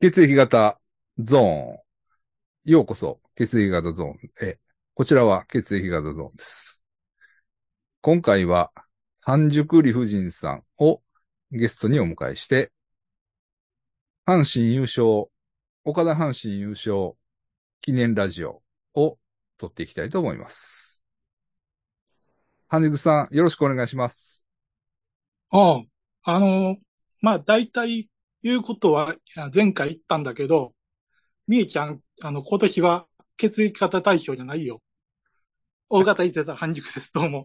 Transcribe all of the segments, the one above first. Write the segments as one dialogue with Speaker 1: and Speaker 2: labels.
Speaker 1: 血液型ゾーン。ようこそ、血液型ゾーンへ。こちらは血液型ゾーンです。今回は、半熟理不尽さんをゲストにお迎えして、阪神優勝、岡田阪神優勝記念ラジオを撮っていきたいと思います。半熟さん、よろしくお願いします。
Speaker 2: ああ、あの、まあ、大体言うことはあ前回言ったんだけど、みえちゃん、あの、今年は血液型対象じゃないよ。大型言ってた半熟です、どうも。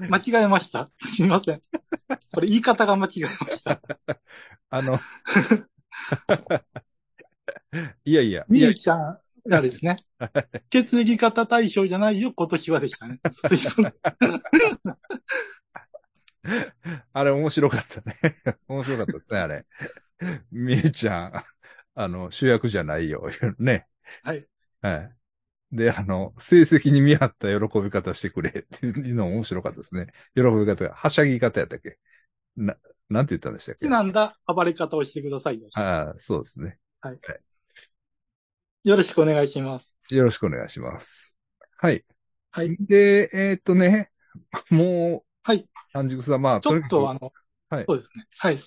Speaker 2: 間違えました。すみません。これ言い方が間違えました。あの、いやいや、いみ
Speaker 1: や
Speaker 2: えちゃん、あれですね。血液型対象じゃないよ、今年はでしたね。すいません
Speaker 1: あれ面白かったね。 面白かったですね、あれ。みえちゃん、あの、主役じゃないよ、いうね。
Speaker 2: はい。
Speaker 1: はい。で、あの、成績に見合った喜び方してくれっていうのも面白かったですね。喜び方が、はしゃぎ方やったっけな、なんて言ったんでしたっけ
Speaker 2: 避難だ暴れ方をしてください。
Speaker 1: ああ、そうですね。
Speaker 2: よろしくお願いします。
Speaker 1: よろしくお願いします。はい。
Speaker 2: はい。
Speaker 1: で、えーっとね、もう、
Speaker 2: はい。
Speaker 1: 半熟さん、まあ、
Speaker 2: ちょ
Speaker 1: に
Speaker 2: っ
Speaker 1: かく
Speaker 2: とあの、
Speaker 1: はい
Speaker 2: そうですね。はい。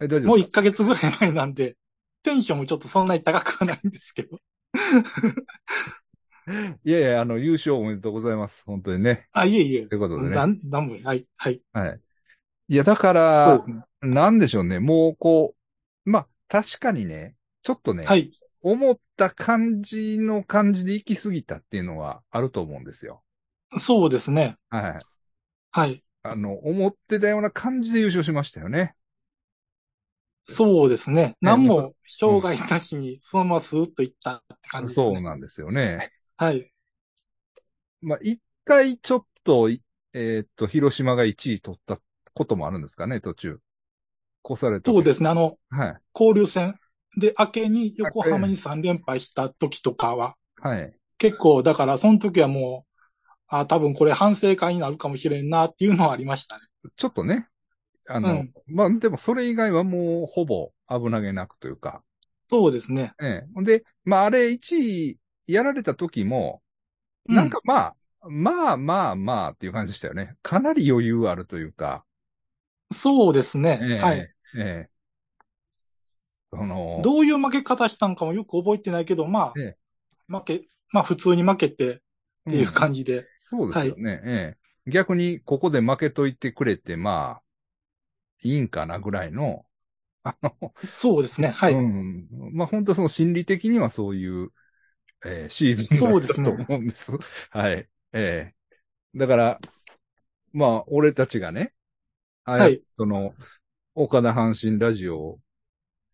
Speaker 1: え大丈
Speaker 2: も
Speaker 1: 夫
Speaker 2: う
Speaker 1: です
Speaker 2: 1ヶ月ぐらい前なんで、テンションもちょっとそんなに高くはないんですけど。
Speaker 1: かいやいや、あの、優勝おめでとうございます。本当にね。
Speaker 2: あ、いえいえ
Speaker 1: と。いうことでね。
Speaker 2: なん、なんも、はい、はい。
Speaker 1: はい。いや、だか
Speaker 2: そう
Speaker 1: ら
Speaker 2: で、すね。
Speaker 1: なんでしょうね。もう、こう、まあ、確かにね、ちょっとね、
Speaker 2: はい。
Speaker 1: 思った感じの感じで行き過ぎたっていうのはあると思うんですよ。
Speaker 2: そうですね。
Speaker 1: はい。
Speaker 2: はい。
Speaker 1: あの、思ってたような感じで優勝しましたよね。
Speaker 2: そうですね。何
Speaker 1: も
Speaker 2: も、障害なしに、そのままスーッといったって感じです
Speaker 1: そう
Speaker 2: ね。
Speaker 1: なんですよね。
Speaker 2: はい。
Speaker 1: まあ、一回ちょっと、いえーっと、広島が1位取ったこともあるんですかね、途中。越された時。
Speaker 2: そうですね。あの、
Speaker 1: はい。
Speaker 2: 交流戦で明けに横浜に3連敗した時とかは、
Speaker 1: はい。
Speaker 2: 結構、だから、その時はもう、あ、多分これ反省会になるかもしれんなっていうのはありましたね。
Speaker 1: ちょっとね。あの、
Speaker 2: うん
Speaker 1: まあ、でもそれ以外はもうほぼ危なげなくというか。
Speaker 2: そうですね。
Speaker 1: ええ。ほんで、まあ、あれ1位やられた時も、
Speaker 2: う
Speaker 1: なん、かまあ、まあまあまあっていう感じでしたよね。かなり余裕あるというか。
Speaker 2: そうですね。
Speaker 1: ええ
Speaker 2: はい。。
Speaker 1: ええ。その、
Speaker 2: どういう負け方したんかもよく覚えてないけど、ま
Speaker 1: え
Speaker 2: あ、負け、まあ普通に負けてっていう
Speaker 1: うん
Speaker 2: 感じで、
Speaker 1: そうですよね。ええ。逆に、ここで負けといてくれて、まあ、いいんかなぐらいの、あの、
Speaker 2: そうですね、はい。
Speaker 1: うん。まあ本当その心理的にはそういう、えーシーズンだ
Speaker 2: そう
Speaker 1: っ
Speaker 2: で
Speaker 1: た
Speaker 2: す
Speaker 1: と
Speaker 2: ね
Speaker 1: 思うんです。 はい。ええだから、まあ俺たちがね、あ
Speaker 2: は
Speaker 1: はいい。その、岡田阪神ラジオを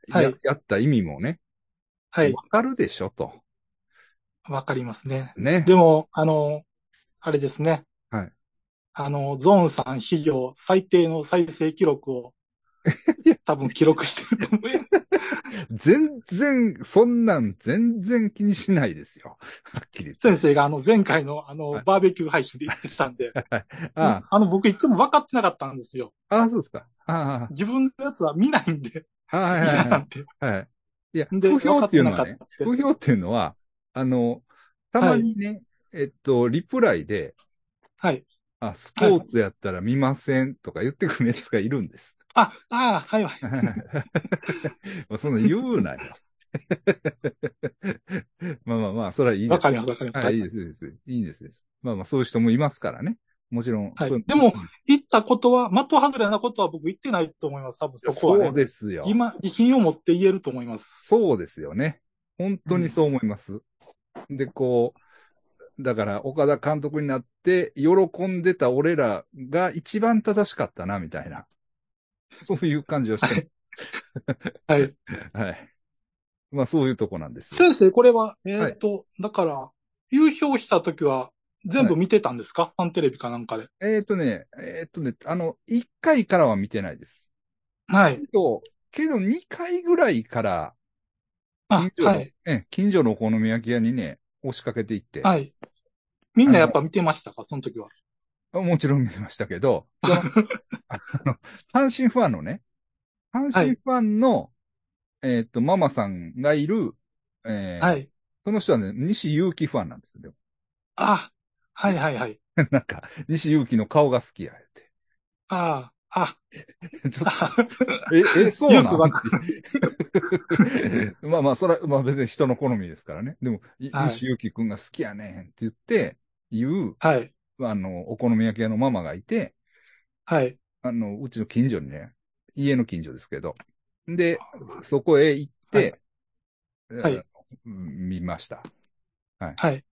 Speaker 1: や,、
Speaker 2: はい
Speaker 1: やった意味もね、
Speaker 2: は
Speaker 1: わ、
Speaker 2: い。
Speaker 1: かるでしょと。
Speaker 2: わかりますね。
Speaker 1: ね。
Speaker 2: でも、あの、あれですね。
Speaker 1: はい。
Speaker 2: あの、ゾーンさん史上最低の再生記 録を多分記録してると思う。
Speaker 1: 全然、そんなん全然気にしないですよ。 はっきり言
Speaker 2: 先
Speaker 1: って。
Speaker 2: 生があの前回のあ
Speaker 1: は
Speaker 2: の
Speaker 1: い
Speaker 2: バーベキュー配信で言ってたんで、
Speaker 1: あ
Speaker 2: あの僕いつも分かってなかったんですよ。
Speaker 1: あ、ああ、そうですか。あ
Speaker 2: 自分のやつは見ないんで、
Speaker 1: あ、はい
Speaker 2: 見
Speaker 1: はい
Speaker 2: な
Speaker 1: は
Speaker 2: んて。
Speaker 1: い。はい。いや、
Speaker 2: で、
Speaker 1: 不評っていうのはね
Speaker 2: 分か、ってな
Speaker 1: 不
Speaker 2: かっ
Speaker 1: 評っていうのは、あの、たまにね、えっと、リプライで、
Speaker 2: た。はい。
Speaker 1: あ、スポーツやったら見ませんとか言ってくるやつがいるん です。
Speaker 2: あ、ああ、はいはい。
Speaker 1: まあそんな言うなよ。 まあまあまあ、それはいい
Speaker 2: わ
Speaker 1: です。
Speaker 2: かります、わかります。
Speaker 1: はい、いいです、いいです。いいんですです。まあまあ、そういう人もいますからね。もちろん。
Speaker 2: はい
Speaker 1: そうう
Speaker 2: でも、言ったことは、的外れなことは僕言ってないと思います。多分そこは、ね。
Speaker 1: そうですよ。
Speaker 2: 自慢自信を持って言えると思います。
Speaker 1: そうですよね。本当にそう思います。で、こう、だから、岡田監督になって、喜んでた俺らが一番正しかったな、みたいな。 そういう感じをしてます
Speaker 2: はい。
Speaker 1: はい。まあ、そういうとこなんです。
Speaker 2: 先生、これは、えっ、と、だから、優勝した時は、全部見てたんですか、サンテレビかなんかで。
Speaker 1: えっ、とね、えっ、とね、あの、1回からは見てないです。
Speaker 2: はい。
Speaker 1: と、けど2回ぐらいから、
Speaker 2: あ、
Speaker 1: 近所
Speaker 2: は
Speaker 1: の
Speaker 2: い。
Speaker 1: ええ近所のお好み焼き屋にね、押しかけていって、
Speaker 2: はい。みんなやっぱ見てましたかその時は。
Speaker 1: もちろん見てましたけ ど、そのあの阪神ファンのね、阪神ファンのえーっと、ママさんがいる、えー
Speaker 2: はい。
Speaker 1: その人はね、西祐樹ファンなんですよ。
Speaker 2: あ、はいはいはい。
Speaker 1: でも なんか、西祐樹の顔が好きや、っ
Speaker 2: ああ、
Speaker 1: て。 ちょっ
Speaker 2: あ、
Speaker 1: とえ、え、そうなん
Speaker 2: よくわか
Speaker 1: まあまあ、それは、まあ別に人の好みですからね。でも、い
Speaker 2: はい
Speaker 1: 西祐樹くんが好きやねんって言って、言う、
Speaker 2: はい、
Speaker 1: あの、お好み焼き屋のママがいて、
Speaker 2: はい、
Speaker 1: あの、うちの近所にね、家の近所ですけど。で、そこへ行って、
Speaker 2: はい
Speaker 1: えーうん見ました。
Speaker 2: はい。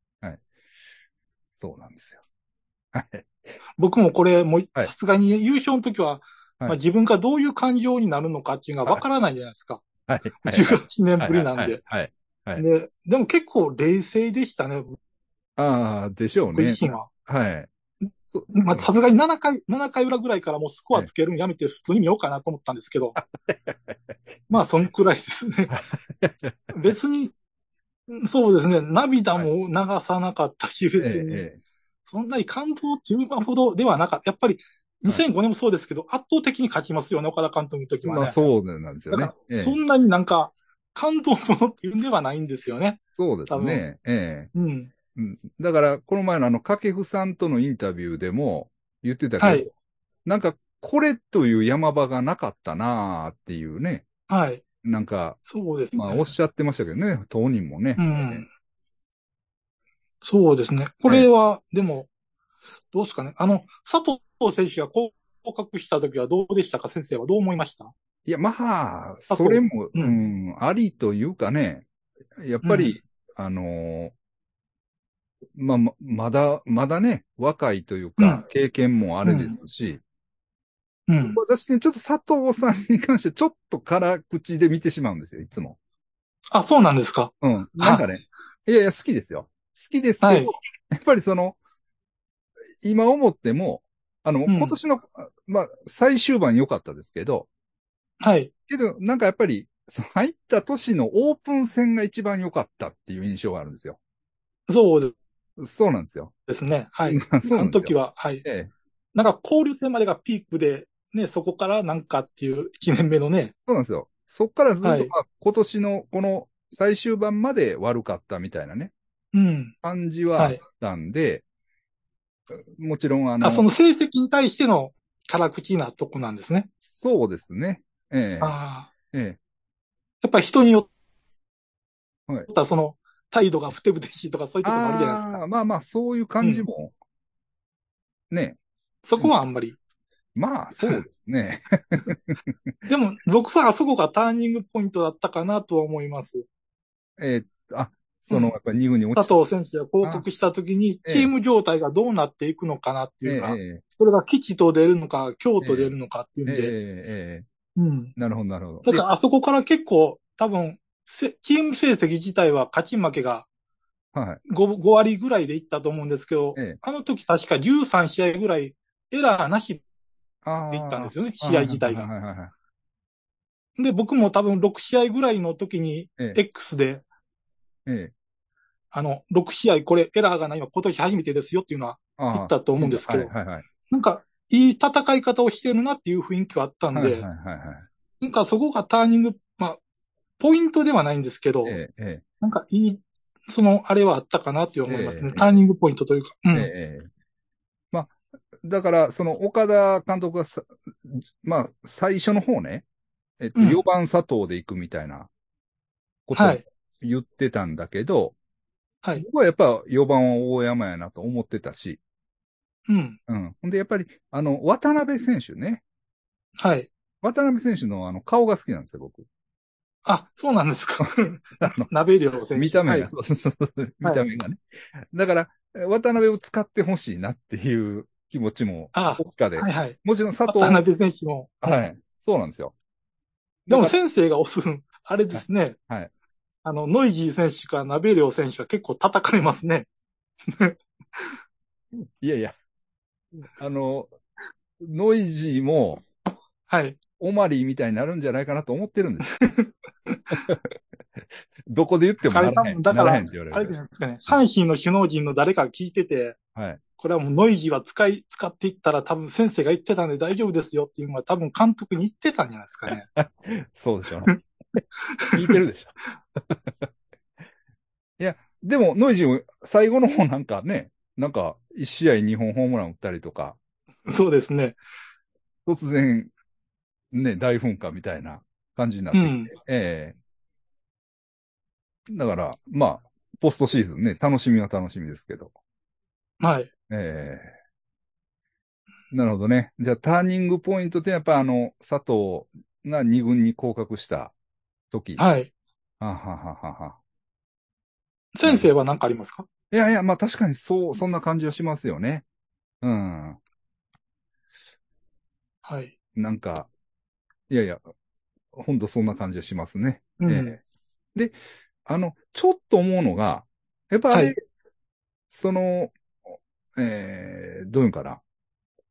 Speaker 1: そうなんですよ。はい。
Speaker 2: 僕もこれ、もう、
Speaker 1: はい
Speaker 2: さすがに優勝の時は、
Speaker 1: はい
Speaker 2: まあ、自分がどういう感情になるのかっていうのがわからないじゃないですか。
Speaker 1: はい。
Speaker 2: 18年ぶりなんで。
Speaker 1: はいはい。はい
Speaker 2: で、でも結構冷静でしたね、
Speaker 1: ああ、でしょう
Speaker 2: 僕
Speaker 1: ね
Speaker 2: 自。身は。
Speaker 1: はい。そ
Speaker 2: まあ、さすがに7回、7回裏ぐらいからもうスコアつけるのやめて普通に見ようかなと思ったんですけど。 まあ、そんくらいですね。別に、そうですね、涙も流さなかったし、
Speaker 1: え
Speaker 2: 別
Speaker 1: え
Speaker 2: に、
Speaker 1: ええ
Speaker 2: そんなに感動っていうほどではなかった。やっぱり、2005年もそうですけど、圧倒的に勝ちますよね、岡田監督の時はね。
Speaker 1: まあ、そうなんですよね
Speaker 2: だか。
Speaker 1: え
Speaker 2: ら
Speaker 1: え
Speaker 2: そんなになんか、感動ものっていうんではないんですよね。
Speaker 1: そうです
Speaker 2: 多
Speaker 1: ね
Speaker 2: 分。
Speaker 1: ええ
Speaker 2: うん。
Speaker 1: うんだから、この前のあの、掛布さんとのインタビューでも言ってたけど、
Speaker 2: はい
Speaker 1: なんか、これという山場がなかったなあっていうね、
Speaker 2: はい。
Speaker 1: なんか、
Speaker 2: そうですね。
Speaker 1: まあ、おっしゃってましたけどね、当人もね。
Speaker 2: うんそうですね。これは、でも、どうですかね。あの、佐藤選手が降格した時はどうでしたか先生はどう思いました
Speaker 1: いや、まあ、それも、う、
Speaker 2: うん
Speaker 1: ありというかね、やっぱり、あのーまあ、ままだ、まだね、若いというか、
Speaker 2: うん
Speaker 1: 経験もあれですし、
Speaker 2: うん。
Speaker 1: 私ね、ちょっと佐藤さんに関して、ちょっと辛口で見てしまうんですよ、いつも。
Speaker 2: あ、そうなんですか
Speaker 1: うん。なんかね、いやいや、好きですよ。好きですけど、
Speaker 2: はい
Speaker 1: やっぱりその、今思っても、あの、
Speaker 2: ん
Speaker 1: 今年の、まあ、最終盤良かったですけど、
Speaker 2: はい。
Speaker 1: けど、なんかやっぱり、その入った年のオープン戦が一番良かったっていう印象があるんですよ。
Speaker 2: そう
Speaker 1: そうなんですよ。
Speaker 2: ですね。はい。
Speaker 1: そうなんですよ。
Speaker 2: あの時は、はい。
Speaker 1: ええ
Speaker 2: なんか交流戦までがピークで、ね、そこからなんかっていう1年目のね。
Speaker 1: そうなんですよ。そっからずっと、
Speaker 2: はい
Speaker 1: まあ今年のこの最終盤まで悪かったみたいなね、
Speaker 2: うん。
Speaker 1: 感じはあ
Speaker 2: は
Speaker 1: っ
Speaker 2: い。
Speaker 1: たんで、もちろんあの、
Speaker 2: あ、その成績に対しての辛口なとこなんですね。
Speaker 1: そうですね。ええ
Speaker 2: ああ。
Speaker 1: え
Speaker 2: やっぱり人によ
Speaker 1: はい
Speaker 2: ったらその態度がふてぶてしいとかそういう
Speaker 1: え
Speaker 2: とこもあるじゃないです
Speaker 1: あ
Speaker 2: か。
Speaker 1: ーまあまあ、そういう感じも、ね、
Speaker 2: そこはあんまり。
Speaker 1: まあ、そうですね。
Speaker 2: でも、僕はあそこがターニングポイントだったかなとは思います。
Speaker 1: えーっと、あ、その、やっぱり2軍に落ち
Speaker 2: 佐藤選手が降格した時に、
Speaker 1: ええ
Speaker 2: チーム状態がどうなっていくのかなって
Speaker 1: て
Speaker 2: いう
Speaker 1: え
Speaker 2: か、
Speaker 1: え
Speaker 2: それが吉と出るのか、京と出るのかっていうん
Speaker 1: ええええ
Speaker 2: で、
Speaker 1: ええ
Speaker 2: うん。
Speaker 1: なるほど、なるほど。
Speaker 2: だからあそこから結構、多分、せチーム成績自体は勝ち負けが
Speaker 1: はい。
Speaker 2: 5, 5割ぐらいでいったと思うんですけど、
Speaker 1: ええ
Speaker 2: あの時確か13試合ぐらいエラーなし
Speaker 1: あ。
Speaker 2: でいったんですすよね、試合自体が
Speaker 1: は。いはいはいはい。
Speaker 2: で、僕も多分6試合ぐらいの時に
Speaker 1: ええ
Speaker 2: X で、
Speaker 1: ええ。
Speaker 2: あの、6試合これエラーがないのは今年初めてですよっていうのは
Speaker 1: あ
Speaker 2: 言ったと思うんですけど、
Speaker 1: はいはいはい。
Speaker 2: なんかいい戦い方をしてるなっていう雰囲気はあったんで、
Speaker 1: はいはいはいはい。
Speaker 2: なんかそこがターニング、まあ、ポイントではないんですけど、
Speaker 1: ええ、え
Speaker 2: なんかいい、そのあれはあったかなって思いますね。
Speaker 1: ええ
Speaker 2: ターニングポイントというか。う
Speaker 1: え、
Speaker 2: ん
Speaker 1: ええええ。まあ、だから、その、岡田監督がさ、まあ、最初の方ね、えっと、
Speaker 2: うん
Speaker 1: 4番佐藤で行くみたいなことを
Speaker 2: はい。
Speaker 1: 言ってたんだけど、
Speaker 2: はい。
Speaker 1: 僕はやっぱ4番は大山やなと思ってたし、
Speaker 2: うん。
Speaker 1: うん。ほんで、やっぱり、あの、渡辺選手ね、
Speaker 2: はい。
Speaker 1: 渡辺選手のあの、顔が好きなんですよ、僕。
Speaker 2: あ、そうなんですか。
Speaker 1: あの、
Speaker 2: 鍋量選手。
Speaker 1: 見た目
Speaker 2: は
Speaker 1: が、
Speaker 2: い。
Speaker 1: そうそうそう見た目がね。だから、えー渡辺を使ってほしいなっていう気持ちも、
Speaker 2: ああ
Speaker 1: どっかで。
Speaker 2: はいはい。
Speaker 1: もちろん佐
Speaker 2: あ
Speaker 1: 藤
Speaker 2: と、鍋選手も。
Speaker 1: はい。そうなんですよ。
Speaker 2: でも
Speaker 1: だか
Speaker 2: 先生が押す、あれですね。
Speaker 1: はいはい
Speaker 2: あの、ノイジー選手かナベリオ選手は結構叩かれますね。
Speaker 1: らいやいや。あの、ノイジーも、
Speaker 2: はい。
Speaker 1: オマリーみたいになるんじゃないかなと思ってるんですよ。 どこで言ってもならへん。
Speaker 2: だから
Speaker 1: なへんって言わ
Speaker 2: あ
Speaker 1: れ
Speaker 2: れ
Speaker 1: る
Speaker 2: ですかね。阪神の首脳陣の誰かが聞いてて、
Speaker 1: はい
Speaker 2: これはもうノイジーは使い、使っていったら多分先生が言ってたんで大丈夫ですよっていうのは多分監督に言ってたんじゃないですかね。
Speaker 1: そうでしょうね。聞いてるでしょ。 いや、でも、ノイジーも最後の方なんかね、なんか、一試合2本ホームラン打ったりとか、
Speaker 2: そうですね。
Speaker 1: 突然、ね、大噴火みたいな感じになってきて、
Speaker 2: うん
Speaker 1: ええだから、まあ、ポストシーズンね、楽しみは楽しみですけど。
Speaker 2: はい。
Speaker 1: ええなるほどね。じゃあ、ターニングポイントってやっぱあの、佐藤が二軍に降格した時。い。
Speaker 2: はい。
Speaker 1: ははははは。
Speaker 2: 先生は何かありますか
Speaker 1: いやいや、まあ確かにそう、そんな感じはしますよね。うん。
Speaker 2: はい。
Speaker 1: なんか、いやいや、ほんとそんな感じはしますね。
Speaker 2: うん。
Speaker 1: ええで、あの、ちょっと思うのが、やっぱあれ、
Speaker 2: はい
Speaker 1: その、えー、どういうんかな。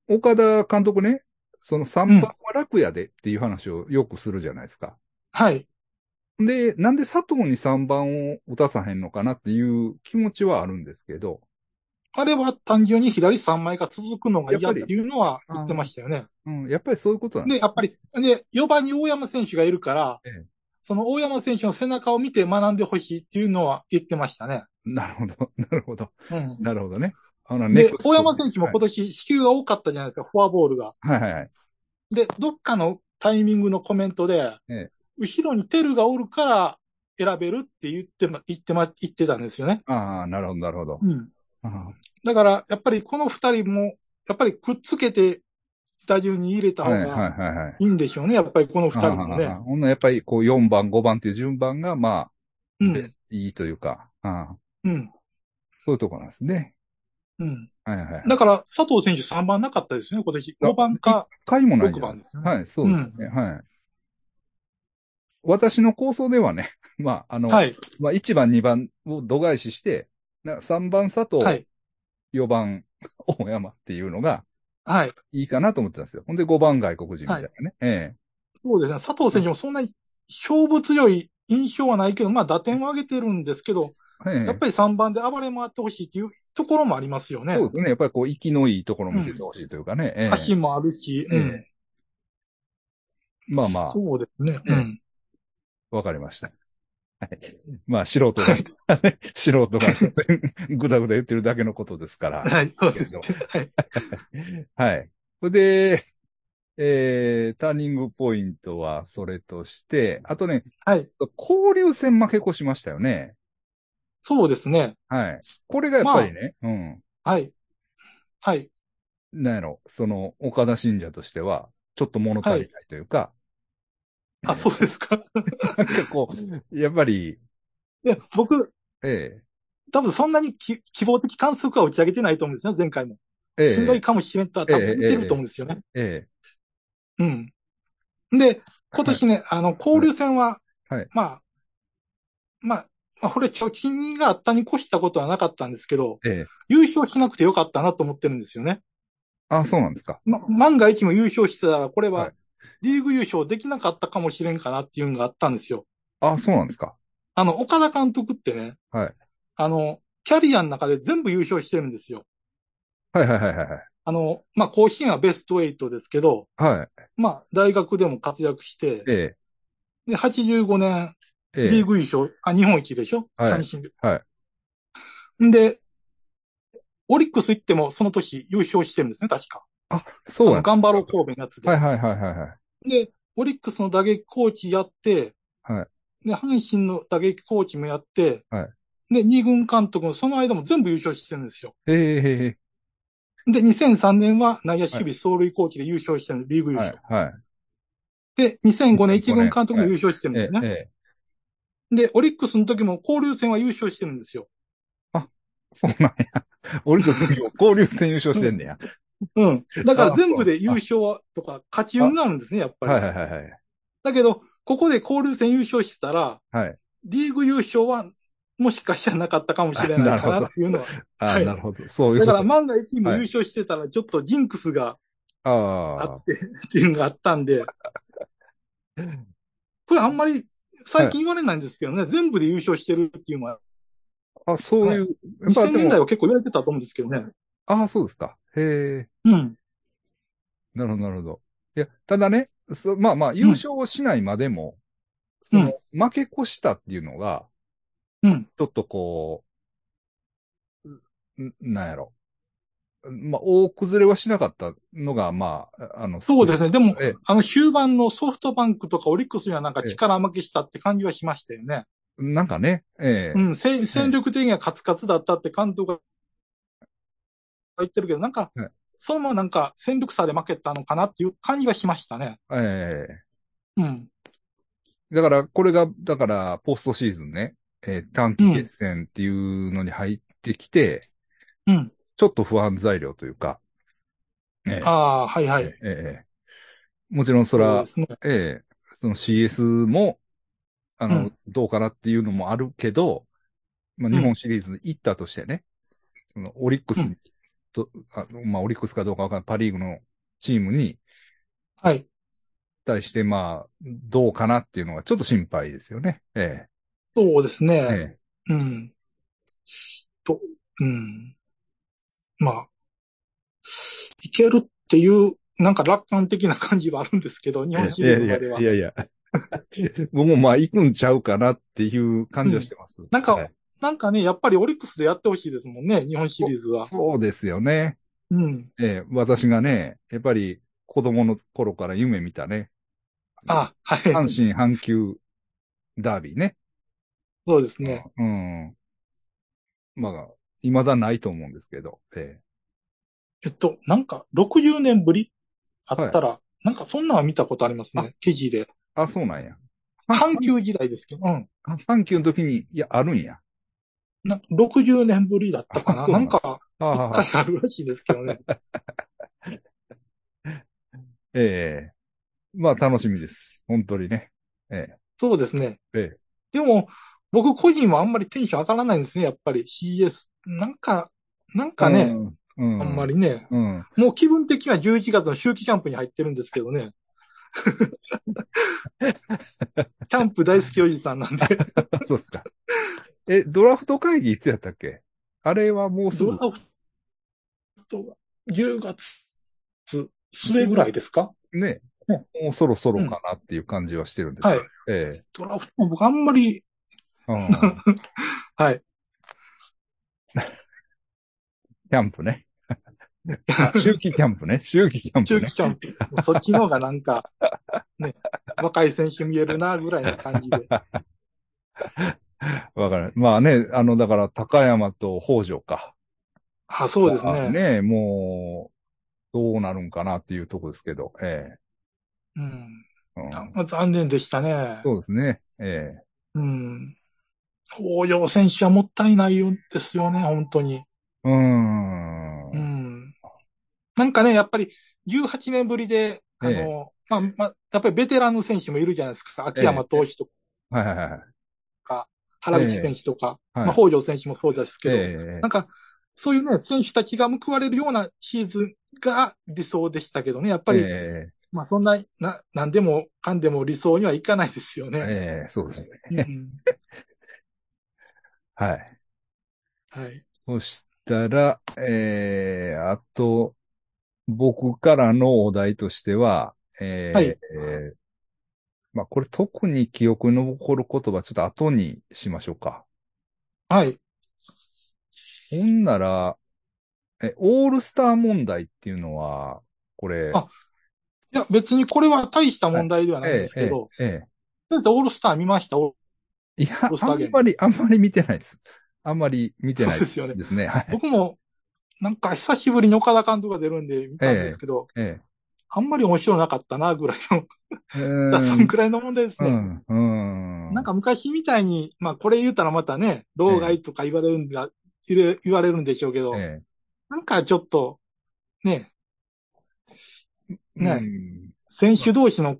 Speaker 1: 岡田監督ね、その3番は楽やでっていう話をよくするじゃないですか。
Speaker 2: はい。
Speaker 1: で、なんで佐藤に3番を打たさへんのかなっていう気持ちはあるんですけど、
Speaker 2: あれは単純に左3枚が続くのが嫌っていうのは言ってましたよね。
Speaker 1: うん、やっぱりそういうことなん
Speaker 2: で、やっぱり、で、4番に大山選手がいるから、
Speaker 1: ええ
Speaker 2: その大山選手の背中を見て学んでほしいっていうのは言ってましたね。
Speaker 1: なるほど、なるほど、
Speaker 2: うん。
Speaker 1: なるほどね。あの
Speaker 2: で
Speaker 1: ネク、スト
Speaker 2: 大山選手も今年、飛球が多かったじゃないですか、フォアボールが。
Speaker 1: はいはいはい。
Speaker 2: で、どっかのタイミングのコメントで、
Speaker 1: ええ
Speaker 2: 後ろにテルがおるから選べるって言ってま、言ってま、言ってたんですよね。
Speaker 1: ああ、なるほど、なるほど。
Speaker 2: うん。
Speaker 1: あ
Speaker 2: だから、やっぱりこの二人も、やっぱりくっつけて、打順に入れ
Speaker 1: あ
Speaker 2: た方
Speaker 1: はいはい
Speaker 2: が
Speaker 1: はいはい。
Speaker 2: いいんでしょうね、やっぱりこの二人も
Speaker 1: あああ
Speaker 2: ね
Speaker 1: あ。ほんならやっぱりこう4番、5番っていう順番が、まあ、
Speaker 2: うん
Speaker 1: ベ。スいいというか、ああ
Speaker 2: うん。
Speaker 1: そういうとこなんですね。
Speaker 2: うん。
Speaker 1: はいはい。
Speaker 2: だから、佐藤選手3番なかったですよね、今年。
Speaker 1: あ
Speaker 2: 5番か。
Speaker 1: 回もないじゃない
Speaker 2: 六番
Speaker 1: はい、そうですね。はい。私の構想ではね、 まあ、あの、
Speaker 2: はい。
Speaker 1: まあ、1番、2番を度外視して、な3番佐藤、
Speaker 2: はい。
Speaker 1: 4番 大山っていうのが
Speaker 2: はい。
Speaker 1: いいかなと思ってたんですよ。ほんで5番外国人みたいなね。え
Speaker 2: そうですね。佐藤選手もそんなに勝負強い印象はないけど、まあ打点を上げてるんですけど、
Speaker 1: えええ
Speaker 2: やっぱり3番で暴れ回ってほしいっていうところもありますよね
Speaker 1: そう。ですね。やっぱりこう、息のいいところを見せてほしいというかね。ええ
Speaker 2: 足もあるし、う
Speaker 1: え
Speaker 2: ん。
Speaker 1: まあまあ、
Speaker 2: そうですね。うん。
Speaker 1: わかりました。はい。まあ、素人が、素人が、 ぐだぐだ言ってるだけのことですから。
Speaker 2: はい、そうですね。はい。
Speaker 1: はい。それで、えー、ターニングポイントはそれとして、あとね、
Speaker 2: はい。
Speaker 1: 交流戦負け越しましたよね。
Speaker 2: そうですね。
Speaker 1: はい。これがやっぱりね、うん。
Speaker 2: はい。はい。
Speaker 1: なんやろ、その、岡田信者としては、ちょっと物足りないというか、
Speaker 2: あ、そうですか。
Speaker 1: なんか こう、やっぱり、
Speaker 2: いや、僕、
Speaker 1: え
Speaker 2: 多分そんなにき希望的観測は打ち上げてないと思うんですよ、前回も。
Speaker 1: えええ
Speaker 2: しんどいかもしれんとは多分見てると思うんですよね。
Speaker 1: え
Speaker 2: うん。で、今年ね、あの、交流戦は、
Speaker 1: はい
Speaker 2: まあ、まあ、まあ、これ、貯金があったに越したことはなかったんですけど、
Speaker 1: えええ
Speaker 2: 優勝しなくてよかったなと思ってるんですよね。
Speaker 1: あ、そうなんですか。
Speaker 2: ま、万が一も優勝してたら、これ
Speaker 1: は、
Speaker 2: はいリーグ優勝できなかったかもしれんかなっていうのがあったんですよ。
Speaker 1: あ、そうなんですか。
Speaker 2: あの、岡田監督ってね、
Speaker 1: はい
Speaker 2: あの、キャリアの中で全部優勝してるんですよ。
Speaker 1: はいはいはいはいはい。
Speaker 2: あの、まあ、甲子園はベスト8ですけど、
Speaker 1: はい。
Speaker 2: まあ、大学でも活躍して、
Speaker 1: ええ
Speaker 2: で、85年、
Speaker 1: ええ
Speaker 2: リーグ優勝、あ、日本一でしょ
Speaker 1: はい
Speaker 2: 三振で。
Speaker 1: は
Speaker 2: んで、オリックス行ってもその年優勝してるんですね、確か。
Speaker 1: あ、そう
Speaker 2: あ
Speaker 1: な
Speaker 2: の
Speaker 1: んで
Speaker 2: 頑張ろう神戸のやつ
Speaker 1: す
Speaker 2: で。
Speaker 1: はいはいはいはいはい。
Speaker 2: で、オリックスの打撃コーチやって、
Speaker 1: は
Speaker 2: で、阪神の打撃コーチもやって、
Speaker 1: は
Speaker 2: で、二軍監督のその間も全部優勝してるんですよ。
Speaker 1: ええええ
Speaker 2: で、2003年は内野守備走塁コーチで優勝してるんです、リーグ優
Speaker 1: はい
Speaker 2: 勝。
Speaker 1: はい。
Speaker 2: で、2005年一軍監督も優勝してるん
Speaker 1: え
Speaker 2: ですね。
Speaker 1: えええ
Speaker 2: で、オリックスの時も交流戦は優勝してるんですよ。
Speaker 1: そうなんや。オリックスの時 も交流戦優勝してんねや。
Speaker 2: うん。だから全部で優勝とか勝ち運があるんですね、やっぱり。
Speaker 1: はいはいはいはい。
Speaker 2: だけど、ここで交流戦優勝してたら、
Speaker 1: はい。
Speaker 2: リーグ優勝はもしかしたらなかったかもしれないかなっていうのは。
Speaker 1: あ、
Speaker 2: はい
Speaker 1: なるほど。そういう
Speaker 2: だ
Speaker 1: こ
Speaker 2: か
Speaker 1: と。
Speaker 2: ら万が一も優勝してたらちょっとジンクスがあ
Speaker 1: ああ
Speaker 2: っ。てっていうのがあった んで、これあんまり最近言われないんですけどね、全部で優勝してるっていうのは、
Speaker 1: あ、そういう。やっぱ
Speaker 2: 2000年代
Speaker 1: でも
Speaker 2: は結構言われてたと思うんですけどね。
Speaker 1: ああ、そうですか。へえ。
Speaker 2: うん。
Speaker 1: なるほど、なるほど。いや、ただね、そまあまあ、優勝しないまでも、その、負け越したっていうのが、
Speaker 2: うん。
Speaker 1: ちょっとこう、んなんやろ。まあ、大崩れはしなかったのが、まあ、あの、
Speaker 2: そうですね。でも、
Speaker 1: ええ
Speaker 2: あの、終盤のソフトバンクとかオリックスにはなんか力負けしたって感じはしましたよね。
Speaker 1: なんかね、ええ
Speaker 2: うん、せ戦力的にはカツカツだったって監督が言ってるけど、なんか、
Speaker 1: はい
Speaker 2: そのままなんか戦力差で負けたのかなっていう感じはしましたね。
Speaker 1: ええ
Speaker 2: うん。
Speaker 1: だから、これが、だから、ポストシーズンね、えー短期決戦っていうのに入ってきて、
Speaker 2: うん。
Speaker 1: ちょっと不安材料というか、ええ
Speaker 2: ああ、はいは
Speaker 1: え
Speaker 2: い。
Speaker 1: えええもちろんそれ
Speaker 2: そう
Speaker 1: は
Speaker 2: ですね。
Speaker 1: ええその CS も、あの、
Speaker 2: うん
Speaker 1: どうかなっていうのもあるけど、まあ、
Speaker 2: うん
Speaker 1: 日本シリーズ行ったとしてね、その、オリックスに、
Speaker 2: うん
Speaker 1: とあのまあ、オリックスかどうかわかんない、パリーグのチームに
Speaker 2: はい。
Speaker 1: 対して、まあ、どうかなっていうのはちょっと心配ですよね。え
Speaker 2: そうです
Speaker 1: え
Speaker 2: ね。
Speaker 1: ええ
Speaker 2: うん。と、うん。まあ、いけるっていう、なんか楽観的な感じはあるんですけど、日本シリーズまでは。
Speaker 1: いやいや、いやいや僕もまあ、行くんちゃうかなっていう感じはしてます。
Speaker 2: なんか
Speaker 1: はい
Speaker 2: なんかね、やっぱりオリックスでやってほしいですもんね、日本シリーズは。
Speaker 1: そうですよね。
Speaker 2: うん。
Speaker 1: ええ私がね、やっぱり子供の頃から夢見たね、
Speaker 2: あ、はい。
Speaker 1: 阪神阪急ダービーね。
Speaker 2: そうですね。
Speaker 1: うん。まあ、未だないと思うんですけど。え
Speaker 2: えっと、なんか、60年ぶりあったら、なんかそんなの見たことありますね、記事で。
Speaker 1: えあ、そうなんや。
Speaker 2: 阪急時代ですけど、うん。
Speaker 1: あ阪急の時に、いや、あるんや。
Speaker 2: な60年ぶりだったか
Speaker 1: あ
Speaker 2: な。
Speaker 1: そう
Speaker 2: な
Speaker 1: なん
Speaker 2: ん
Speaker 1: です
Speaker 2: か、
Speaker 1: あ
Speaker 2: 一回あるらしいですけど ね。
Speaker 1: ええまあ、楽しみです。本当にね。ええ
Speaker 2: そうですね。
Speaker 1: ええ
Speaker 2: でも、僕個人はあんまりテンション上がらないんですね、やっぱり CS。なんか、なんかね、、
Speaker 1: うん。
Speaker 2: あんま。りね。
Speaker 1: うん。
Speaker 2: もう気分的には11月の秋季キャンプに入ってるんですけ どね。キャンプ大好きおじさんなんで、
Speaker 1: そうっすか。え、ドラフト会議いつやったっけあれはもうすぐ
Speaker 2: ドラ。フトが10月末ぐらいですか
Speaker 1: ね、
Speaker 2: ね
Speaker 1: もうそろそろかなっていう感じはしてるんですけど
Speaker 2: はい
Speaker 1: え
Speaker 2: ドラフトも僕あんまり、
Speaker 1: え うん
Speaker 2: はい。
Speaker 1: キャンプね。 あ秋季キャンプね。秋季キャンプ
Speaker 2: 中
Speaker 1: ね
Speaker 2: 期。キャン プ。そっちの方がなんか、ね、若い選手見えるな、ぐらいな感じで。
Speaker 1: わかる。まあね、あの、だから、高山と北条か。
Speaker 2: あ、そうです
Speaker 1: まあ
Speaker 2: ね。
Speaker 1: ね、もう、どうなるんかなっていうとこですけど、え
Speaker 2: うん。
Speaker 1: えうん
Speaker 2: あ残念でしたね。
Speaker 1: そうですね。え
Speaker 2: うん。応用選手はもったいないんですよね、本当に。
Speaker 1: えうん。
Speaker 2: う
Speaker 1: うん。
Speaker 2: ん。なんかね、やっぱり18年ぶりで、あの、
Speaker 1: え
Speaker 2: まあ、まあ、やっぱりベテランの選手もいるじゃないですか。秋山投手と
Speaker 1: はいはいはい。
Speaker 2: か、原口選手とか、
Speaker 1: えはい
Speaker 2: まあ、北条選手もそうですけど、
Speaker 1: え
Speaker 2: なんか、そういうね、選手たちが報われるようなシーズンが理想でしたけどね、やっぱ
Speaker 1: え
Speaker 2: り、
Speaker 1: え
Speaker 2: まあそんな、な、なんでもかんでも理想にはいかないですよ
Speaker 1: え
Speaker 2: ね。
Speaker 1: ええそうですね。
Speaker 2: うん
Speaker 1: はい。
Speaker 2: はい。
Speaker 1: そしたら、えー、あと、僕からのお題としては、えー
Speaker 2: はい
Speaker 1: えーまあ、これ特に記憶に残る言葉、ちょっと後にしましょうか。
Speaker 2: はい。
Speaker 1: ほんなら、え、オールスター問題っていうのは、これ、
Speaker 2: あいや、別にこれは大した問題ではないんですけど、
Speaker 1: えーえーえ
Speaker 2: 先生、オールスター見ましたオー
Speaker 1: ーいや、
Speaker 2: ルスター
Speaker 1: あ
Speaker 2: ゲー
Speaker 1: ん
Speaker 2: ム
Speaker 1: まり、あんまり見てないです。あんまり見て
Speaker 2: そ
Speaker 1: な
Speaker 2: う
Speaker 1: い
Speaker 2: で
Speaker 1: です
Speaker 2: すよね。
Speaker 1: ですね。はい。
Speaker 2: 僕も、なんか久しぶりに岡田監督が出るんで見たんですけど、
Speaker 1: え
Speaker 2: あんまり面白なかったな、ぐらいの、
Speaker 1: え
Speaker 2: そのくらいの問題です
Speaker 1: う
Speaker 2: ね。
Speaker 1: ん、うん。
Speaker 2: なんか昔みたいに、まあこれ言うたらまたね、老害とか言われるんだ、言え言われるんでしょうけど、
Speaker 1: え
Speaker 2: なんかちょっと、ね、
Speaker 1: え
Speaker 2: ね
Speaker 1: うん
Speaker 2: 選手同士の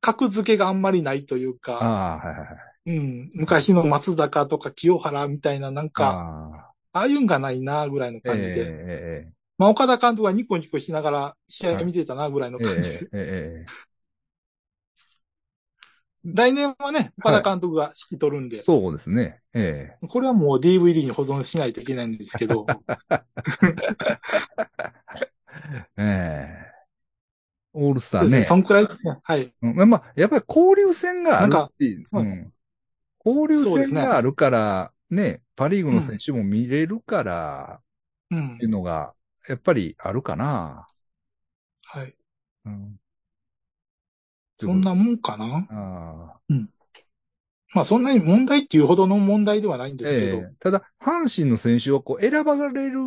Speaker 2: 格付けがあんまりないという
Speaker 1: あ
Speaker 2: か、
Speaker 1: あ、はいはいはい。
Speaker 2: うん、昔の松坂とか清原みたいななんか、
Speaker 1: ああ。
Speaker 2: ああいうんがないな、ぐらいの感じで。
Speaker 1: え
Speaker 2: まあ岡田監督はニコニコしながら試合見てたな、ぐらいの
Speaker 1: えええ
Speaker 2: 感じで。
Speaker 1: ええええ
Speaker 2: 来年はね、岡田監督が指揮取るん
Speaker 1: え
Speaker 2: で、
Speaker 1: そうですね。ええ
Speaker 2: これはもう DVD に保存しないといけないんですけ ど、
Speaker 1: ええオールスタ
Speaker 2: そう
Speaker 1: ー
Speaker 2: ですね
Speaker 1: ね。
Speaker 2: そんくらいですね。はい。
Speaker 1: うん、まあ、やっぱり交流戦があるっていう。
Speaker 2: なんか
Speaker 1: うん、交流
Speaker 2: そう
Speaker 1: 戦
Speaker 2: ですね
Speaker 1: があるから、ね、パリーグの選手も見れるから、
Speaker 2: う
Speaker 1: っ
Speaker 2: ん
Speaker 1: てい。うのが、やっぱりあるかな。
Speaker 2: はい。
Speaker 1: うん。
Speaker 2: そん。なもんかな
Speaker 1: ああ。
Speaker 2: まあそんなに問題っていうほどの問題ではないんですけど。
Speaker 1: ええただ、阪神の選手はこう選ばれる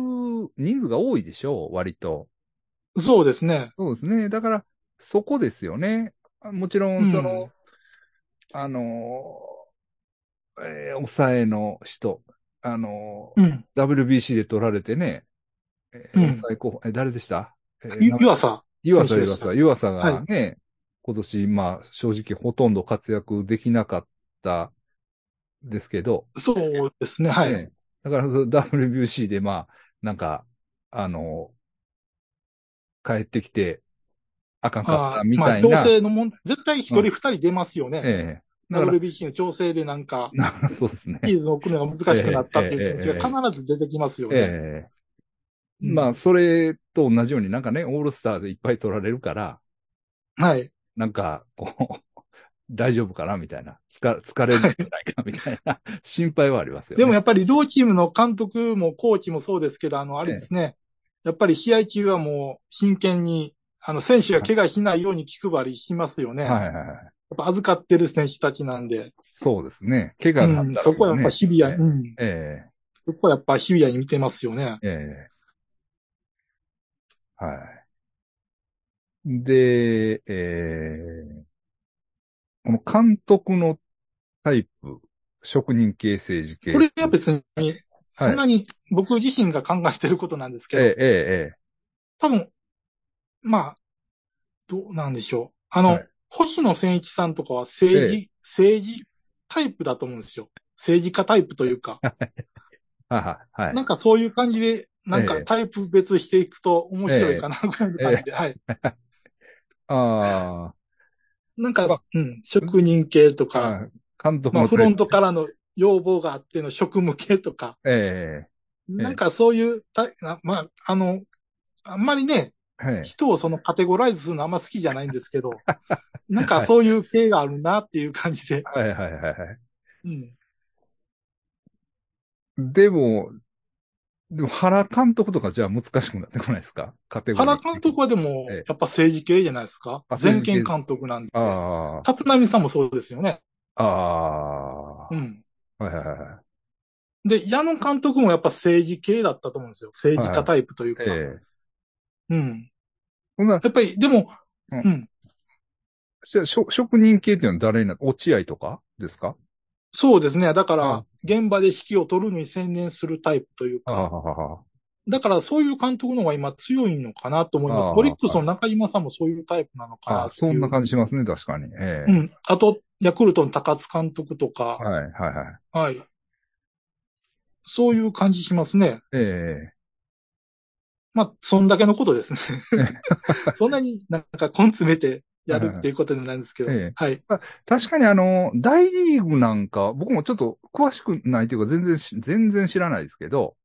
Speaker 1: 人数が多いでしょう、割と。
Speaker 2: そうですね。
Speaker 1: そうですね。だから、そこですよね。あもちろ
Speaker 2: うん
Speaker 1: ん、その、あのー、えー抑えの人、あのー
Speaker 2: うん。
Speaker 1: WBC で取られてね、えー
Speaker 2: うん
Speaker 1: 抑え候補え、誰でしたえー
Speaker 2: ゆ
Speaker 1: な
Speaker 2: 湯浅。
Speaker 1: 湯浅、
Speaker 2: 選手
Speaker 1: 湯
Speaker 2: でした
Speaker 1: 浅、湯浅が
Speaker 2: は
Speaker 1: ね、今年、まあ、正直ほとんど活躍できなかったですけど、
Speaker 2: そうですね。はい。
Speaker 1: ねだから、その WBC で、まあ、なんか、あの、帰ってきて、あかんかっ
Speaker 2: あ
Speaker 1: た
Speaker 2: あ
Speaker 1: み
Speaker 2: ま
Speaker 1: た
Speaker 2: あ、
Speaker 1: いな。
Speaker 2: 調整の問題、絶対一人二人出ますよね。
Speaker 1: ええだから
Speaker 2: WBC の調整でなんか、
Speaker 1: だから、 そうですね。
Speaker 2: シーズンを送るのが難しくなったっていう選手
Speaker 1: え
Speaker 2: が必ず出てきますよね。
Speaker 1: ええまあ、それと同じようになんかね、オールスターでいっぱい取られるから、
Speaker 2: はい。
Speaker 1: なんか、こう、 大丈夫かなみたいな。疲れ、疲れるんじゃないかみたい な心配はありますよ、ね。
Speaker 2: でもやっぱり両チームの監督もコーチもそうですけど、あの、あれですね。やっぱり試合中はもう真剣に、あの、選手が怪我しないように気配りしますよね。
Speaker 1: はいはい
Speaker 2: や
Speaker 1: はい。
Speaker 2: っぱ預かってる選手たちなんで、
Speaker 1: そうですね。怪
Speaker 2: う
Speaker 1: 我があったらね、
Speaker 2: ん、そこはやっぱシビアに、うん、
Speaker 1: ええ
Speaker 2: そこはやっぱシビアに見てますよね。
Speaker 1: ええはい。で、ええこの監督のタイプ、職人形政治系。
Speaker 2: これは別に、
Speaker 1: はい
Speaker 2: そんなに僕自身が考えてることなんですけ
Speaker 1: え
Speaker 2: ど、
Speaker 1: えええ
Speaker 2: 多分、まあ、どうなんでしょう。あの、
Speaker 1: はい
Speaker 2: 星野千一さんとかは政治、
Speaker 1: え
Speaker 2: 政治タイプだと思うんですよ。政治家タイプというか、
Speaker 1: えはいはい。
Speaker 2: なんかそういう感じで、なん
Speaker 1: え
Speaker 2: か
Speaker 1: え
Speaker 2: タイプ別していくと面白いかな、ぐらいの感じで、はい。
Speaker 1: あ
Speaker 2: なんか、
Speaker 1: まあ
Speaker 2: うん、職人系と
Speaker 1: あ、
Speaker 2: か、
Speaker 1: 監督
Speaker 2: まあ、
Speaker 1: のタイプ
Speaker 2: フロントからの要望があっての職務系とか、
Speaker 1: ええ
Speaker 2: なんかそういうタイ、なまあ、あの、あんまりね、
Speaker 1: えはい
Speaker 2: 人をそのカテゴライズするのあんま好きじゃないんです けど、なんかそういう系があるなっていう感じで。
Speaker 1: はいはいはいはい。
Speaker 2: うん。
Speaker 1: でも、でも原監督とかじゃあ難しくなってこないですかカテゴリー
Speaker 2: 原監督はでも
Speaker 1: ええ、
Speaker 2: やっぱ政治系じゃないですか
Speaker 1: あ政
Speaker 2: 全
Speaker 1: 治系
Speaker 2: 権監督なんで。
Speaker 1: あ
Speaker 2: 立浪さんもそうですよね。
Speaker 1: あ、ああ、
Speaker 2: うん。
Speaker 1: はいはいはいはい。
Speaker 2: で、矢野監督もやっぱ政治系だったと思うんですよ。政治家タイプというか。
Speaker 1: ええ
Speaker 2: うん。
Speaker 1: ほんなら
Speaker 2: やっぱり、でも、
Speaker 1: う
Speaker 2: うんん、
Speaker 1: じゃあ、しょ職人系っていうのは誰になる落合とかですか
Speaker 2: そうですね。だか
Speaker 1: あ
Speaker 2: ら、現場で引きを取るのに専念するタイプというか。
Speaker 1: あ。
Speaker 2: だから、そういう監督の方が今強いのかなと思いま
Speaker 1: あ
Speaker 2: す。
Speaker 1: ー
Speaker 2: オリックスの中島さんもそういうタイプなのかな
Speaker 1: あ
Speaker 2: っ
Speaker 1: あ、
Speaker 2: てい
Speaker 1: そ
Speaker 2: う。
Speaker 1: んな感じしますね、確かに。ええ
Speaker 2: うん。あと、ヤクルトの高津監督とか、
Speaker 1: はい、はい、はい。
Speaker 2: はい。そういう感じしますね。
Speaker 1: え
Speaker 2: まあ、そんだけのこ とですね。そんなになんか根詰めてやるっていうことでもないんですけど。
Speaker 1: ええ
Speaker 2: はい。
Speaker 1: え確かにあの、大リーグなんか、僕もちょっと詳しくないというか、全然し、全然知らないですけど、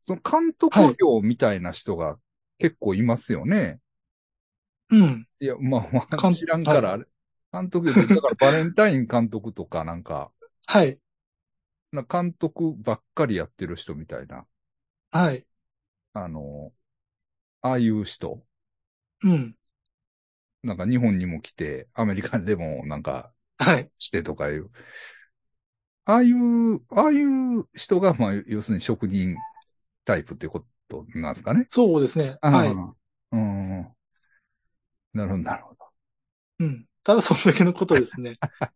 Speaker 1: その監督業みたいな人が結構いますよね。
Speaker 2: うん。
Speaker 1: い、や、まあ、まあ、
Speaker 2: 監
Speaker 1: 知らんから、あれ監督業ってだからバレンタイン監督とかなんか、
Speaker 2: はい。
Speaker 1: な監督ばっかりやってる人みたいな、
Speaker 2: はい。
Speaker 1: あの、ああいう人。
Speaker 2: うん。
Speaker 1: なんか日本にも来て、アメリカでもなんか
Speaker 2: はい。
Speaker 1: してとかいう。ああいう、ああいう人が、まあ、要するに職人タイプってことなんですかね。
Speaker 2: そうですね。はい。
Speaker 1: い。うん。なるほど、なるほど。
Speaker 2: うん。ただ、そんだけのことです ね。
Speaker 1: だか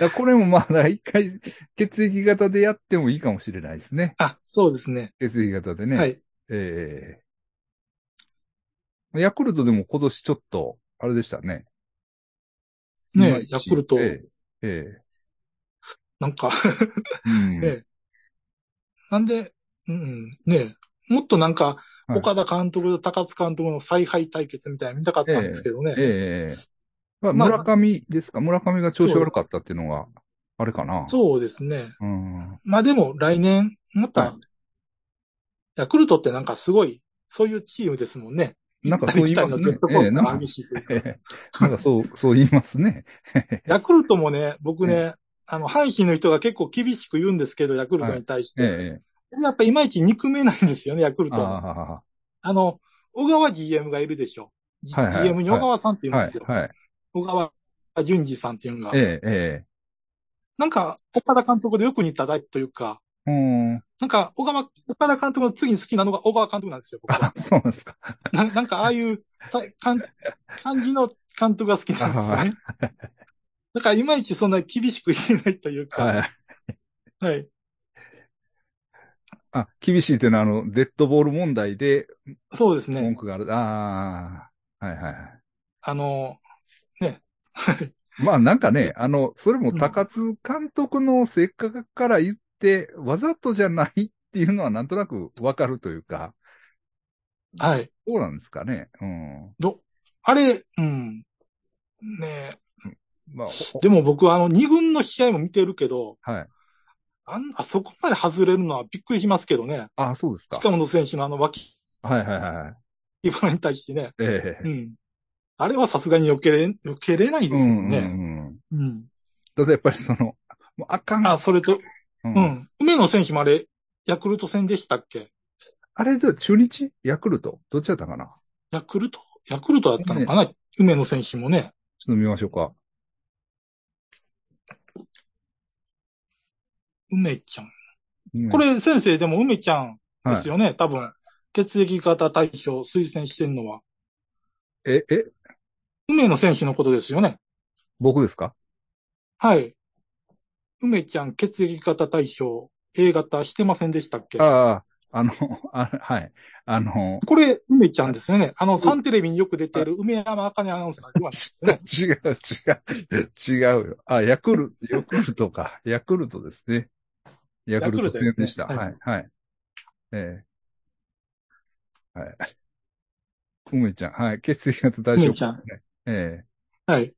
Speaker 1: らこれもまだ一回、血液型でやってもいいかもしれないですね。
Speaker 2: あ、そうですね。
Speaker 1: 血液型でね。
Speaker 2: はい。
Speaker 1: ええヤクルトでも今年ちょっと、あれでしたね。
Speaker 2: ねえ
Speaker 1: いまいち
Speaker 2: ヤクルト
Speaker 1: えええ
Speaker 2: なんか、
Speaker 1: えうん
Speaker 2: ねなんで、うん、ねえもっとなんか、
Speaker 1: はい
Speaker 2: 岡田監督と高津監督の采配対決みたいなの見たかったんですけどね。
Speaker 1: ええまあ、
Speaker 2: まあ
Speaker 1: 村上ですか、村上が調子悪かったっていうのが、あれかな。
Speaker 2: そうですね。
Speaker 1: う。ん。
Speaker 2: まあでも来年、ま
Speaker 1: は
Speaker 2: た
Speaker 1: い、
Speaker 2: ヤクルトってなんかすごい、そういうチームですもんね。
Speaker 1: なんかそう言います
Speaker 2: ジ
Speaker 1: ね
Speaker 2: ェット。
Speaker 1: え
Speaker 2: コー
Speaker 1: え
Speaker 2: スタ
Speaker 1: な
Speaker 2: ーが
Speaker 1: んか
Speaker 2: 激しいというか
Speaker 1: ええなんか そう、そう言いますね。
Speaker 2: ヤクルトもね、僕
Speaker 1: え
Speaker 2: ね、あの、阪神の人が結構厳しく言うんですけど、ヤクルトに対して。
Speaker 1: え
Speaker 2: やっぱいまいち憎めないんですよね、ヤクル
Speaker 1: え。
Speaker 2: ト
Speaker 1: あ
Speaker 2: は。あの、小川 GM がいるでしょ。G-
Speaker 1: はいはい
Speaker 2: GM に小川さんって
Speaker 1: あ、
Speaker 2: 言うん
Speaker 1: は
Speaker 2: です
Speaker 1: い、
Speaker 2: よ。
Speaker 1: はい。
Speaker 2: 小川淳二さんっていうのが
Speaker 1: え。え、え
Speaker 2: なんか、岡田監督でよく似たタイプというか、
Speaker 1: え。うん。
Speaker 2: なんか、小川、岡田監督の次に好きなのが小川監督なんですよ、僕は。
Speaker 1: あ、そうなんですか。
Speaker 2: ななんか、ああいうた感感じの監督が好きなん ですよね。だから、いまいちそんな厳しく言えないというか、
Speaker 1: はい。
Speaker 2: はい。
Speaker 1: あ、厳しいというのは、あの、デッドボール問題で
Speaker 2: そうです
Speaker 1: 文
Speaker 2: ね。
Speaker 1: 句がある。ああ、はいはいはい。
Speaker 2: あの、
Speaker 1: まあなんかね、あの、それも高津監督のせっかくから言って、わざとじゃないっていうのはなんとなくわかるというか、
Speaker 2: はい。
Speaker 1: そうなんですかね。うん。
Speaker 2: ど、あれ、うん。ね
Speaker 1: まあ、ほ
Speaker 2: え。でも僕はあの、二軍の試合も見てるけど、
Speaker 1: はい。
Speaker 2: あん、あそこまで外れるのはびっくりしますけどね。
Speaker 1: あ、そうですか。
Speaker 2: 近本選手のあの脇
Speaker 1: はいはいはい。
Speaker 2: 腹に対してね。
Speaker 1: ええ
Speaker 2: うん。あれはさすがに避けれ、避けれないで
Speaker 1: う
Speaker 2: すよ
Speaker 1: んうんう
Speaker 2: ね。
Speaker 1: ん。
Speaker 2: うん
Speaker 1: ただやっぱりその、もうあかん。
Speaker 2: あ、それと、
Speaker 1: う。
Speaker 2: うんん。梅野選手もあれ、ヤクルト戦でしたっけ
Speaker 1: あれで中日ヤクルトどっちだったかな
Speaker 2: ヤクルトヤクルトだったのかな、梅野選手もね。
Speaker 1: ちょっと見ましょうか。
Speaker 2: 梅ちゃん。
Speaker 1: うん
Speaker 2: こ、れ先生でも梅ちゃん
Speaker 1: は
Speaker 2: で
Speaker 1: い
Speaker 2: すよね。多分、血液型対象推薦してるのは。
Speaker 1: え、え、
Speaker 2: 梅野選手のことですよね。
Speaker 1: 僕ですか
Speaker 2: はい。梅ちゃん血液型対象 A 型してませんでしたっけ
Speaker 1: ああ、あの、あはい。あの、
Speaker 2: これ、梅ちゃんですよね。あの、サンテレビによく出てる梅山茜アナウンサーではないですね。
Speaker 1: 違う、違う、違うよ。あ、ヤクルト、ヤクルトか。ヤクルトですね。ヤクルト戦でした。
Speaker 2: ヤクルト
Speaker 1: はい、
Speaker 2: で
Speaker 1: はい。ええはい。梅ちゃん、はい。血液型大丈
Speaker 2: 梅
Speaker 1: 夫。
Speaker 2: ちゃん。
Speaker 1: ええ
Speaker 2: はい。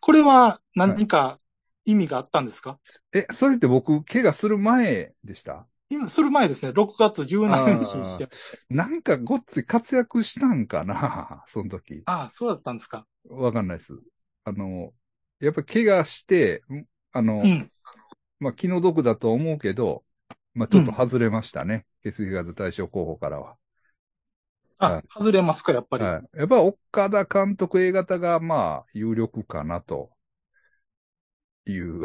Speaker 2: これは何か意味があったんですか、
Speaker 1: え、それって僕、怪我する前でした
Speaker 2: 今、する前ですね。6月17日にして。
Speaker 1: なんかごっつい活躍したんかな その時。
Speaker 2: ああ、そうだったんですか。
Speaker 1: わかんないです。あの、やっぱ怪我して、んあの、
Speaker 2: うん。
Speaker 1: まあ、気の毒だと思うけど、まあ、ちょっと外れましたね。血液型対象候補からは。は
Speaker 2: あ
Speaker 1: い、
Speaker 2: 外れますか、やっぱり。
Speaker 1: はい。やっぱ、岡田監督 A 型が、まあ、有力かな、という。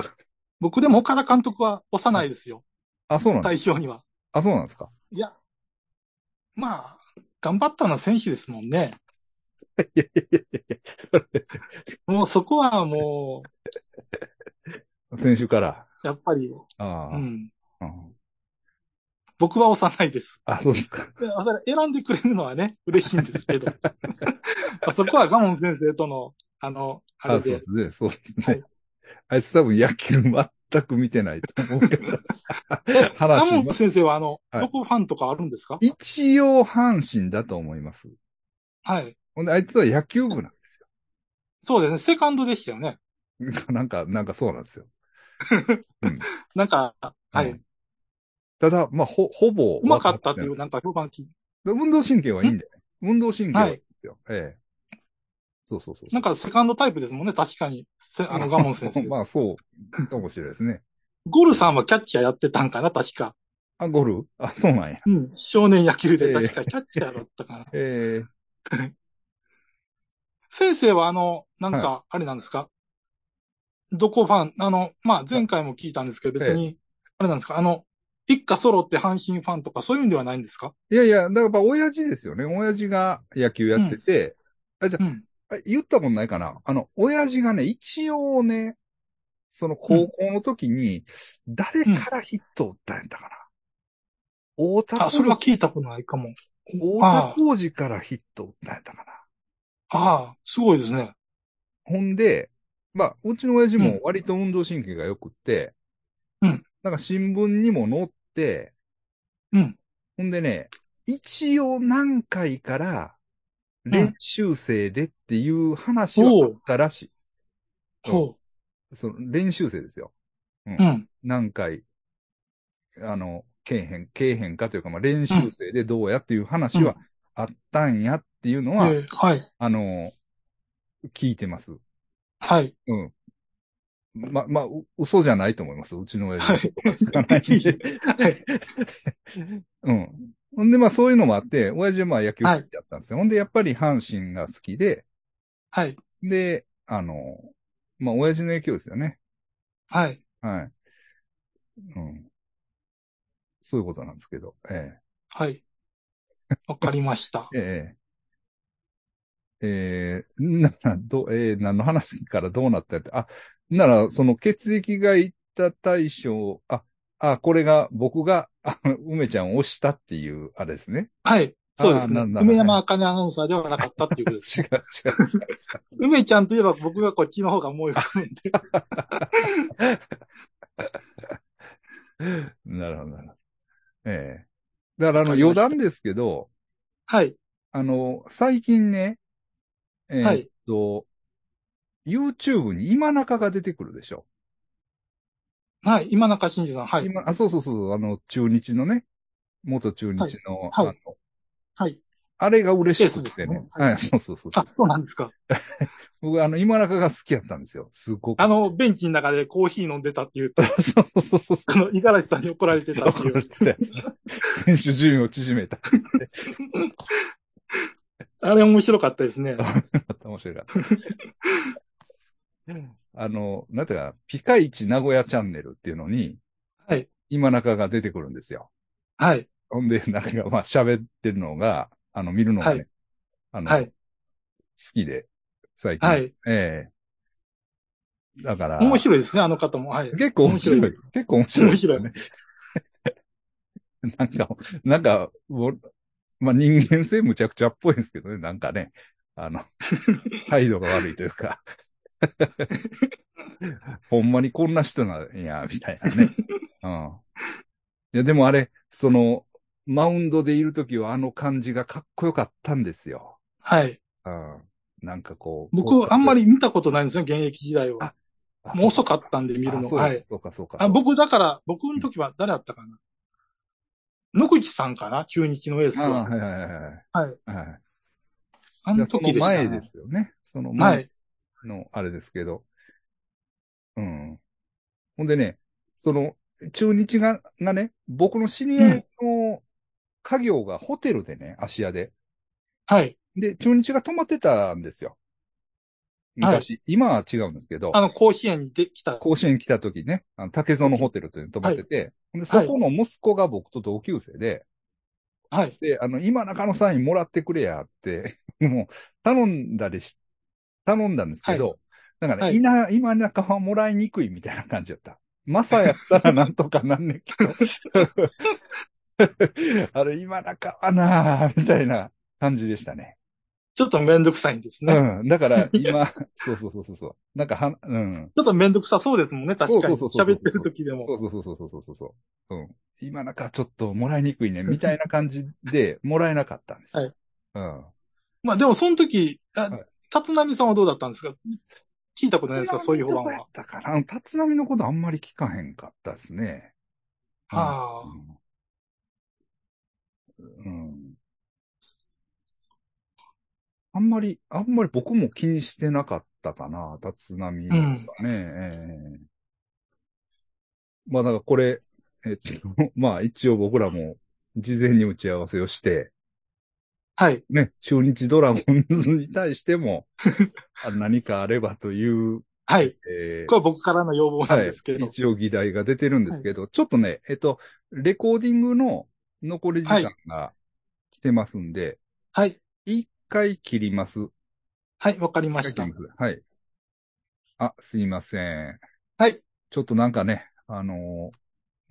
Speaker 2: 僕でも岡田監督は押さないですよ。
Speaker 1: あ、そうなんです
Speaker 2: 対象には。
Speaker 1: あ、そうなんですか。
Speaker 2: いや、まあ、頑張ったのは選手ですもんね。
Speaker 1: いやいやいやいやそれ
Speaker 2: もうそこはも
Speaker 1: 先週から。
Speaker 2: う、やっぱり、
Speaker 1: ああ、
Speaker 2: うん。
Speaker 1: うん
Speaker 2: 僕は押さないです。
Speaker 1: あ、そうですか。
Speaker 2: であそれ選んでくれるのはね、嬉しいんです けど。あそこはガモン先生との、あの、
Speaker 1: あ
Speaker 2: あれ
Speaker 1: そうで
Speaker 2: で。
Speaker 1: すね。そうですね。
Speaker 2: はい
Speaker 1: あいつ多分野球全く見てないと思うけ ど。
Speaker 2: ガ
Speaker 1: 話
Speaker 2: モン、先生は、あの、
Speaker 1: はい
Speaker 2: どこファンとかあるんですか
Speaker 1: 一応阪神だと思います。
Speaker 2: はい。
Speaker 1: ほんで、あいつは野球部なんですよ
Speaker 2: そうですね。セカンドでしたよね。
Speaker 1: なんか、なんかそうなんですよ。
Speaker 2: なんか、はい。
Speaker 1: うんただ、まあ、ほ、ほぼ。。
Speaker 2: うまかったというう、なんか評判聞い
Speaker 1: 運動神経はいいんだよね。運動神経はいいんですよ。ええ。そうそうそうそう。
Speaker 2: なんかセカンドタイプですもんね、確かに。せあの、ガモン 先生。
Speaker 1: まあ、そう、かもしれないですね。
Speaker 2: ゴルさんはキャッチャーやってたんかな、確か。
Speaker 1: あ、ゴルフあ、そうなんや。
Speaker 2: うん。少年野球
Speaker 1: ええ
Speaker 2: で確かキャッチャーだったかな。
Speaker 1: ええ。
Speaker 2: 先生はあの、なんか、あれなんですか、どこファンあの、まあ、前回も聞いたんですけど、別に、あれなんですかあの、一家揃って阪神ファンとかそういうんではないんですか
Speaker 1: いやいや、だからやっぱ親父ですよね。親父が野球やってて、あ、じゃ
Speaker 2: うん。
Speaker 1: あ、あ言ったことないかな。あの、親父がね、一応ね、その高校の時に、誰からヒットを打ったんやったかな。大田
Speaker 2: あ、それは聞いたことないかも。
Speaker 1: 大
Speaker 2: あ
Speaker 1: 田浩二からヒット打ったんやったかな。
Speaker 2: ああ、すごいですね。
Speaker 1: ほんで、まあ、うちの親父
Speaker 2: う
Speaker 1: も
Speaker 2: ん
Speaker 1: 割と運動神経が良くって、
Speaker 2: うん
Speaker 1: なんか新聞にも載って、
Speaker 2: うん。
Speaker 1: ほんでね、一応何回から練習生でっていう話はあったらしい。
Speaker 2: ほ
Speaker 1: その練習生ですよ。
Speaker 2: う。うん。
Speaker 1: 何回、あの、けえへん、けえへんかというか、まあ練習生でどうやっていう話はあったんやっていうのは、
Speaker 2: えーはい。
Speaker 1: あの、聞いてます。
Speaker 2: はい。
Speaker 1: うん。ま、まあ、う嘘じゃないと思います。うちの親
Speaker 2: は
Speaker 1: 父。
Speaker 2: い。
Speaker 1: が ないんでうん。ほんで、まあそういうのもあって、親父はまあ野球好きだったんですよ。ほんで、やっぱり阪神が好きで、
Speaker 2: はい。
Speaker 1: で、あの、まあ親父の影響ですよね。
Speaker 2: はい。
Speaker 1: はい。うん。そういうことなんですけど。ええ。
Speaker 2: はい。わかりました。
Speaker 1: ええ。ええ、 なら、ど、ええ何の話からどうなったって、あ、なら、その血液がいった対象、あ、あ、これが、僕が、あの、梅ちゃんを押したっていう、あれですね。
Speaker 2: はい。そうです
Speaker 1: あー
Speaker 2: ね。
Speaker 1: なるほど
Speaker 2: 梅山茜アナウンサーではなかったっていうことです。
Speaker 1: 違う、違う、違う。
Speaker 2: 梅ちゃんといえば僕がこっちの方が思い浮かぶんで。
Speaker 1: なるほど、なるほど。ええだから、あの、余
Speaker 2: わかりました
Speaker 1: 談ですけど、
Speaker 2: はい。
Speaker 1: あの、最近ね、え
Speaker 2: は
Speaker 1: ーっ
Speaker 2: い
Speaker 1: と、YouTube に今中が出てくるでしょ。
Speaker 2: はい。今中慎二さん。はい。
Speaker 1: 今、あ、そうそうそう、あの、中日のね、元中日の、
Speaker 2: はいは
Speaker 1: あの、
Speaker 2: いはい。
Speaker 1: あれが嬉しくて
Speaker 2: エース
Speaker 1: ね
Speaker 2: で。すね
Speaker 1: はい、そうそうそう。
Speaker 2: あ、そうなんですか。
Speaker 1: 僕、あの、今中が好きやったんですよ。すごく。
Speaker 2: あ、の、ベンチの中でコーヒー飲んでたっていうと、
Speaker 1: そ うそうそうそう。
Speaker 2: あの、五十嵐さんに怒られてたってい
Speaker 1: 怒ら
Speaker 2: う。
Speaker 1: れてたやつ。選手順位を縮めた。
Speaker 2: あれ面白かったですね。
Speaker 1: 面白かった。あの、なんていうか、ピカイチ名古屋チャンネルっていうのに、
Speaker 2: はい。
Speaker 1: 今中が出てくるんですよ。
Speaker 2: はい。
Speaker 1: ほんで、なんか、まあ、喋ってるのが、あの、見るのがね、
Speaker 2: は
Speaker 1: あの、
Speaker 2: は
Speaker 1: 好
Speaker 2: い。
Speaker 1: きで、最近。
Speaker 2: はい。
Speaker 1: ええだから、
Speaker 2: 面白いですね、あの方も。はい。
Speaker 1: 結構面白い。
Speaker 2: 面白い
Speaker 1: 結構面白い、
Speaker 2: 面白い
Speaker 1: ね。 なんか、なんか、もうまあ、人間性むちゃくちゃっぽいんですけどね、なんかね。あ の、態度が悪いというか。 ほんまにこんな人なんや、みたいなね。うん。いや、でもあれ、その、マウンドでいるときはあの感じがかっこよかったんですよ。
Speaker 2: はい。
Speaker 1: うん。なんかこう。
Speaker 2: 僕、あんまり見たことないんですよ、現役時代は。
Speaker 1: あ、
Speaker 2: もう遅
Speaker 1: く
Speaker 2: かったんで見るの。
Speaker 1: そう
Speaker 2: はい。
Speaker 1: そうか、そうか。
Speaker 2: あ僕、だから、僕の時は誰だったかな野口さんかな中日のエース
Speaker 1: あ
Speaker 2: は。
Speaker 1: はいはいはいはい。
Speaker 2: はい。
Speaker 1: はい
Speaker 2: あの時でした、
Speaker 1: その前で。すよね。その
Speaker 2: は
Speaker 1: 前
Speaker 2: い。
Speaker 1: のあれですけど。うん。ほんでね、その、中日が、がね、僕の知り合いの家業がホテルでね、芦屋で。
Speaker 2: はい。
Speaker 1: で、中日が泊まってたんですよ。昔、今は違うんですけど
Speaker 2: あ、の、甲子園にできた。
Speaker 1: 甲子園来た時ね、あの竹園ホテルというのに泊まってて、ほんでそこの息子が僕と同級生で、
Speaker 2: はい。
Speaker 1: で、あの、今中野サインもらってくれやって、 もう、頼んだりし、頼んだんですけど、だから、
Speaker 2: はい
Speaker 1: いな、今中はもらいにくいみたいな感じだった。マサやったらなんとかなんねんけ ど、あれ、今中はなぁ、みたいな感じでしたね。
Speaker 2: ちょっとめんどくさいんですね。
Speaker 1: うん。だ から、今、そうそうそうそうそう。なんかは、うん。
Speaker 2: ちょっとめんどくさそうですもんね、確かに。
Speaker 1: そうそうそうそう
Speaker 2: 喋ってる時で
Speaker 1: そ
Speaker 2: も。
Speaker 1: うそうそうそうそうそうそう。うん。今中ちょっともらいにくいね、みたいな感じで、もらえなかったんです。
Speaker 2: はい。
Speaker 1: うん。
Speaker 2: まあでも、その時、あ
Speaker 1: はい
Speaker 2: 立浪さんはどうだったんですか聞いたことないですか、そういう
Speaker 1: 方
Speaker 2: 評判は。
Speaker 1: だから、あの、立浪のことあんまり聞かへんかったですね。
Speaker 2: ああ。
Speaker 1: うん。うん。あんまり、あんまり僕も気にしてなかったかな、立浪ですかね。ええまあ、だからこれ、えっと、 まあ一応僕らも事前に打ち合わせをして、
Speaker 2: はい。
Speaker 1: ね、中日ドラゴンズに対して も、あ何かあればという、
Speaker 2: はい。
Speaker 1: えー
Speaker 2: これは僕からの要望なんですけ
Speaker 1: は
Speaker 2: ど。
Speaker 1: い、一応議題が出てるんですけど、ちょっとね、えっと、レコーディングの残り時間が来てますんで、
Speaker 2: はい。
Speaker 1: 一、回切ります。
Speaker 2: はい、わかりま
Speaker 1: 一
Speaker 2: し
Speaker 1: 回
Speaker 2: た
Speaker 1: 切り。ますはい。あ、すいません。
Speaker 2: はい。
Speaker 1: ちょっとなんかね、あのー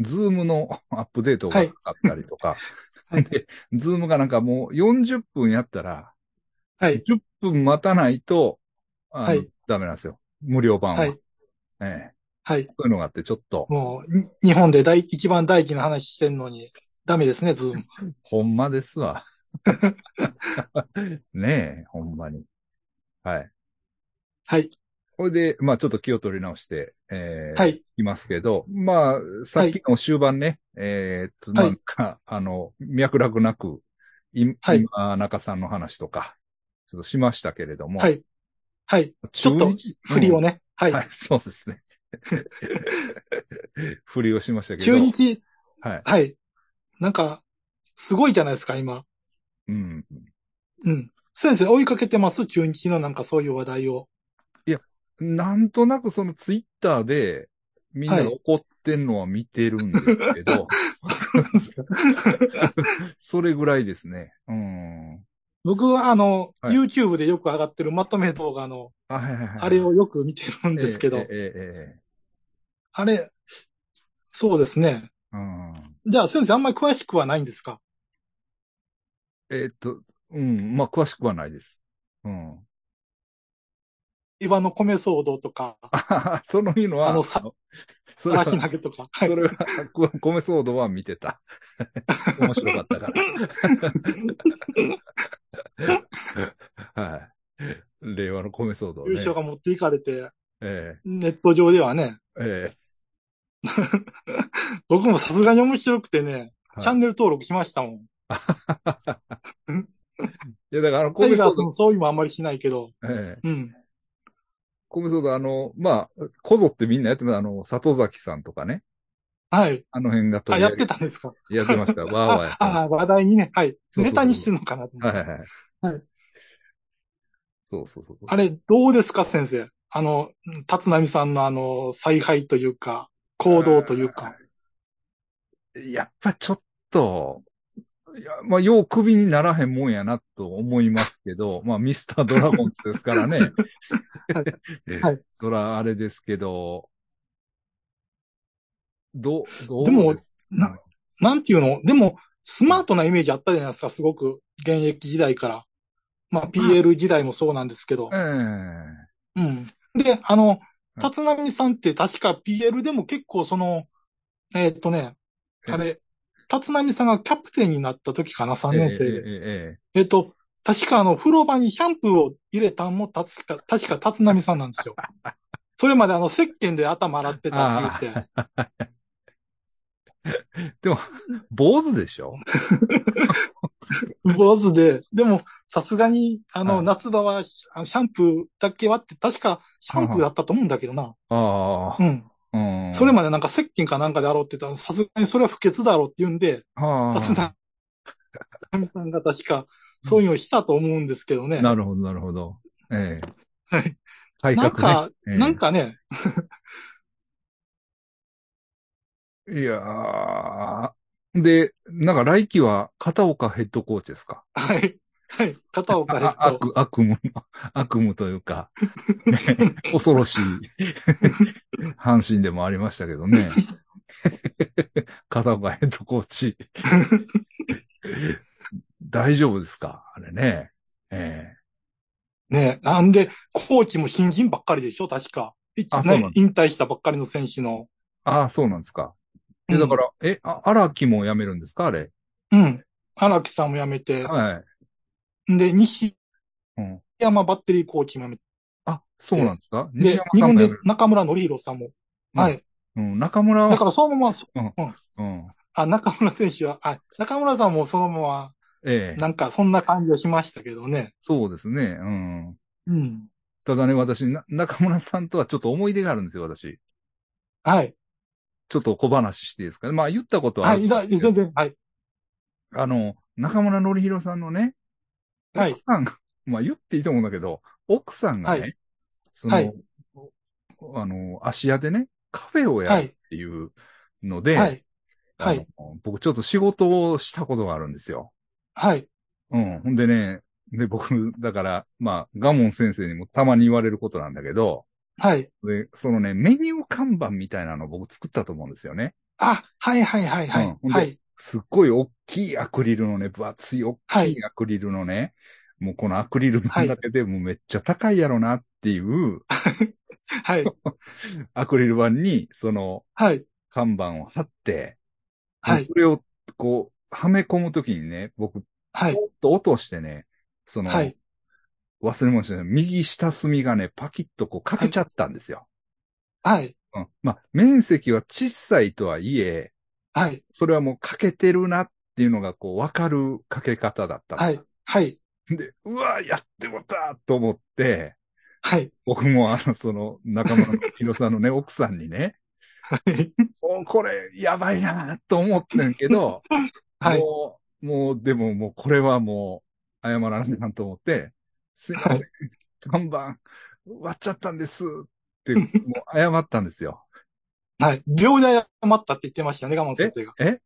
Speaker 1: ズームの アップデートが
Speaker 2: はい
Speaker 1: あったりとか、
Speaker 2: はい
Speaker 1: で、ズームがなんかもう40分やったら、
Speaker 2: はい。
Speaker 1: 10分待たないと、あの
Speaker 2: はい
Speaker 1: ダメなんですよ。無料版は。
Speaker 2: はい。
Speaker 1: ええ
Speaker 2: はい。
Speaker 1: そういうのがあって、ちょっと、
Speaker 2: もう、に日本で大一番大事な話してんのに、ダメですね、ズーム。
Speaker 1: ほんまです わ。ねえ、ほんまに。はい。
Speaker 2: はい。
Speaker 1: これで、まあちょっと気を取り直して、えー。
Speaker 2: はいい。
Speaker 1: ますけど、まあ、さっきの終盤ね、えーっと、
Speaker 2: はい
Speaker 1: なんか、あの、脈絡なく、い
Speaker 2: はい
Speaker 1: 今、中さんの話とか、ちょっとしましたけれども、
Speaker 2: はい。はい。ち
Speaker 1: 中
Speaker 2: ょっと
Speaker 1: 日、
Speaker 2: 振りをね。は
Speaker 1: うん
Speaker 2: い。
Speaker 1: はい、そうです ね。 振りをしましたけど。
Speaker 2: 中日、
Speaker 1: はい。
Speaker 2: はい。なんか、すごいじゃないですか、今。
Speaker 1: うん。
Speaker 2: うん。先生、追いかけてます中日のなんかそういう話題を。
Speaker 1: なんとなくそのツイッターで、みんなが怒ってんのは見てるんですけど、
Speaker 2: そうなんですか
Speaker 1: それぐらいですね。うん。
Speaker 2: 僕は、あの、
Speaker 1: はい
Speaker 2: YouTube でよく上がってるまとめ動画の、
Speaker 1: あはいはいはい
Speaker 2: あれをよく見てるんですけど、
Speaker 1: ええええええ
Speaker 2: あれ、そうですね。
Speaker 1: うん
Speaker 2: じゃあ、先生、あんまり詳しくはないんですか
Speaker 1: えーっと、うん、まあ、詳しくはないです。うん。
Speaker 2: 岩の米騒動 とか、
Speaker 1: あははそのいうのは、
Speaker 2: あのさ
Speaker 1: それは、
Speaker 2: 嵐
Speaker 1: そ
Speaker 2: 投げとか。はい。
Speaker 1: れは、こ米騒動は見てた。 面白かった から。はい。令和の米騒動
Speaker 2: 優
Speaker 1: ね。
Speaker 2: 勝が持っていかれて、
Speaker 1: え
Speaker 2: ネット上ではね、
Speaker 1: えええ
Speaker 2: 僕もさすがに面白くてね、
Speaker 1: はい
Speaker 2: チャンネル登録しましたもん。
Speaker 1: いや、だから、あの、
Speaker 2: タ
Speaker 1: 米
Speaker 2: イガー
Speaker 1: 騒
Speaker 2: ス
Speaker 1: 動
Speaker 2: の、そういうもあんまりしないけど、
Speaker 1: ええ
Speaker 2: うん。
Speaker 1: 米騒動、あの、まあ、こぞってみんなやってます。あの、里崎さんとかね。
Speaker 2: はい。
Speaker 1: あの辺が
Speaker 2: あ、
Speaker 1: 取り
Speaker 2: や
Speaker 1: 上
Speaker 2: っ
Speaker 1: げ
Speaker 2: てたんですか
Speaker 1: やって ました。わーわーやっ
Speaker 2: あ
Speaker 1: てました
Speaker 2: あ、話題にね、はい。
Speaker 1: そうそうそう
Speaker 2: ネタにしてんのかなと思
Speaker 1: は
Speaker 2: っ
Speaker 1: い
Speaker 2: て
Speaker 1: はいはい。
Speaker 2: はい。
Speaker 1: そうそうそう。
Speaker 2: あれ、どうですか、先生。あの、立浪さんのあの、采配というか、行動というか。
Speaker 1: やっぱちょっと、いや、まあ、よう首にならへんもんやなと思いますけ ど、まあ、ミスタードラゴンズですから ね。
Speaker 2: はい
Speaker 1: そら、あれですけど、ど、どう
Speaker 2: でも
Speaker 1: す
Speaker 2: ななんていうのでも、スマートなイメージあったじゃないですか、すごく。現役時代から。まあ、PL 時代もそうなんですけど。
Speaker 1: ええ
Speaker 2: うん。で、あの、
Speaker 1: い
Speaker 2: 立浪さんって確か PL でも結構その、えーっとね、
Speaker 1: え
Speaker 2: あれ、立浪さんがキャプテンになった時かな、3年生
Speaker 1: え
Speaker 2: で。
Speaker 1: ええ
Speaker 2: えっと、確かあの、風呂場にシャンプーを入れたんも、たつか、確か立浪さんなんですよ。 それまであの、石鹸で頭洗ってたって言って。
Speaker 1: えええでも、坊主でしょ
Speaker 2: 坊主で、でも、さすがに、あの、
Speaker 1: はい
Speaker 2: 夏場はシあのシャンプーだけはって、確かシャンプーだったと思うんだけどな。
Speaker 1: あ
Speaker 2: うん。
Speaker 1: あ、うん。
Speaker 2: それ
Speaker 1: も、
Speaker 2: までなんか石鹸かなんかで洗ってたさすがにそれは不潔だろうって言うんで、
Speaker 1: あ
Speaker 2: 立
Speaker 1: あ、
Speaker 2: 浪さんが確か、そういうのをしたと思うんですけどね。
Speaker 1: なるほど、なるほど。ええ
Speaker 2: はい。
Speaker 1: 体
Speaker 2: なん
Speaker 1: 格ね
Speaker 2: か、
Speaker 1: ええ
Speaker 2: なんかね、
Speaker 1: いやー。で、なんか来季は片岡ヘッドコーチですか
Speaker 2: はい。はい。片岡ヘッ
Speaker 1: あ
Speaker 2: ド。
Speaker 1: あ悪、悪夢の、 悪夢というか、 ね恐ろしい阪神でもありましたけどね。 片岡ヘッドコー チ。大丈夫ですかあれね。え
Speaker 2: ねえ、なんで、コーチも新人ばっかりでしょ確か。一
Speaker 1: あそうなん
Speaker 2: ね
Speaker 1: だ、
Speaker 2: 引退したばっかりの選手の。
Speaker 1: えああ、そうなんですか。え、
Speaker 2: うん
Speaker 1: だから、え、あ荒木も辞めるんですかあれ。
Speaker 2: うん。荒木さんも辞めて、
Speaker 1: はい。
Speaker 2: で、西
Speaker 1: うん、
Speaker 2: 山バッテリーコーチも辞
Speaker 1: あ、そうなんですか
Speaker 2: めて、
Speaker 1: 西
Speaker 2: で
Speaker 1: 山、
Speaker 2: 日
Speaker 1: さん
Speaker 2: 本
Speaker 1: も辞
Speaker 2: で
Speaker 1: める。
Speaker 2: 中村則弘さんも。
Speaker 1: うん
Speaker 2: はい。
Speaker 1: うん、中村
Speaker 2: だ
Speaker 1: は、
Speaker 2: からそのまま、そ
Speaker 1: うん。
Speaker 2: あ、中村選手は、あ、中村さんもそのまま、
Speaker 1: ええ。
Speaker 2: なんかそんな感じはしましたけどね。
Speaker 1: そうですね。うん。
Speaker 2: うん。
Speaker 1: ただね、私、な中村さんとはちょっと思い出があるんですよ、私。
Speaker 2: はい。
Speaker 1: ちょっと小話していいですかね。まあ、言ったことはあ
Speaker 2: は
Speaker 1: る
Speaker 2: い。だ全然、はい。
Speaker 1: あの、中村のりひろさんのね、
Speaker 2: はい
Speaker 1: 奥。さんが、まあ、言っていいと思うんだけど、奥さんがね、
Speaker 2: は
Speaker 1: その、
Speaker 2: はい
Speaker 1: あの、芦屋でね、カフェをや
Speaker 2: は
Speaker 1: る
Speaker 2: い
Speaker 1: っていうので、
Speaker 2: はい。はい
Speaker 1: あの僕ちょっと仕事をしたことがあるんですよ。
Speaker 2: はい。
Speaker 1: うん。ほんでね、で、僕、だから、まあ、ガモン先生にもたまに言われることなんだけど、
Speaker 2: はい。
Speaker 1: で、そのね、メニュー看板みたいなのを僕作ったと思うんですよね。
Speaker 2: あ、はいはいはいは
Speaker 1: うん
Speaker 2: い
Speaker 1: ほ。んで
Speaker 2: はい。
Speaker 1: すっごい大きいアクリルのね、分厚い大
Speaker 2: は
Speaker 1: き
Speaker 2: い
Speaker 1: いアクリルのね、もうこのアクリル板だけでもうめっちゃ高いやろなっていう、
Speaker 2: はい。
Speaker 1: アクリル板にその
Speaker 2: はい。
Speaker 1: 看板を貼って、
Speaker 2: はい
Speaker 1: そ。れをこう、はめ込むときにね、僕、ポ
Speaker 2: はい。
Speaker 1: ッと落としてね、その、
Speaker 2: はい。
Speaker 1: 忘れましたね、右下隅がね、パキッとこうかけちゃったんですよ。
Speaker 2: はい。
Speaker 1: うん。まあ、面積は小さいとはいえ、
Speaker 2: はい。
Speaker 1: それはもう欠けてるなっっていうのがこうわかるかけ方だった。
Speaker 2: はい。はい。
Speaker 1: で、うわ、やってもたと思って、
Speaker 2: はい。
Speaker 1: 僕もあの、その仲間の広さんのね、奥さんにね、
Speaker 2: はい。
Speaker 1: おこれやばいなと思ってんけど、
Speaker 2: はい。
Speaker 1: もう、もう、でももうこれはもう謝らなきゃと思って、すいません、
Speaker 2: は
Speaker 1: 看板割っちゃったんですっ て、もう謝ったんですよ。
Speaker 2: はい。秒で謝ったって言ってましたよね、ガモン先生が。
Speaker 1: え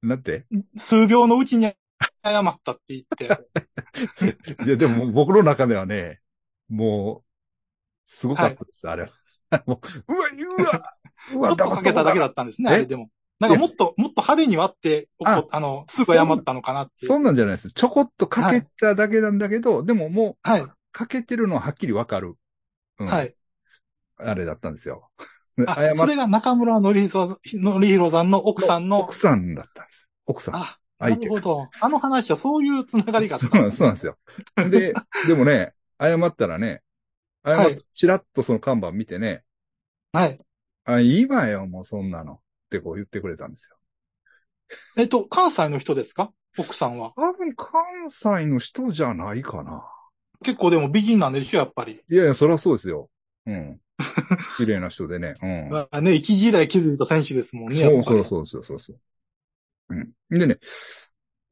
Speaker 1: なんて
Speaker 2: 数秒のうちに謝ったって言って。
Speaker 1: いや、でも僕の中ではね、もう、すごかったです、あれは。 もううわ、 うわ、う
Speaker 2: ちょ
Speaker 1: わ、
Speaker 2: っとかけただけだったんですね、
Speaker 1: え
Speaker 2: あれでも。なんかもっと、もっと派手に割って、おこ
Speaker 1: あ
Speaker 2: あの、すぐ謝ったのかなっていう。
Speaker 1: そんなんじゃないです。ちょこっとかけただけなんだけど、でももう、
Speaker 2: はい。
Speaker 1: かけてるのははっきりわかる。うん
Speaker 2: はい。
Speaker 1: あれだったんですよ。
Speaker 2: あ、それが中村のりひろ、のりひろさんの奥さんの
Speaker 1: 奥、さんだったんです。奥さん。
Speaker 2: あ、な
Speaker 1: 相
Speaker 2: る
Speaker 1: 手
Speaker 2: ほど。あの話はそういうつながりがあった
Speaker 1: そうなんで
Speaker 2: んで
Speaker 1: す
Speaker 2: す
Speaker 1: そうなんですよ。 で、でもね、謝ったらね、謝っ
Speaker 2: は
Speaker 1: て
Speaker 2: い
Speaker 1: チラッとその看板見てね、
Speaker 2: はい。
Speaker 1: あ、いいわよ、もうそんなの。ってこう言ってくれたんですよ。
Speaker 2: えっと、関西の人ですか奥さんは。
Speaker 1: 多分関西の人じゃないかな。
Speaker 2: 結構でも美人なんでしょ、やっぱり。
Speaker 1: いやいや、そりゃそうですよ。 うん。綺麗な人でね。うん。
Speaker 2: あね、一時代築いた選手ですもんね、やっ
Speaker 1: そう
Speaker 2: ぱり。
Speaker 1: そうそうそうそう。うん。でね、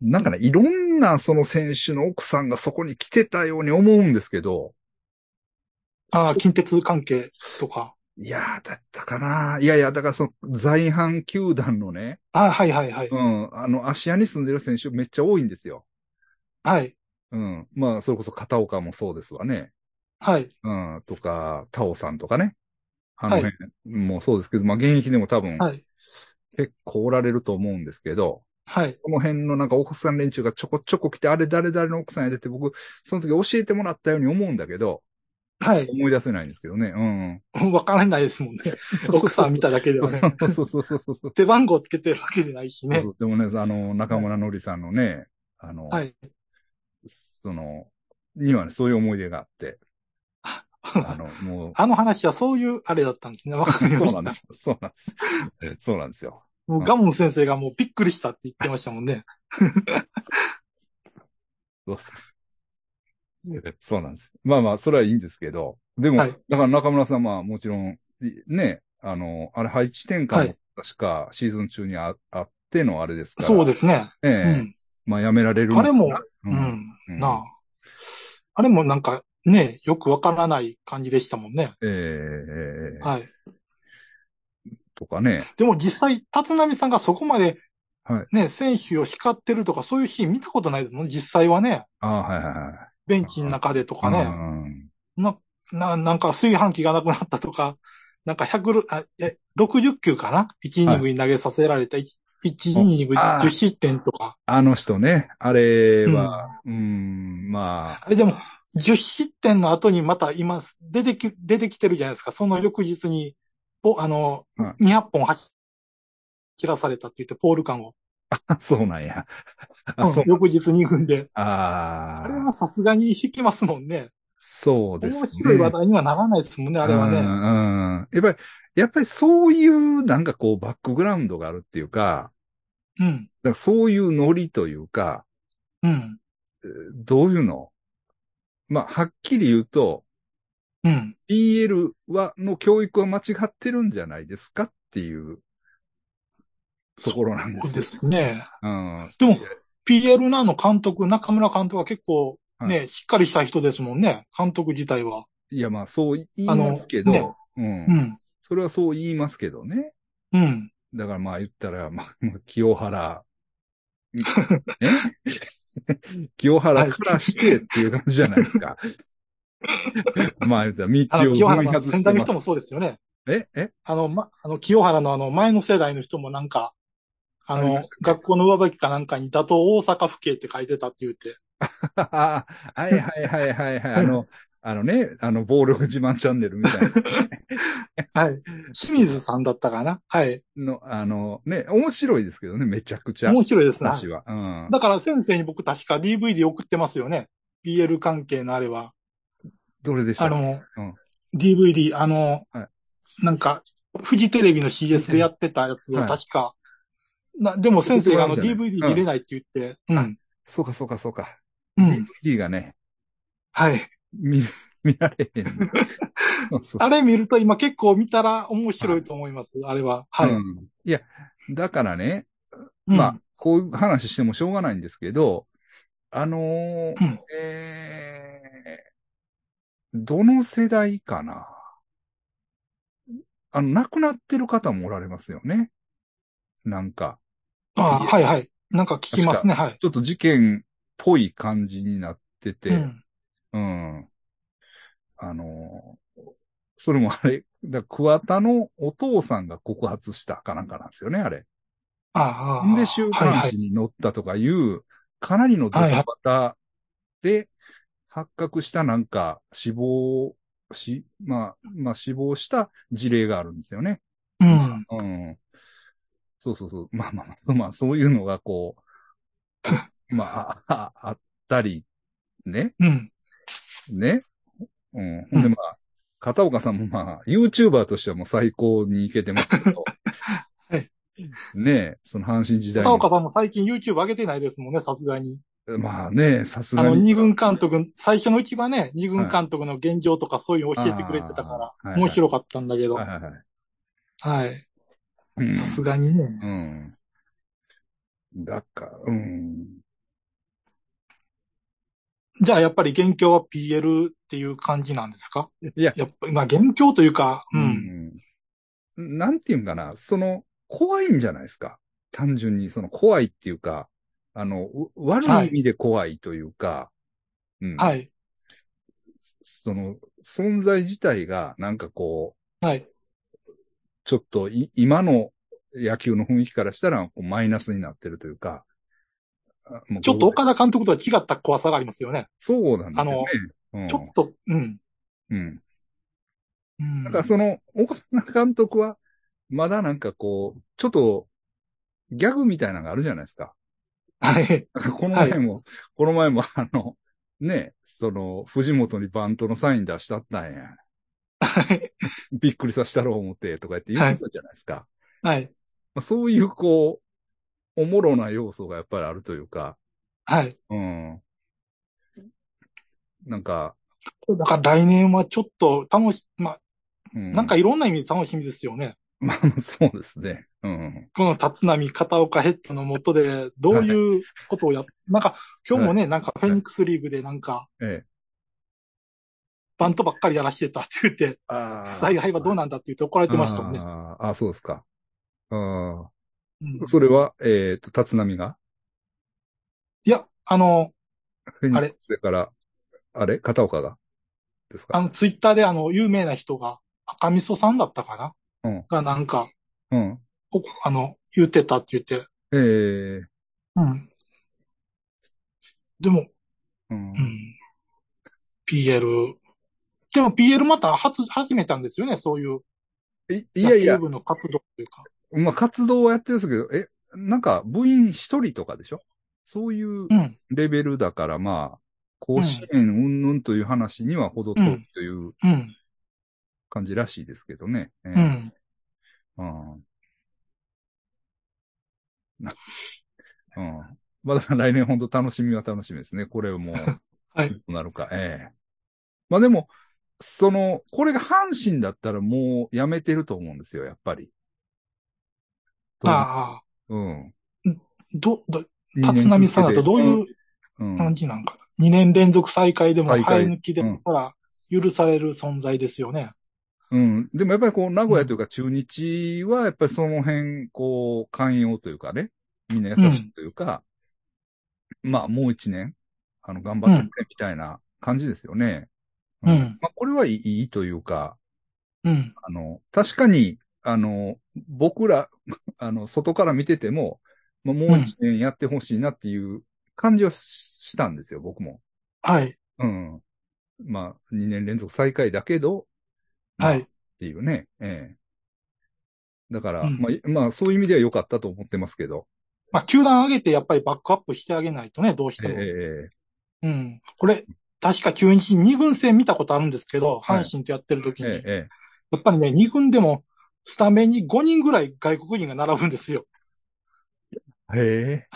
Speaker 1: なんかね、いろんなその選手の奥さんがそこに来てたように思うんですけど、
Speaker 2: ああ、近鉄関係とか。
Speaker 1: いやー、だったかな。いやいや、だからその在阪球団のね、
Speaker 2: ああ、はいはいはい。
Speaker 1: うん、あの、芦屋に住んでる選手めっちゃ多いんですよ。
Speaker 2: はい。
Speaker 1: うん。まあ、それこそ片岡もそうですわね。
Speaker 2: はい。
Speaker 1: うん、とか、タオさんとかね。あの
Speaker 2: はい
Speaker 1: 辺もそうですけど、まあ、現役でも多分、
Speaker 2: はい。
Speaker 1: 結構おられると思うんですけど、
Speaker 2: はい。
Speaker 1: この辺のなんか奥さん連中がちょこちょこ来て、あれ誰々の奥さんやでって僕、その時教えてもらったように思うんだけど、
Speaker 2: はい。
Speaker 1: 思い出せないんですけどね。うん。
Speaker 2: わからない で すもんね。奥さん見ただけではね。
Speaker 1: そうそうそうそうそうそう。
Speaker 2: 手番号つけてるわけでないしね
Speaker 1: そ。うでもね、あの、中村のりさんのね、あの、
Speaker 2: はい。、
Speaker 1: その、にはね、そういう思い出があって、あの、もう
Speaker 2: あの話はそういうあれだったんですね。わかり
Speaker 1: そ
Speaker 2: ま
Speaker 1: う
Speaker 2: し
Speaker 1: なん
Speaker 2: た
Speaker 1: で。す。そうなんです。そうなんですよ。
Speaker 2: もうガモン先生がもうびっくりしたって言ってましたもんね。
Speaker 1: そうそうそうそうなんです。まあまあ、それはいいんですけど、でも、
Speaker 2: はい
Speaker 1: だから中村さんはもちろん、いね、あの、あれ配置転
Speaker 2: は
Speaker 1: 換も
Speaker 2: い
Speaker 1: 確かシーズン中にあ,、ってのあれですから。
Speaker 2: そうですね。
Speaker 1: え
Speaker 2: う
Speaker 1: え
Speaker 2: ん。
Speaker 1: まあ、やめられるんです
Speaker 2: あれも、
Speaker 1: う。
Speaker 2: うんん。
Speaker 1: うん
Speaker 2: なあ。あれもなんかね、よくわからない感じでしたもんね。
Speaker 1: ええええ
Speaker 2: はい。
Speaker 1: とかね。
Speaker 2: でも実際、立浪さんがそこまで
Speaker 1: はい、
Speaker 2: ね、選手を光ってるとかそういうシーン見たことないですもん、実際はね。
Speaker 1: ああ、はいはいはい。
Speaker 2: ベンチの中でとか
Speaker 1: う
Speaker 2: ね。
Speaker 1: ん
Speaker 2: な、な、なんか炊飯器がなくなったとか、なんか100、あえ、60球かな ?1 イニングに投げさせられた、一1イニングに
Speaker 1: あ
Speaker 2: 10失点とか。
Speaker 1: あの人ね、あれは、うん、まあ、
Speaker 2: あれでも、10失点の後にまた今、出てき、出てきてるじゃないですか。その翌日に、ポあの、
Speaker 1: は
Speaker 2: 200本走らされたって言って、ポール間を。
Speaker 1: そうなんや。
Speaker 2: う
Speaker 1: あ、
Speaker 2: ん
Speaker 1: そう。
Speaker 2: 翌日2軍で。
Speaker 1: あ
Speaker 2: あれ
Speaker 1: あ、
Speaker 2: はさすがに引きますもんね。
Speaker 1: そうですね。
Speaker 2: 面白い話題にはならないですもんね、あれは
Speaker 1: う
Speaker 2: ね。
Speaker 1: んうん。やっぱり、やっぱりそういうなんかこうバックグラウンドがあるっていうか、
Speaker 2: うん。
Speaker 1: なんかそういうノリというか、
Speaker 2: うん。
Speaker 1: どういうのまあ、はっきり言うと、
Speaker 2: うん。
Speaker 1: BL は、の教育は間違ってるんじゃないですかっていうところなんで
Speaker 2: そう
Speaker 1: す
Speaker 2: で
Speaker 1: よ。
Speaker 2: すね。
Speaker 1: うん。
Speaker 2: でも、PL なの監督、中村監督は結構ね、しっかりした人ですもんね、監督自体は。
Speaker 1: いや、まあ、そう言いますけど、
Speaker 2: あの
Speaker 1: うん、
Speaker 2: うん。
Speaker 1: それはそう言いますけどね。
Speaker 2: うん。
Speaker 1: だからまあ言ったら、 まあ、まあ清 原、ね 清原からしてっていう感じじゃないです か。まあ言ったら、道
Speaker 2: あの、
Speaker 1: を
Speaker 2: 清原
Speaker 1: 踏み
Speaker 2: の
Speaker 1: 外
Speaker 2: 先
Speaker 1: し
Speaker 2: 代
Speaker 1: て
Speaker 2: の
Speaker 1: ま
Speaker 2: 人
Speaker 1: す。
Speaker 2: もそうですよね。
Speaker 1: ええ
Speaker 2: あの、ま、あの、清原のあの、前の世代の人もなんか、あ
Speaker 1: あり
Speaker 2: の
Speaker 1: まし、た
Speaker 2: 学校の上履きかなんかに打倒大阪府警って書いてたって言って。
Speaker 1: ああはいはいはいはいはい。あ の、あのね、あの、暴力自慢チャンネルみたい
Speaker 2: はい。清水さんだったかなはい。
Speaker 1: なの、あのね、面白いですけどね、めちゃくちゃ。
Speaker 2: 面白いですね。
Speaker 1: 話は。うん。
Speaker 2: だから先生に僕確か DVD 送ってますよね。BL 関係のあれは。
Speaker 1: どれでした
Speaker 2: あの、
Speaker 1: うん
Speaker 2: DVD、あの、
Speaker 1: は
Speaker 2: なんか、フジテレビの CS でやってたやつを
Speaker 1: はい
Speaker 2: 確か、な、でも先生があの
Speaker 1: 送っても
Speaker 2: DVD
Speaker 1: らう
Speaker 2: 見
Speaker 1: んじ
Speaker 2: れ
Speaker 1: ゃ
Speaker 2: ないって言って、うん。
Speaker 1: そうか、そうか、そうか。
Speaker 2: うん。
Speaker 1: DVD がね、
Speaker 2: はい。
Speaker 1: 見る、見られへ ん。そうそう
Speaker 2: あれ見ると今結構見たら面白いと思います、あれは。はい。
Speaker 1: うんいや、だからね、
Speaker 2: うん
Speaker 1: まあ、こういう話してもしょうがないんですけど、あのー
Speaker 2: うん
Speaker 1: えーどの世代かな。あの、亡くなってる方もおられますよね。なんか、
Speaker 2: あはいはい。なんか聞きますね、はい。
Speaker 1: ちょっと事件っぽい感じになってて、
Speaker 2: うん。
Speaker 1: うん。あのーそれもあれ、だ桑田のお父さんが告発したかなんかなんですよね、あれ。
Speaker 2: ああ。
Speaker 1: で、週
Speaker 2: はいは
Speaker 1: 刊誌
Speaker 2: い。
Speaker 1: に載ったとかいう、かなりのドタバタで発覚したなんか死亡し、まあ、まあ死亡した事例があるんですよね。
Speaker 2: うん。
Speaker 1: うん。そうそうそう。まあまあまあ、そうまあそういうのがこう、まあ、ああったり、ね、
Speaker 2: うん。
Speaker 1: ね。うん。ほんで
Speaker 2: うん
Speaker 1: まあ、片岡さんもまあ、YouTuber としてはもう最高にいけてますけど。
Speaker 2: はい
Speaker 1: ねえ、その阪神時代
Speaker 2: 片
Speaker 1: の
Speaker 2: 岡さんも最近 YouTube 上げてないですもんね、さすがに。
Speaker 1: まあね、さす
Speaker 2: あ
Speaker 1: が
Speaker 2: の、
Speaker 1: に。
Speaker 2: 二軍監督、最初のうちはね、二軍監督の現状とかそういうの教えてくれてたか
Speaker 1: あーはい
Speaker 2: ら、
Speaker 1: はい
Speaker 2: 面白かったんだけど
Speaker 1: は、いはいはい
Speaker 2: はい。
Speaker 1: うん
Speaker 2: さすがにね。
Speaker 1: うん。だから、うん。
Speaker 2: じゃあやっぱり現況は PL っていう感じなんですか
Speaker 1: いや
Speaker 2: やっぱり、まあ現況というか、うん。
Speaker 1: うん。なんていうんかな、その、怖いんじゃないですか。単純に、その怖いっていうか、あの、う悪い意味で怖いというか、うん。。
Speaker 2: はいい。
Speaker 1: その、存在自体が、なんかこう、
Speaker 2: はい。
Speaker 1: ちょっとい、今の野球の雰囲気からしたら、こうマイナスになってるというか、あもう
Speaker 2: ちょっと岡田監督とは違った怖さがありますよね。
Speaker 1: そうなんですよね。うん、
Speaker 2: ちょっと、うん。
Speaker 1: うん。
Speaker 2: うん
Speaker 1: なんかその、岡田監督は、まだなんかこう、ちょっと、ギャグみたいなのがあるじゃないですか。
Speaker 2: はい。
Speaker 1: なんか この前も、この前もあの、ね、その、藤本にバントのサイン出したったんや。
Speaker 2: はい。
Speaker 1: びっくりさせたろう思って、とか言って言ってたじゃないですか。
Speaker 2: はい。
Speaker 1: まあ、そういうこう、おもろな要素がやっぱりあるというか、
Speaker 2: はい。
Speaker 1: うん。なんか、
Speaker 2: だから来年はちょっと楽し、まあ、
Speaker 1: う
Speaker 2: なんか、いろんな意味で楽しみですよね。
Speaker 1: まあまあそうですね。うん。
Speaker 2: この立浪片岡ヘッドのもとで、どういうことをやっ、 なんか、今日もね、なんかフェニックスリーグでなんか、
Speaker 1: ええ。
Speaker 2: バントばっかりやらしてたって言って、
Speaker 1: あ
Speaker 2: 采配はどうなんだって言って怒られてましたもんね。
Speaker 1: あーあ、そうですか。うん。
Speaker 2: うん
Speaker 1: それは、えっ、と、立浪が
Speaker 2: いや、あの、
Speaker 1: フェニックスだから、あれ片岡がです
Speaker 2: あ
Speaker 1: か
Speaker 2: の、ツイッターであの、有名な人が、赤味噌さんだったか
Speaker 1: う
Speaker 2: な
Speaker 1: ん
Speaker 2: がなんか、
Speaker 1: うん。
Speaker 2: おあの、言ってたって言って。
Speaker 1: ええ
Speaker 2: うん。でも、
Speaker 1: うん
Speaker 2: う。ん。PL。でも PL また初、始めたんですよね、そういう。
Speaker 1: いいやい
Speaker 2: 野
Speaker 1: や
Speaker 2: 球、部の活動というか。
Speaker 1: まあ、活動はやってるんですけど、え、なんか、部員一人とかでしょそういう
Speaker 2: うん。
Speaker 1: レベルだから、まあ、甲子園云々という話には程遠いという
Speaker 2: うん。
Speaker 1: 感じらしいですけどね。ええ
Speaker 2: うん。
Speaker 1: うん。なうん。まあだから来年本当楽しみは楽しみですね。これもう、
Speaker 2: はい
Speaker 1: どうなるか。ええまあでも、その、これが阪神だったらもうやめてると思うんですよ、やっぱり。
Speaker 2: ああ、
Speaker 1: うん。
Speaker 2: ど、ど、立浪さんだとどういう
Speaker 1: うん、
Speaker 2: 感じなんかな。2年連続再開でも
Speaker 1: 再
Speaker 2: 生
Speaker 1: 開
Speaker 2: え抜きで
Speaker 1: うん
Speaker 2: ほら、許される存在ですよね。
Speaker 1: うん。でもやっぱりこう、名古屋というか中日は、やっぱりその辺、こう、寛容というかね、みんな優しいというか、まあ、もう一年、あの、頑張ってくれみたいな感じですよね。
Speaker 2: うん。
Speaker 1: まあ、これはいいいいというか、
Speaker 2: うん。
Speaker 1: あの、確かに、あの、僕ら、 あの、外から見てても、まあ、もう一年やってほしいなっていう感じはししたんですよ、僕も。
Speaker 2: はい。
Speaker 1: うん。まあ、2年連続最下位だけど、まあ
Speaker 2: はい。
Speaker 1: っていうね。ええ。だから、
Speaker 2: うん
Speaker 1: まあい、まあ、そういう意味では良かったと思ってますけど。
Speaker 2: まあ、球団上げてやっぱりバックアップしてあげないとね、どうし
Speaker 1: え
Speaker 2: て
Speaker 1: え
Speaker 2: も。
Speaker 1: え
Speaker 2: うん。これ、確か中日二軍戦見たことあるんですけど、
Speaker 1: はい
Speaker 2: 阪神とやってる時
Speaker 1: え
Speaker 2: に。
Speaker 1: え
Speaker 2: や
Speaker 1: え
Speaker 2: っぱりね、二軍でも、スタメンに5人ぐらい外国人が並ぶんですよ。
Speaker 1: へえ。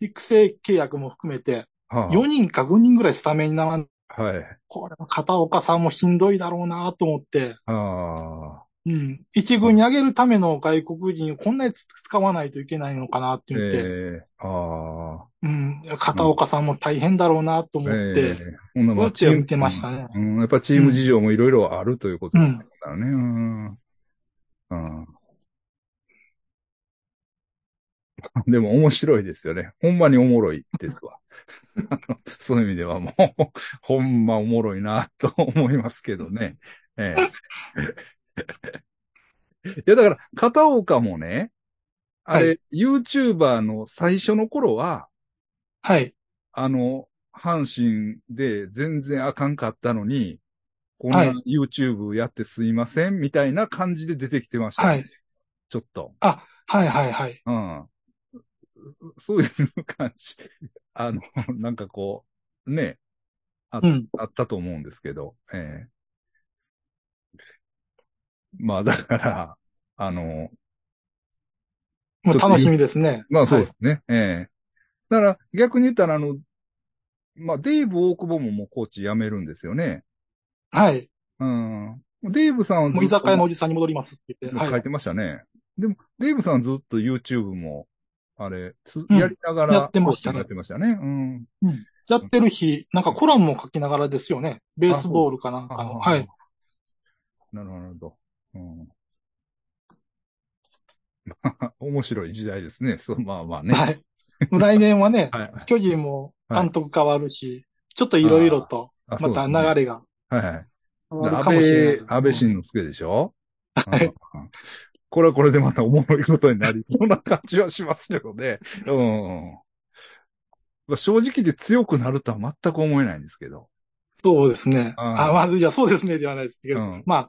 Speaker 2: 育成契約も含めて、
Speaker 1: は
Speaker 2: 4人か5人ぐらいスタメンに並んで、
Speaker 1: あ、はい。
Speaker 2: これは片岡さんもしんどいだろうなと思って、
Speaker 1: ああ。
Speaker 2: うん。一軍に上げるための外国人をこんなにつ使わないといけないのかなって
Speaker 1: え
Speaker 2: 言って、
Speaker 1: えああ。
Speaker 2: うん。片岡さんも大変だろうなと思って、
Speaker 1: ええほんならまあ
Speaker 2: こうやって見てましたね
Speaker 1: うん、やっぱチーム事情もいろいろあるということですからね。うん。うん でも面白いですよね。ほんまにおもろいですわ。 あのそういう意味ではもう、ほんまおもろいなと思いますけどね。ええ。 いや、だから、片岡もね、あれ、
Speaker 2: は
Speaker 1: YouTuber の最初の頃は、
Speaker 2: はい。
Speaker 1: あの、阪神で全然あかんかったのに、こん
Speaker 2: は
Speaker 1: ない YouTube やってすいません、みたいな感じで出てきてました、ね。
Speaker 2: はい。
Speaker 1: ちょっと。
Speaker 2: はいはいはい。
Speaker 1: うん。そう いう感じ。あの、なんかこう、ね、
Speaker 2: うん。
Speaker 1: あったと思うんですけど、ええまあだから、あの、ちょ
Speaker 2: もう
Speaker 1: っと
Speaker 2: 楽しみですね。
Speaker 1: まあそうで
Speaker 2: はい
Speaker 1: すね。ええだから逆に言ったらあの、まあデイブ大久保ももうコーチ辞めるんですよね。
Speaker 2: はい。
Speaker 1: うん。デイブさんはずっ
Speaker 2: も
Speaker 1: と
Speaker 2: う居酒屋のおじさんに戻りますって言って。
Speaker 1: 書
Speaker 2: はいい。
Speaker 1: てましたね。でも、デイブさんずっと YouTube も、あれ、つ
Speaker 2: うん
Speaker 1: やりながら、
Speaker 2: やってましたね
Speaker 1: やってましたね。うん。
Speaker 2: やってる日、なんかコラムも書きながらですよね。ベースボールかなんかの。
Speaker 1: あ
Speaker 2: はい。。
Speaker 1: なるほどなるほど。うん。 まあ面白い時代ですね。そう、まあまあね。
Speaker 2: はい。来年はね、
Speaker 1: はい。
Speaker 2: 巨人も監督変わるし、ちょっといろいろと、
Speaker 1: あ
Speaker 2: また流。れが
Speaker 1: そうですねはいはい。
Speaker 2: 変
Speaker 1: だ
Speaker 2: わ
Speaker 1: から安
Speaker 2: るかもしれないで
Speaker 1: 倍、
Speaker 2: すね。
Speaker 1: 安倍晋之助でしょはい。これはこれでまたおもろいことになり、 そんな感じはしますけどね。うん。まあ、正直で強くなるとは全く思えないんですけど。
Speaker 2: そうですね。
Speaker 1: うん
Speaker 2: あ、まず、いや、そうですね、ではないですけ
Speaker 1: う
Speaker 2: ど。
Speaker 1: ん。
Speaker 2: まあ、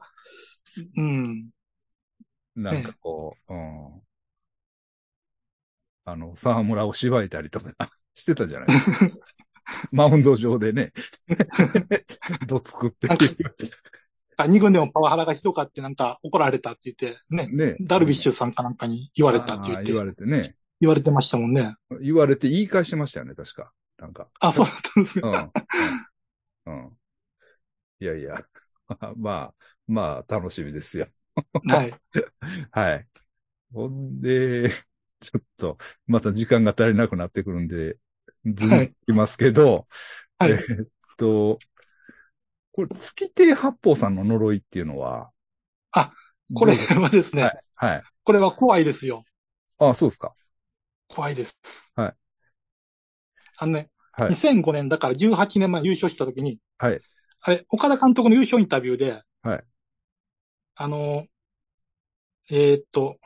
Speaker 2: うん。
Speaker 1: なんかこう、うん。あの、沢村を縛いたりとかしてたじゃないですか。 マウンド上でね。どつくって。
Speaker 2: 2軍でもパワハラがひどかってなんか怒られたって言って、ね。
Speaker 1: ね。
Speaker 2: ダルビッシ
Speaker 1: ュ
Speaker 2: ュさんかなんかに言われたって言って
Speaker 1: 言、われてね。
Speaker 2: 言われてましたもんね。
Speaker 1: 言われて言い返してましたよね、確か。なんか。
Speaker 2: あ、そうだったんですか。
Speaker 1: うん。うん。いやい や。まあ、まあ、楽しみですよ。
Speaker 2: はい。
Speaker 1: はい。ほんで、ちょっと、また時間が足りなくなってくるんで、ず
Speaker 2: は
Speaker 1: っ
Speaker 2: い
Speaker 1: ときますけど、
Speaker 2: はい
Speaker 1: えーっと、これ、月亭八方さんの呪いっていうのは、
Speaker 2: あ、こ
Speaker 1: ど
Speaker 2: れ
Speaker 1: うです
Speaker 2: はです
Speaker 1: か
Speaker 2: ね
Speaker 1: は、い。はい。
Speaker 2: これは怖いですよ。
Speaker 1: あ、そうですか。
Speaker 2: 怖いです。
Speaker 1: はい。
Speaker 2: あのね、
Speaker 1: はい
Speaker 2: 2005年だから18年前優勝した時に、
Speaker 1: はい。
Speaker 2: あれ、岡田監督の優勝インタビューで、
Speaker 1: はい。
Speaker 2: あの、えーっと、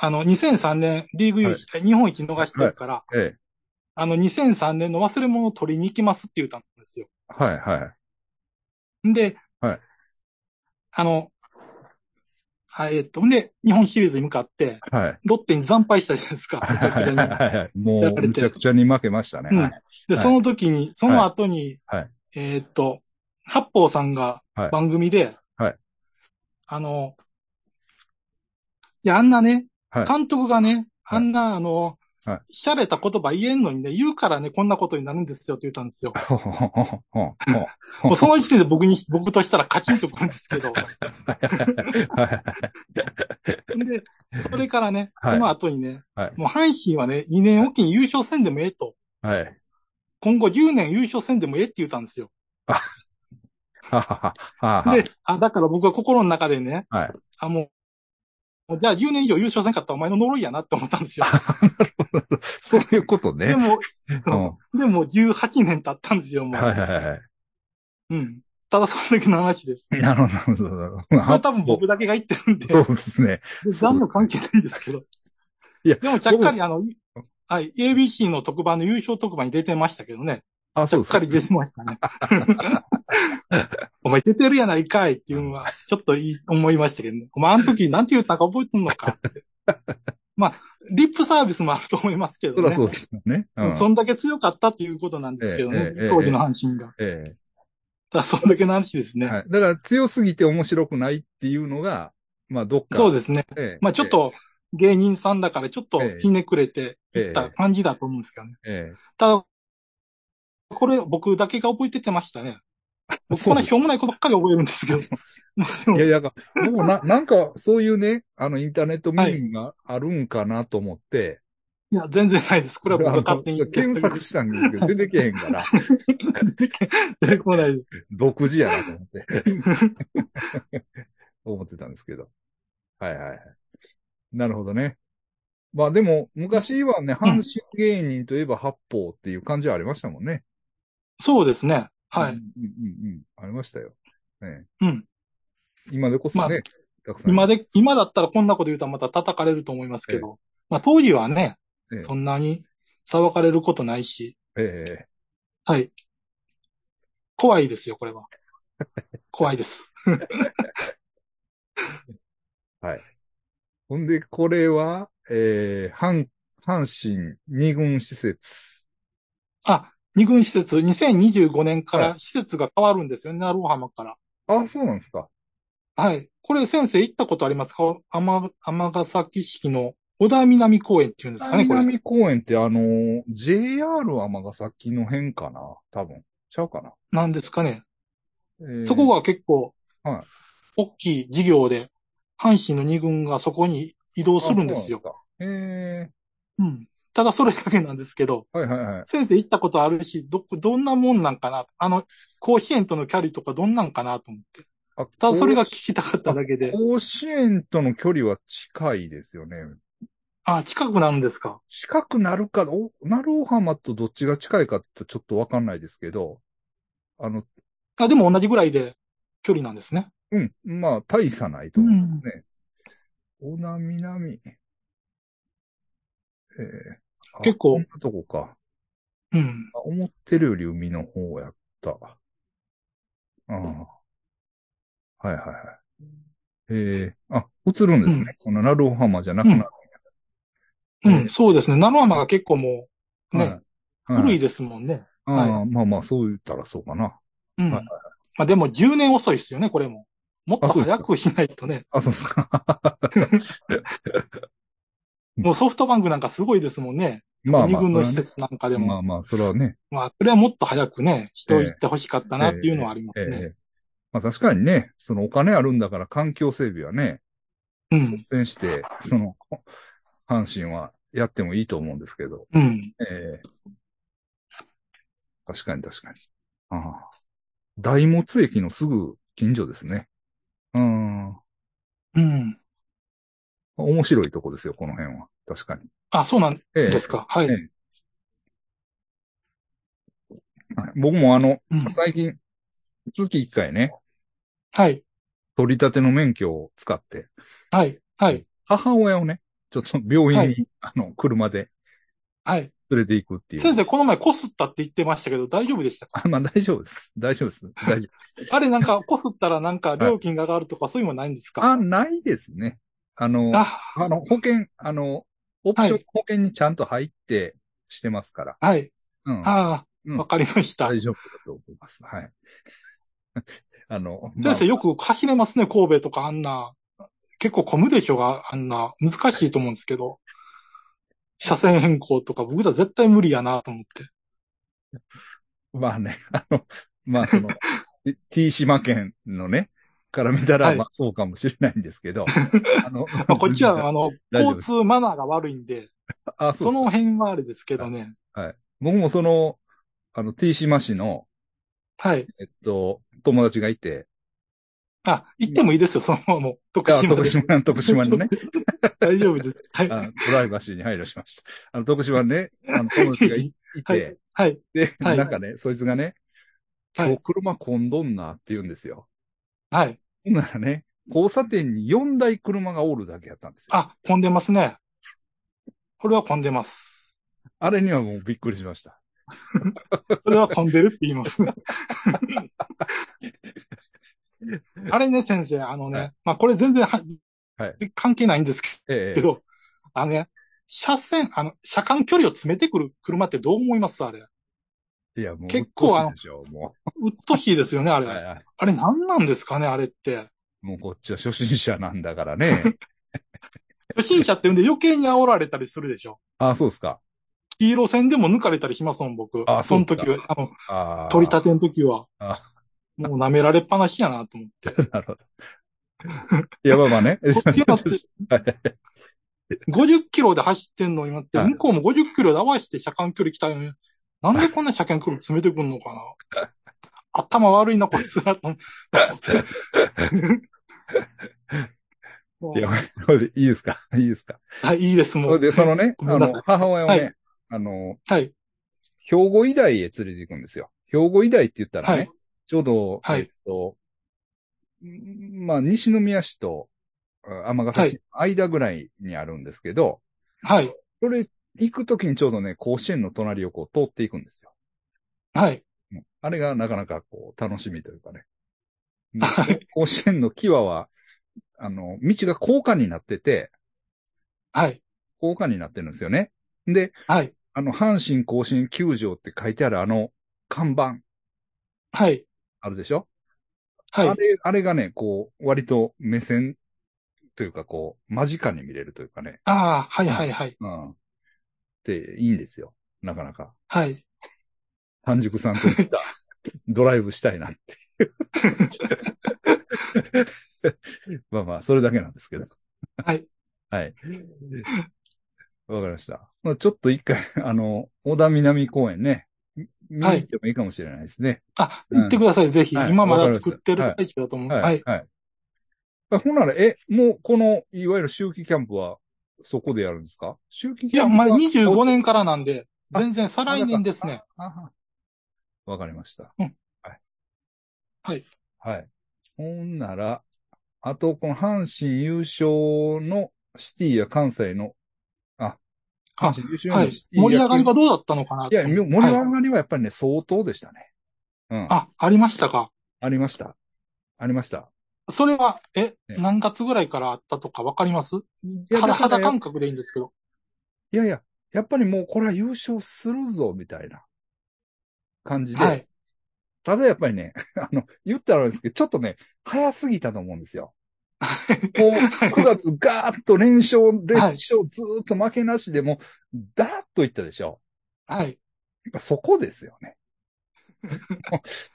Speaker 2: あの、2003年リーグ優勝、日本一逃してるから、
Speaker 1: ええ。
Speaker 2: あの、2003年の忘れ物を取りに行きますって言ったんですよ。
Speaker 1: はい、はい。
Speaker 2: んで、
Speaker 1: はい
Speaker 2: あの、あえーっと、んで、日本シリーズに向かって、
Speaker 1: はい。
Speaker 2: ロッテに惨敗したじゃない ですか。めちゃ
Speaker 1: はい
Speaker 2: くちゃ
Speaker 1: はい
Speaker 2: に
Speaker 1: はいはい。も
Speaker 2: や
Speaker 1: う
Speaker 2: ら、れて
Speaker 1: むちゃくちゃに負けましたね。
Speaker 2: うん
Speaker 1: はい。
Speaker 2: で、
Speaker 1: はい
Speaker 2: その時に、その後に、
Speaker 1: はい
Speaker 2: えーっと、八方さんが
Speaker 1: はい
Speaker 2: 番組で、
Speaker 1: はい
Speaker 2: あの、いや、あんなね、
Speaker 1: はい
Speaker 2: 監督がね、
Speaker 1: はい
Speaker 2: あんな、あの、
Speaker 1: はい
Speaker 2: しゃれた言葉言えんのにね、言うからね、こんなことになるんですよって言ったんですよ。
Speaker 1: ほほほほほほ
Speaker 2: もうその時点で僕に、僕としたらカチンとくるんで すけど。で、それからね、
Speaker 1: はい
Speaker 2: その後にね、
Speaker 1: はい
Speaker 2: もう阪神はね、2年おきに優勝戦でもええと、
Speaker 1: はい。
Speaker 2: 今後10年優勝戦でもええって言ったんですよ。
Speaker 1: ははははは
Speaker 2: で、あ、だから僕は心の中でね、
Speaker 1: はい
Speaker 2: あ、もう、もうじゃあ10年以上優勝せんかったらお前の呪いやなって思ったんですよ。
Speaker 1: そういうこと
Speaker 2: で
Speaker 1: ね。
Speaker 2: も、
Speaker 1: うん
Speaker 2: そ。う。でも18年経ったんですよ、もう。
Speaker 1: はいはいは
Speaker 2: うん。ただそれだけの話です。
Speaker 1: い。なるほど、なるほど。
Speaker 2: これ多分僕だけが言ってるんで、
Speaker 1: そうですね。
Speaker 2: 残の関係ないんですけど。
Speaker 1: いや
Speaker 2: でもちゃっかりあの、いはい、ABC の特番の優勝特番に出てましたけどね。
Speaker 1: あ、
Speaker 2: ち
Speaker 1: そうで
Speaker 2: ゃっ
Speaker 1: すか
Speaker 2: かり出てましたね。 お前出てるやないかいっていうのは、ちょっといい思いましたけどね。お前あの時なんて言ったか覚えてんのか って。まあ、リップサービスもあると思いますけ
Speaker 1: そ
Speaker 2: ど
Speaker 1: りゃ
Speaker 2: ね。
Speaker 1: そうですよね。うん。
Speaker 2: そんだけ強かったっていうことなんですけどね
Speaker 1: ええええ。
Speaker 2: 当時の阪神が。
Speaker 1: え
Speaker 2: ただ、そんだけの話です
Speaker 1: え
Speaker 2: ね。
Speaker 1: はい。だから強すぎて面白くないっていうのが、まあ、どっか。
Speaker 2: そうですね。
Speaker 1: ええ
Speaker 2: まあ、ちょっ、と、芸人さんだからちょっと
Speaker 1: ええ
Speaker 2: ひねくれていった感じだと思うんですけどね。
Speaker 1: え
Speaker 2: ただ、これ僕だけが覚えててましたね。
Speaker 1: え。
Speaker 2: 僕こんなしょうもないことばっかり覚えるんですけど。まあでも
Speaker 1: いやいや、だから僕も な、なんか、そういうね、あの、インターネットミームがあるんかなと思って、
Speaker 2: いや、全然ないです。これは僕
Speaker 1: あ
Speaker 2: が
Speaker 1: の
Speaker 2: 勝手にやってる
Speaker 1: 検索したんです けど、出てけへんから、
Speaker 2: 出てこないです。
Speaker 1: 独自やなと思って。 思ってたんですけど。はいはいはい。なるほどね。まあでも、昔はね、阪神芸人といえば八方っていう感じはありましたもんね。
Speaker 2: そうですね。は
Speaker 1: うん
Speaker 2: い。
Speaker 1: うんうんうん。ありましたよ。ね、
Speaker 2: うん。
Speaker 1: 今でこそね、たくさん。
Speaker 2: 今で、今だったらこんなこと言うとまた叩かれると思いますけど。まあ当時はね、
Speaker 1: ええ
Speaker 2: そんなに騒がれることないし。
Speaker 1: ええ
Speaker 2: はい。怖いですよ、こ れは。怖いです。
Speaker 1: ほんで、これは、えー、阪、阪神二軍施設。
Speaker 2: あ、二軍施設、2025年か
Speaker 1: は
Speaker 2: ら施設が変わるんですよね、奈良浜から。
Speaker 1: あ、そうなんですか。
Speaker 2: はい。これ先生行ったことありますか天、天崎市の小田南公園っていうんですかね、これ。
Speaker 1: 南公園ってあのー、JR 尼崎の辺かな多分。ちゃうかな。
Speaker 2: なんですかね。
Speaker 1: えー
Speaker 2: そこが結構
Speaker 1: はい、
Speaker 2: 大きい事業で、阪神の二軍がそこに移動するんですよ。。
Speaker 1: あそうなんです
Speaker 2: うん。ただそれだけなんですけど、
Speaker 1: かへえ。はいはいはい。
Speaker 2: 先生行ったことあるし、ど、どんなもんなんかなあの、甲子園との距離とかどんなんかなと思って。
Speaker 1: あ、
Speaker 2: ただそれが
Speaker 1: 甲
Speaker 2: 聞きたかっただけで。
Speaker 1: 甲子園との距離は近いですよね。
Speaker 2: あ、近くなんですか。
Speaker 1: 近くなるか、お、なるお浜とどっちが近いかってちょっとわかんないですけど、あの、
Speaker 2: あ、でも同じぐらいで距離なんですね。
Speaker 1: うん、まあ、大差ないと思いますね。小名南。ええあ
Speaker 2: 結構
Speaker 1: こんなとこか。
Speaker 2: うん。
Speaker 1: あ思ってるより海の方やった。ああ。はいはいはい。ええあ、映るんですね。このナルオ浜じゃなくなる。
Speaker 2: うん、
Speaker 1: えー
Speaker 2: そうですね。ナロアマが結構もう、
Speaker 1: は
Speaker 2: ね、
Speaker 1: い。はい
Speaker 2: 古いですもんね。
Speaker 1: ああ、まあまあ、そう言ったらそうかな。
Speaker 2: うん。
Speaker 1: はいはい
Speaker 2: まあでも10年遅いですよね、これも。もっと
Speaker 1: あそうです
Speaker 2: 早
Speaker 1: か
Speaker 2: くしないとね。
Speaker 1: あ、そう ですか。
Speaker 2: もうソフトバンクなんかすごいですもんね。
Speaker 1: まあまあ。
Speaker 2: 二軍の施
Speaker 1: それはね
Speaker 2: 設なんかでも。
Speaker 1: まあまあ、それはね。
Speaker 2: まあ、それはもっと早くね、しておいてほしかったなっていうのはありま
Speaker 1: え
Speaker 2: す
Speaker 1: え
Speaker 2: ね。
Speaker 1: まあ確かにね、そのお金あるんだから環境整備はね、
Speaker 2: うん
Speaker 1: 率。先して、その、阪神はやってもいいと思うんですけど。
Speaker 2: うん。
Speaker 1: ええ確かに確かに。ああ。大物駅のすぐ近所ですね。うん。
Speaker 2: うん。
Speaker 1: 面白いとこですよ、この辺は。確かに。
Speaker 2: あ、そうなん
Speaker 1: ええ
Speaker 2: ですか。はい。
Speaker 1: えはい僕もあの、
Speaker 2: うん
Speaker 1: 最近、月1回ね、
Speaker 2: はい。
Speaker 1: 取り立ての免許を使って、
Speaker 2: はい。はい。
Speaker 1: 母親をね、ちょっと病院に、
Speaker 2: はい
Speaker 1: あの、車で
Speaker 2: はい。
Speaker 1: 連れて行くっていう。
Speaker 2: 先生、この前こすったって言ってましたけど、大丈夫でした か
Speaker 1: あ、まあ大丈夫です。大丈夫です。大丈夫です。
Speaker 2: あれなんか、こすったらなんか料金が上がるとか、そういうのないんですか
Speaker 1: あ、ないですね。あの、
Speaker 2: あ、
Speaker 1: あの、保険、あの、オプション
Speaker 2: はい
Speaker 1: 保険にちゃんと入ってしてますから。
Speaker 2: はい。
Speaker 1: うん。
Speaker 2: あ
Speaker 1: う
Speaker 2: あ、
Speaker 1: ん
Speaker 2: わかりました。
Speaker 1: 大丈夫だと思います。はい。 あの、
Speaker 2: 先生、
Speaker 1: ま
Speaker 2: よく走れますね、神戸とかあんな。結構混むでしょが、あんな。難しいと思うんですけど。車線変更とか、僕ら絶対無理やなと思って。
Speaker 1: あ、まあね、あの、まあ その、T- T 島県のね、から見たら、
Speaker 2: はい
Speaker 1: まあそうかもしれないんですけ ど、あの、
Speaker 2: まあ、こっちは、あの、
Speaker 1: 大丈夫
Speaker 2: 交
Speaker 1: です
Speaker 2: 通マナーが悪いんで、
Speaker 1: あ、そ
Speaker 2: そうの
Speaker 1: そう
Speaker 2: 辺はあれですけどね。
Speaker 1: 僕もその、あの、T 島市の、
Speaker 2: はい。
Speaker 1: えっと、友達がいて、
Speaker 2: あ、行ってもいいですよ、そのままもう。徳
Speaker 1: あ
Speaker 2: 島で
Speaker 1: 徳。島、徳島 のね、
Speaker 2: 大丈夫です。はい。
Speaker 1: あ
Speaker 2: は
Speaker 1: のプライバシーに配慮しました。あの、徳島ね、あの、友達がいいて、
Speaker 2: い。はい。
Speaker 1: で、
Speaker 2: はい
Speaker 1: なんかね、そいつがね、
Speaker 2: は
Speaker 1: 今
Speaker 2: い
Speaker 1: 日車混んどんなって言うんですよ。
Speaker 2: はい。
Speaker 1: ほんならね、交差点に4台車がおるだけやったんですよ。あ
Speaker 2: あ、混んでますね。これは混んでます。
Speaker 1: れにはもうびっくりしました。
Speaker 2: それは混んでるって言 います。あれね、先生、あの
Speaker 1: は
Speaker 2: ね、まあこれ全然は、
Speaker 1: はい
Speaker 2: 関係ないんですけ
Speaker 1: ええ
Speaker 2: ど、あのね、車線、あの、車間距離を詰めてくる車ってどう思いますあれ。
Speaker 1: いや、もう、
Speaker 2: 結構あの
Speaker 1: うっとうしいでしょ、も
Speaker 2: うっとしいですよね、あ
Speaker 1: う。
Speaker 2: れ。
Speaker 1: はいはい。
Speaker 2: あれ何なんですかね、あれって。
Speaker 1: もうこっちは初心者なんだからね。
Speaker 2: 不審者って言うんで余計に煽られたりするでしょ。
Speaker 1: あ、そうですか。
Speaker 2: 黄色線でも抜かれたりしますもん、僕。
Speaker 1: あ
Speaker 2: そ
Speaker 1: そう
Speaker 2: の
Speaker 1: です
Speaker 2: 時
Speaker 1: か
Speaker 2: は、あの、
Speaker 1: あー
Speaker 2: 取り立ての時は
Speaker 1: あ。
Speaker 2: もう舐められっぱなしやなと思って。
Speaker 1: なるほど。いやばまあね。
Speaker 2: こっち だって50キロで走ってんのになって、
Speaker 1: はい
Speaker 2: 向こうも50キロで合わせて車間距離来たよね。なんでこんな車間距離詰めてくんのかな 頭悪いな、こいつら。と思 って
Speaker 1: いや、これでいいですかいいですか
Speaker 2: はい、いいです、もう。
Speaker 1: で、そのね、
Speaker 2: ごめ
Speaker 1: あ
Speaker 2: んなさい
Speaker 1: の、母親をね、
Speaker 2: はい
Speaker 1: あの、
Speaker 2: はい、
Speaker 1: 兵庫医大へ連れて行くんですよ。兵庫医大って言ったらね、
Speaker 2: はい、
Speaker 1: ちょうど、
Speaker 2: はい
Speaker 1: えっと、んまあ、西宮市とあ尼崎市の間ぐらいにあるんですけど、
Speaker 2: はい、
Speaker 1: それ行くときにちょうどね、甲子園の隣をこう通っていくんですよ。
Speaker 2: はい、
Speaker 1: うんあれがなかなかこう楽しみというかね。
Speaker 2: はい、
Speaker 1: 甲子園の際は、あの、道が高架になってて、
Speaker 2: はい、
Speaker 1: 高架になってるんですよね。で、
Speaker 2: はい、
Speaker 1: あの、阪神甲子園球場って書いてあるあの看板
Speaker 2: はい、
Speaker 1: あるでしょ、あ
Speaker 2: はい、
Speaker 1: れ、あれがね、こう、割と目線というか、こう、間近に見れるというかね。
Speaker 2: ああ、はい、はい、はい、
Speaker 1: うん。って、いいんですよ。なかなか。
Speaker 2: はい。
Speaker 1: 半熟さんと いったドライブしたいなって いう。まあまあ、それだけなんですけど。
Speaker 2: はい。
Speaker 1: はい。わかりました。まあ、ちょっと一回、あの、小田南公園ね。見に行ってもいいかもしれないですね。
Speaker 2: あ、行ってください、ぜひ。
Speaker 1: はい
Speaker 2: 今ま
Speaker 1: わかりま
Speaker 2: だ
Speaker 1: した
Speaker 2: 作ってる最中だと思う。はい、
Speaker 1: はい。はい。あほんなら、え、もうこの、いわゆる秋季キャンプは、そこでやるんですか秋季
Speaker 2: い
Speaker 1: キャ
Speaker 2: や、
Speaker 1: ンプ
Speaker 2: ま
Speaker 1: は
Speaker 2: あ、25年からなんで、全然再
Speaker 1: あ
Speaker 2: 来年ですね。。
Speaker 1: ああわかりました。
Speaker 2: うん
Speaker 1: はい。
Speaker 2: はい。
Speaker 1: はい。ほんなら、あと、この阪神優勝のシティや関西の、あ、
Speaker 2: あ
Speaker 1: 阪神優勝
Speaker 2: は
Speaker 1: の
Speaker 2: い
Speaker 1: シ。ティや
Speaker 2: 盛り上がりがどうだったのかないと
Speaker 1: や、盛り上がりはやっぱりね、相当でしたね。うん。あ
Speaker 2: あ、ありましたか。
Speaker 1: りました。ありました。
Speaker 2: それは、え、
Speaker 1: え
Speaker 2: 何月ぐらいからあったとかわかります
Speaker 1: やだ
Speaker 2: 肌
Speaker 1: から
Speaker 2: 肌感覚でいいんですけど。
Speaker 1: いやいや、やっぱりもうこれは優勝するぞ、みたいな感じで。
Speaker 2: はい。
Speaker 1: ただやっぱりね、 あの、言ったらあれですけど、ちょっとね、早すぎたと思うんですよ。もう、9月ガーッと連勝、連
Speaker 2: はい
Speaker 1: 勝、ずーっと負けなしでもう、ダーッといったでしょ。
Speaker 2: はい。
Speaker 1: やっぱそこですよ ね。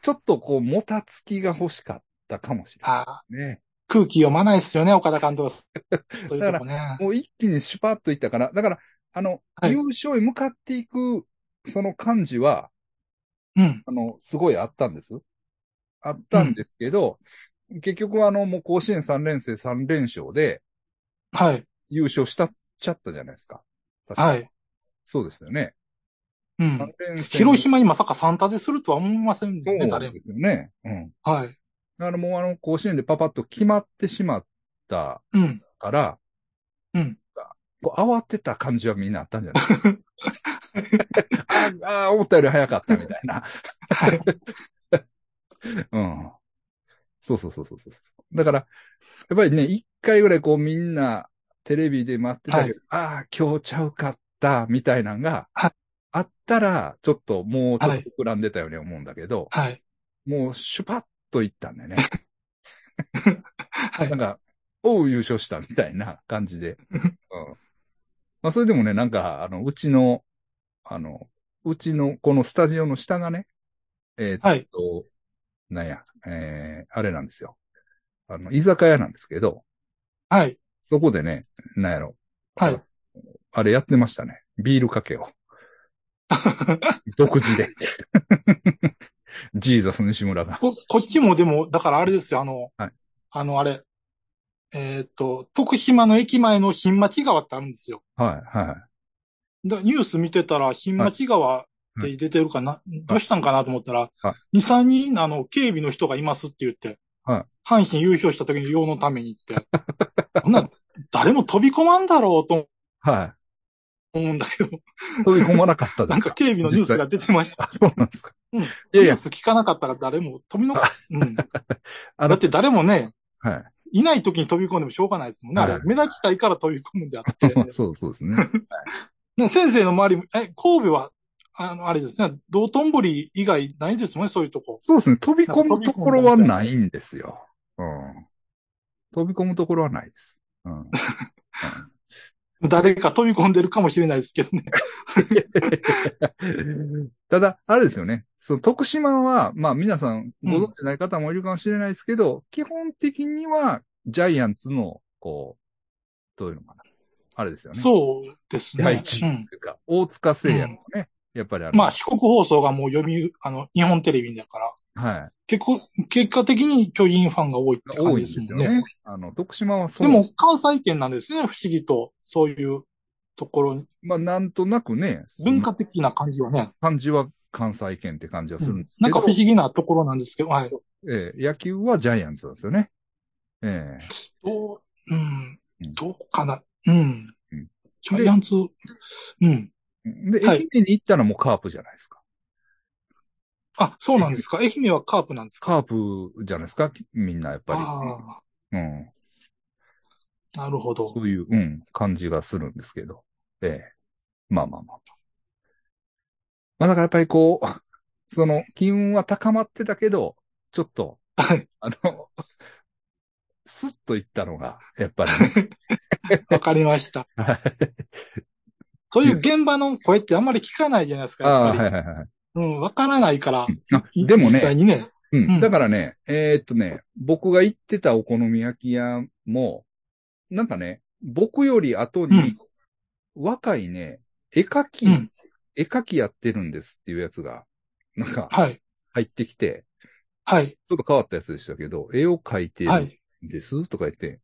Speaker 1: ちょっとこう、もたつきが欲しかったかもしれな
Speaker 2: ああ
Speaker 1: いね。
Speaker 2: 空気読まないですよね、岡田監督は。そうい う
Speaker 1: だから
Speaker 2: とこね。
Speaker 1: もう一気にシュパッといったから、だから、あの、
Speaker 2: はい
Speaker 1: 優勝に向かっていく、その感じは、
Speaker 2: うん。
Speaker 1: あの、すごいあったんです。あったんですけど、結局あの、もう甲子園3連戦3連勝で
Speaker 2: はい。
Speaker 1: 優勝したっちゃったじゃないですか。確か
Speaker 2: はい。
Speaker 1: そうですよね。
Speaker 2: う
Speaker 1: 3
Speaker 2: ん。
Speaker 1: 連戦。
Speaker 2: 広島にまさかサンタでするとは思いません
Speaker 1: そ
Speaker 2: ね、誰
Speaker 1: う
Speaker 2: も。
Speaker 1: ですよね。うん。
Speaker 2: はい。
Speaker 1: だからもうあの、甲子園でパパッと決まってしまった
Speaker 2: うん。
Speaker 1: から、
Speaker 2: うん。
Speaker 1: こう慌てた感じはみんなあったんじゃないですか。ああ、思ったより早かったみたいな。
Speaker 2: はい。
Speaker 1: うん。そうそうそうそうそうそう。だから、やっぱりね、一回ぐらいこうみんなテレビで待ってたけど、ああ、今日ちゃうかった、みたいなのが
Speaker 2: はい、
Speaker 1: あったら、ちょっともうちょ
Speaker 2: は
Speaker 1: っ
Speaker 2: い
Speaker 1: と膨らんでたように思うんだけど、
Speaker 2: はい。
Speaker 1: もうシュパッといったんでね。
Speaker 2: は
Speaker 1: なん
Speaker 2: い。
Speaker 1: か、おう優勝したみたいな感じで。うん。まあそれでもね、なんか、あの、うちの、あの、うちのこのスタジオの下がね、えーっ
Speaker 2: はい。
Speaker 1: と、なんや、えー、あれなんですよ。あの、居酒屋なんですけど、
Speaker 2: はい。
Speaker 1: そこでね、なんやろ、
Speaker 2: はい。
Speaker 1: あれやってましたね。ビールかけ を。独自で。ジーザス西村が。
Speaker 2: こ、こっちもでも、だからあれですよ、あの、
Speaker 1: はい
Speaker 2: あの、あれ。えーっと、徳島の駅前の新町川ってあるんですよ。
Speaker 1: はい、はい。
Speaker 2: だニュース見てたら、新町川って出てるかな、どうしたんかなと思ったら、
Speaker 1: は
Speaker 2: 2、3人、あの、警備の人がいますって言って、
Speaker 1: は
Speaker 2: 阪神優勝した時に用のためにって、 こんな、誰も飛び込まんだろうと
Speaker 1: は
Speaker 2: 思うんだ けど、
Speaker 1: い。飛び込まなかったで
Speaker 2: なん
Speaker 1: す
Speaker 2: か
Speaker 1: か。
Speaker 2: 警備のニュースが出てました。
Speaker 1: あ、そうなんですか。
Speaker 2: うん
Speaker 1: い
Speaker 2: ニ
Speaker 1: やい
Speaker 2: ュ
Speaker 1: や
Speaker 2: ー、ス聞かなかったら誰も飛びの、うん。だ
Speaker 1: あ
Speaker 2: って誰もね、
Speaker 1: はい。
Speaker 2: いない時に飛び込んでもしょうがないですもんね。あれ
Speaker 1: はい
Speaker 2: 目立ちたいから飛び込むんであって。
Speaker 1: そうそうですね。
Speaker 2: ね、先生の周りも、え、神戸は、あの、あれですね、道頓堀以外ないですもんね、そういうとこ。
Speaker 1: そうですね。飛び込むところはないんですよ。うん。飛び込むところはないです。うん。うん
Speaker 2: 誰か飛び込んでるかもしれないですけどね。
Speaker 1: ただ、あれですよね。その徳島は、まあ皆さんご存知ない方もいるかもしれないですけど、基本的にはジャイアンツの、こう、どういうのかな。あれですよね。
Speaker 2: そうですね。
Speaker 1: 第一
Speaker 2: う
Speaker 1: 位
Speaker 2: ん
Speaker 1: というか、大塚製薬のね、やっぱりあれ。
Speaker 2: まあ、四国放送がもう読み、あの、日本テレビだから、
Speaker 1: は
Speaker 2: 結構、結果的に巨人ファンが多いっ
Speaker 1: い。
Speaker 2: て感
Speaker 1: 多い
Speaker 2: じ
Speaker 1: んで
Speaker 2: で
Speaker 1: よ
Speaker 2: すすもんね。
Speaker 1: ね。あの、徳島はそ
Speaker 2: で
Speaker 1: う。
Speaker 2: も、関西圏なんですね、不思議と。そういうところに、
Speaker 1: まあなんとなくね、
Speaker 2: 文化的な感じはね、
Speaker 1: 感じは関西圏って感じはするんです
Speaker 2: な
Speaker 1: け
Speaker 2: ん
Speaker 1: ど、
Speaker 2: か不思議なところなんですけど、はい。
Speaker 1: ええ野球はジャイアンツなんですよね。ええ
Speaker 2: どう、うん
Speaker 1: うん、
Speaker 2: どうかな、うん
Speaker 1: うん。
Speaker 2: ジャイアンツ、うん。
Speaker 1: で、
Speaker 2: はい
Speaker 1: 愛媛に行ったらもうカープじゃないですか。
Speaker 2: あ、そうなん ですか。愛媛はカープなんですか。
Speaker 1: カープじゃないですか、みんなやっぱ
Speaker 2: あ
Speaker 1: り。うん。
Speaker 2: あ、なるほど
Speaker 1: そ。ういう、うん、感じがするんですけど。ええまあまあまあ。まあだからやっぱりこう、 その、金運は高まってたけど、ちょっと、
Speaker 2: はい
Speaker 1: あの、スッといったのが、やっぱり
Speaker 2: わかりました。
Speaker 1: ね。
Speaker 2: そういう現場の声ってあんまり聞かないじゃないですか、
Speaker 1: あ
Speaker 2: や
Speaker 1: あー、
Speaker 2: っぱ
Speaker 1: は
Speaker 2: り。
Speaker 1: いはいはい。
Speaker 2: うん、わからないから。
Speaker 1: あでも
Speaker 2: 実
Speaker 1: ね、
Speaker 2: 際にね。
Speaker 1: うん。
Speaker 2: うん
Speaker 1: だからね、えーっとね、僕が行ってたお好み焼き屋も、なんかね、僕より後
Speaker 2: う
Speaker 1: に
Speaker 2: ん、
Speaker 1: 若いね、絵描き、
Speaker 2: うん
Speaker 1: 絵描きやってるんですっていうやつが、なんか
Speaker 2: はい。
Speaker 1: 入ってきて、
Speaker 2: はい。
Speaker 1: ちょっと変わったやつでしたけど、絵を描いて
Speaker 2: は
Speaker 1: るん
Speaker 2: い。
Speaker 1: ですとか言って、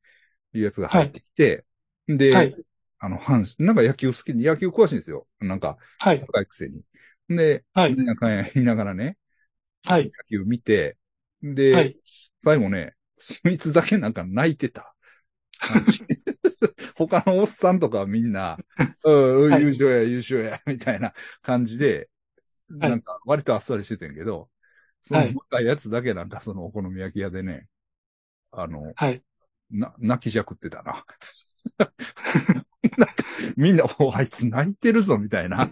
Speaker 1: いうやつが入ってきて、で、
Speaker 2: はい。
Speaker 1: あの、阪神、なんか野球好きで、野球詳しいんですよ。なんか、
Speaker 2: はい。
Speaker 1: 若いくせに。で、
Speaker 2: はい。
Speaker 1: なんかやりながらね、
Speaker 2: はい。
Speaker 1: 野球見て、で、
Speaker 2: はい。
Speaker 1: 最後ね、そいつだけなんか泣いて た。他のおっさんとかはみん な、うん、
Speaker 2: はい
Speaker 1: 優勝や、優勝や、みたいな感じで、
Speaker 2: はい
Speaker 1: なんか割とあっさりしててんけど、その
Speaker 2: はい
Speaker 1: 若いやつだけなんかそのお好み焼き屋でね、あの、
Speaker 2: はい。
Speaker 1: な、泣きじゃくってた な。なんかみんな、おあいつ泣いてるぞ、みたい な。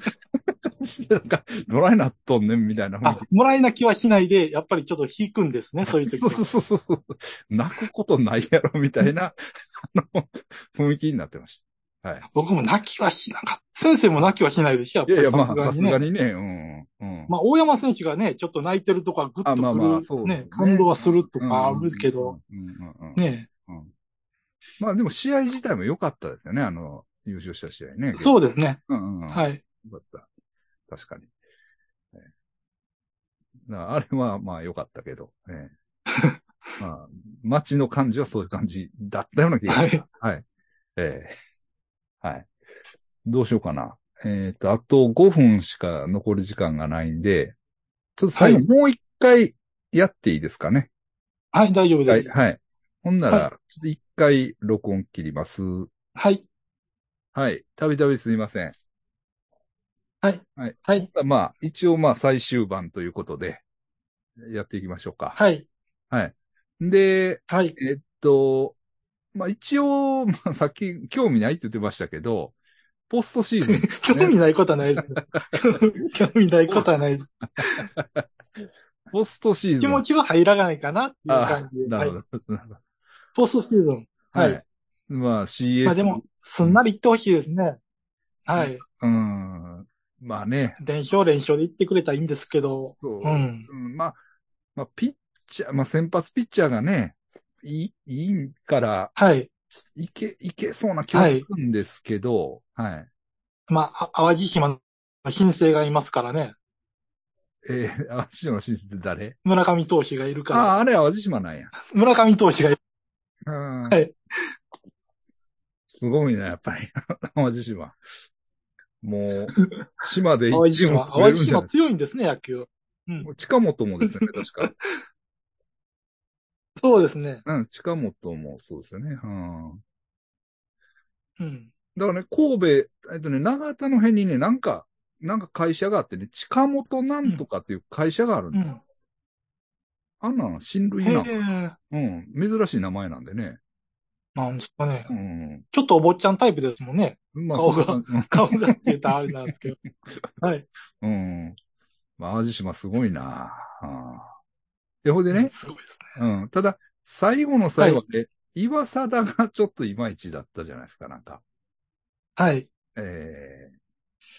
Speaker 1: なんか、どないなっとんねん、みたいな。
Speaker 2: あ、もらい泣きはしないで、やっぱりちょっと引くんですね、そういう時
Speaker 1: そう
Speaker 2: は。
Speaker 1: そうそうそう。泣くことないやろ、みたいな、あの、雰囲気になってまし
Speaker 2: 僕も泣きはしなかった。先生も泣きはしないですよ、
Speaker 1: た。い
Speaker 2: や
Speaker 1: やいや、
Speaker 2: っ
Speaker 1: ま
Speaker 2: ぱり
Speaker 1: あ、
Speaker 2: さすが
Speaker 1: さすが
Speaker 2: にね。
Speaker 1: にね、うん、うん。
Speaker 2: まあ、大山選手がね、ちょっと泣いてるとか、ぐっと
Speaker 1: あまあまあ
Speaker 2: く
Speaker 1: そう
Speaker 2: る、
Speaker 1: ですね、
Speaker 2: ね感動はすると
Speaker 1: うん
Speaker 2: かあるけど、。
Speaker 1: うんうんうんうん
Speaker 2: ね。
Speaker 1: まあでも試合自体も良かったですよね、あの、優勝した試合ね。う。
Speaker 2: そうですね。
Speaker 1: うんうん、。
Speaker 2: はいい。
Speaker 1: 良かった。確かに。ええだからあれはまあ良かったけど、 ええまあ、街の感じはそういう感じだったような気がします
Speaker 2: は。い。
Speaker 1: はい。ええはい。どうしようかな。えっ、と、あと5分しか残り時間がないんで、ちょっと最後
Speaker 2: はい
Speaker 1: もう一回やっていいですかね。
Speaker 2: はい、大丈
Speaker 1: は
Speaker 2: 夫で
Speaker 1: い。
Speaker 2: す。
Speaker 1: はい。ほんな
Speaker 2: は
Speaker 1: ら、ちょっと一回録音切ります。
Speaker 2: はい。
Speaker 1: はい。たびたびすいません。
Speaker 2: はい。
Speaker 1: まあ、一応まあ最終版ということで、やっていきましょうか。
Speaker 2: はい。
Speaker 1: で、
Speaker 2: はい。
Speaker 1: えっと、まあ一応、まあさっき興味ないって言ってましたけど、ポストシー ズン
Speaker 2: 興味ないことはないです。興味ないことはないです。
Speaker 1: ポストシーズ
Speaker 2: 気
Speaker 1: ン。
Speaker 2: 持ちは入らないかなっていう
Speaker 1: あ
Speaker 2: 感じで。
Speaker 1: な
Speaker 2: はい
Speaker 1: る。ほど。なるほど
Speaker 2: ポストシーズン。
Speaker 1: は
Speaker 2: はいい。
Speaker 1: まあ CS。
Speaker 2: まあでも、すんなりいってほしいですね。はい。
Speaker 1: うん。まあね。
Speaker 2: 連勝連勝で行ってくれたらいいんですけど。
Speaker 1: そう
Speaker 2: う
Speaker 1: うん
Speaker 2: ん。
Speaker 1: まあ、まあ、ピッチャー、まあ先発ピッチャーがね、いい、いいから、
Speaker 2: はい。
Speaker 1: いけ、いけそうな気はするんですけど、はい。
Speaker 2: まあ、あ淡路島の新生がいますからね。
Speaker 1: えー、 淡路島の進出って誰
Speaker 2: 村上投手がいる
Speaker 1: あ
Speaker 2: か
Speaker 1: あ、あれ淡路島なんや。
Speaker 2: ら。村上投手がいる。
Speaker 1: うん。
Speaker 2: はい。
Speaker 1: すごいな、やっぱり。 淡路島。もう、島で
Speaker 2: 淡路
Speaker 1: 一チー
Speaker 2: 島。
Speaker 1: ム作れ
Speaker 2: 淡
Speaker 1: るん
Speaker 2: 路
Speaker 1: じゃ
Speaker 2: 島
Speaker 1: ない
Speaker 2: 強いんですね、野球。
Speaker 1: 近本もですね、確か。
Speaker 2: そうですね。
Speaker 1: うん、近本もそうですよね。うん。
Speaker 2: うん。
Speaker 1: だからね、神戸、えっとね、長田の辺にね、なんか、なんか会社があってね、近本なんとかっていう会社があるん
Speaker 2: う
Speaker 1: ですよ。
Speaker 2: ん。
Speaker 1: あんなん、親類
Speaker 2: へ
Speaker 1: な
Speaker 2: え
Speaker 1: ん。。うん。珍しい名前なんでね。
Speaker 2: なんですかね
Speaker 1: う。ん。
Speaker 2: ちょっとお坊ちゃんタイプですもんね。
Speaker 1: まあ、
Speaker 2: 顔が
Speaker 1: そんな
Speaker 2: 顔がって言ったらあれなんで すけど。はい。
Speaker 1: うん。うん。まあ、淡路島すごいなあーで、ほんでね、
Speaker 2: すごいですね。
Speaker 1: うん。ただ、最後の最後で、岩貞がちょっといまいちだったじゃないですか、なんか。
Speaker 2: はい。
Speaker 1: え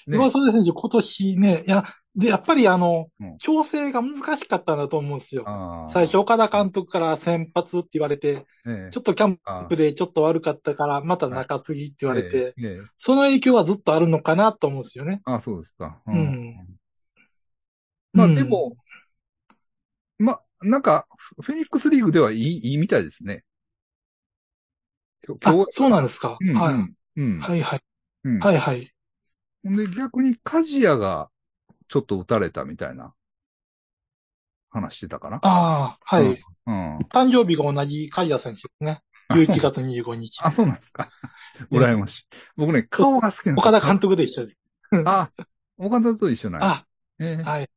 Speaker 1: ー、ね
Speaker 2: 岩沢選手、今年ね、いや、で、やっぱりあの
Speaker 1: うん、
Speaker 2: 調整が難しかったんだと思うんですよ。
Speaker 1: あー
Speaker 2: 最初、岡田監督から先発って言われて、
Speaker 1: ええ
Speaker 2: ちょっとキャンプでちょっと悪かったから、また中継ぎって言われて、
Speaker 1: ええええ
Speaker 2: その影響はずっとあるのかなと思うんですよね。
Speaker 1: あ、そうですか。
Speaker 2: うん
Speaker 1: まあ
Speaker 2: うん
Speaker 1: でも、まあ、なんか、フフェニックスリーグではいい、いいみたいですね。今日
Speaker 2: あ
Speaker 1: 今、日
Speaker 2: そうなんですか。
Speaker 1: うん、
Speaker 2: はい
Speaker 1: うん。
Speaker 2: はいはい。
Speaker 1: うん。
Speaker 2: はいはい。
Speaker 1: ほんで、逆に鍛冶屋がちょっと打たれたみたいな話してたかな。
Speaker 2: ああ、はい。
Speaker 1: うんうん。
Speaker 2: 誕生日が同じカイア選手ですね。11月25日。
Speaker 1: あ、そうなんですか。羨ましい。僕ね、顔が好きなんです
Speaker 2: 岡
Speaker 1: よ
Speaker 2: 田監督で一緒です。
Speaker 1: あ、岡田と一緒なんや
Speaker 2: あ、
Speaker 1: ええ
Speaker 2: はい。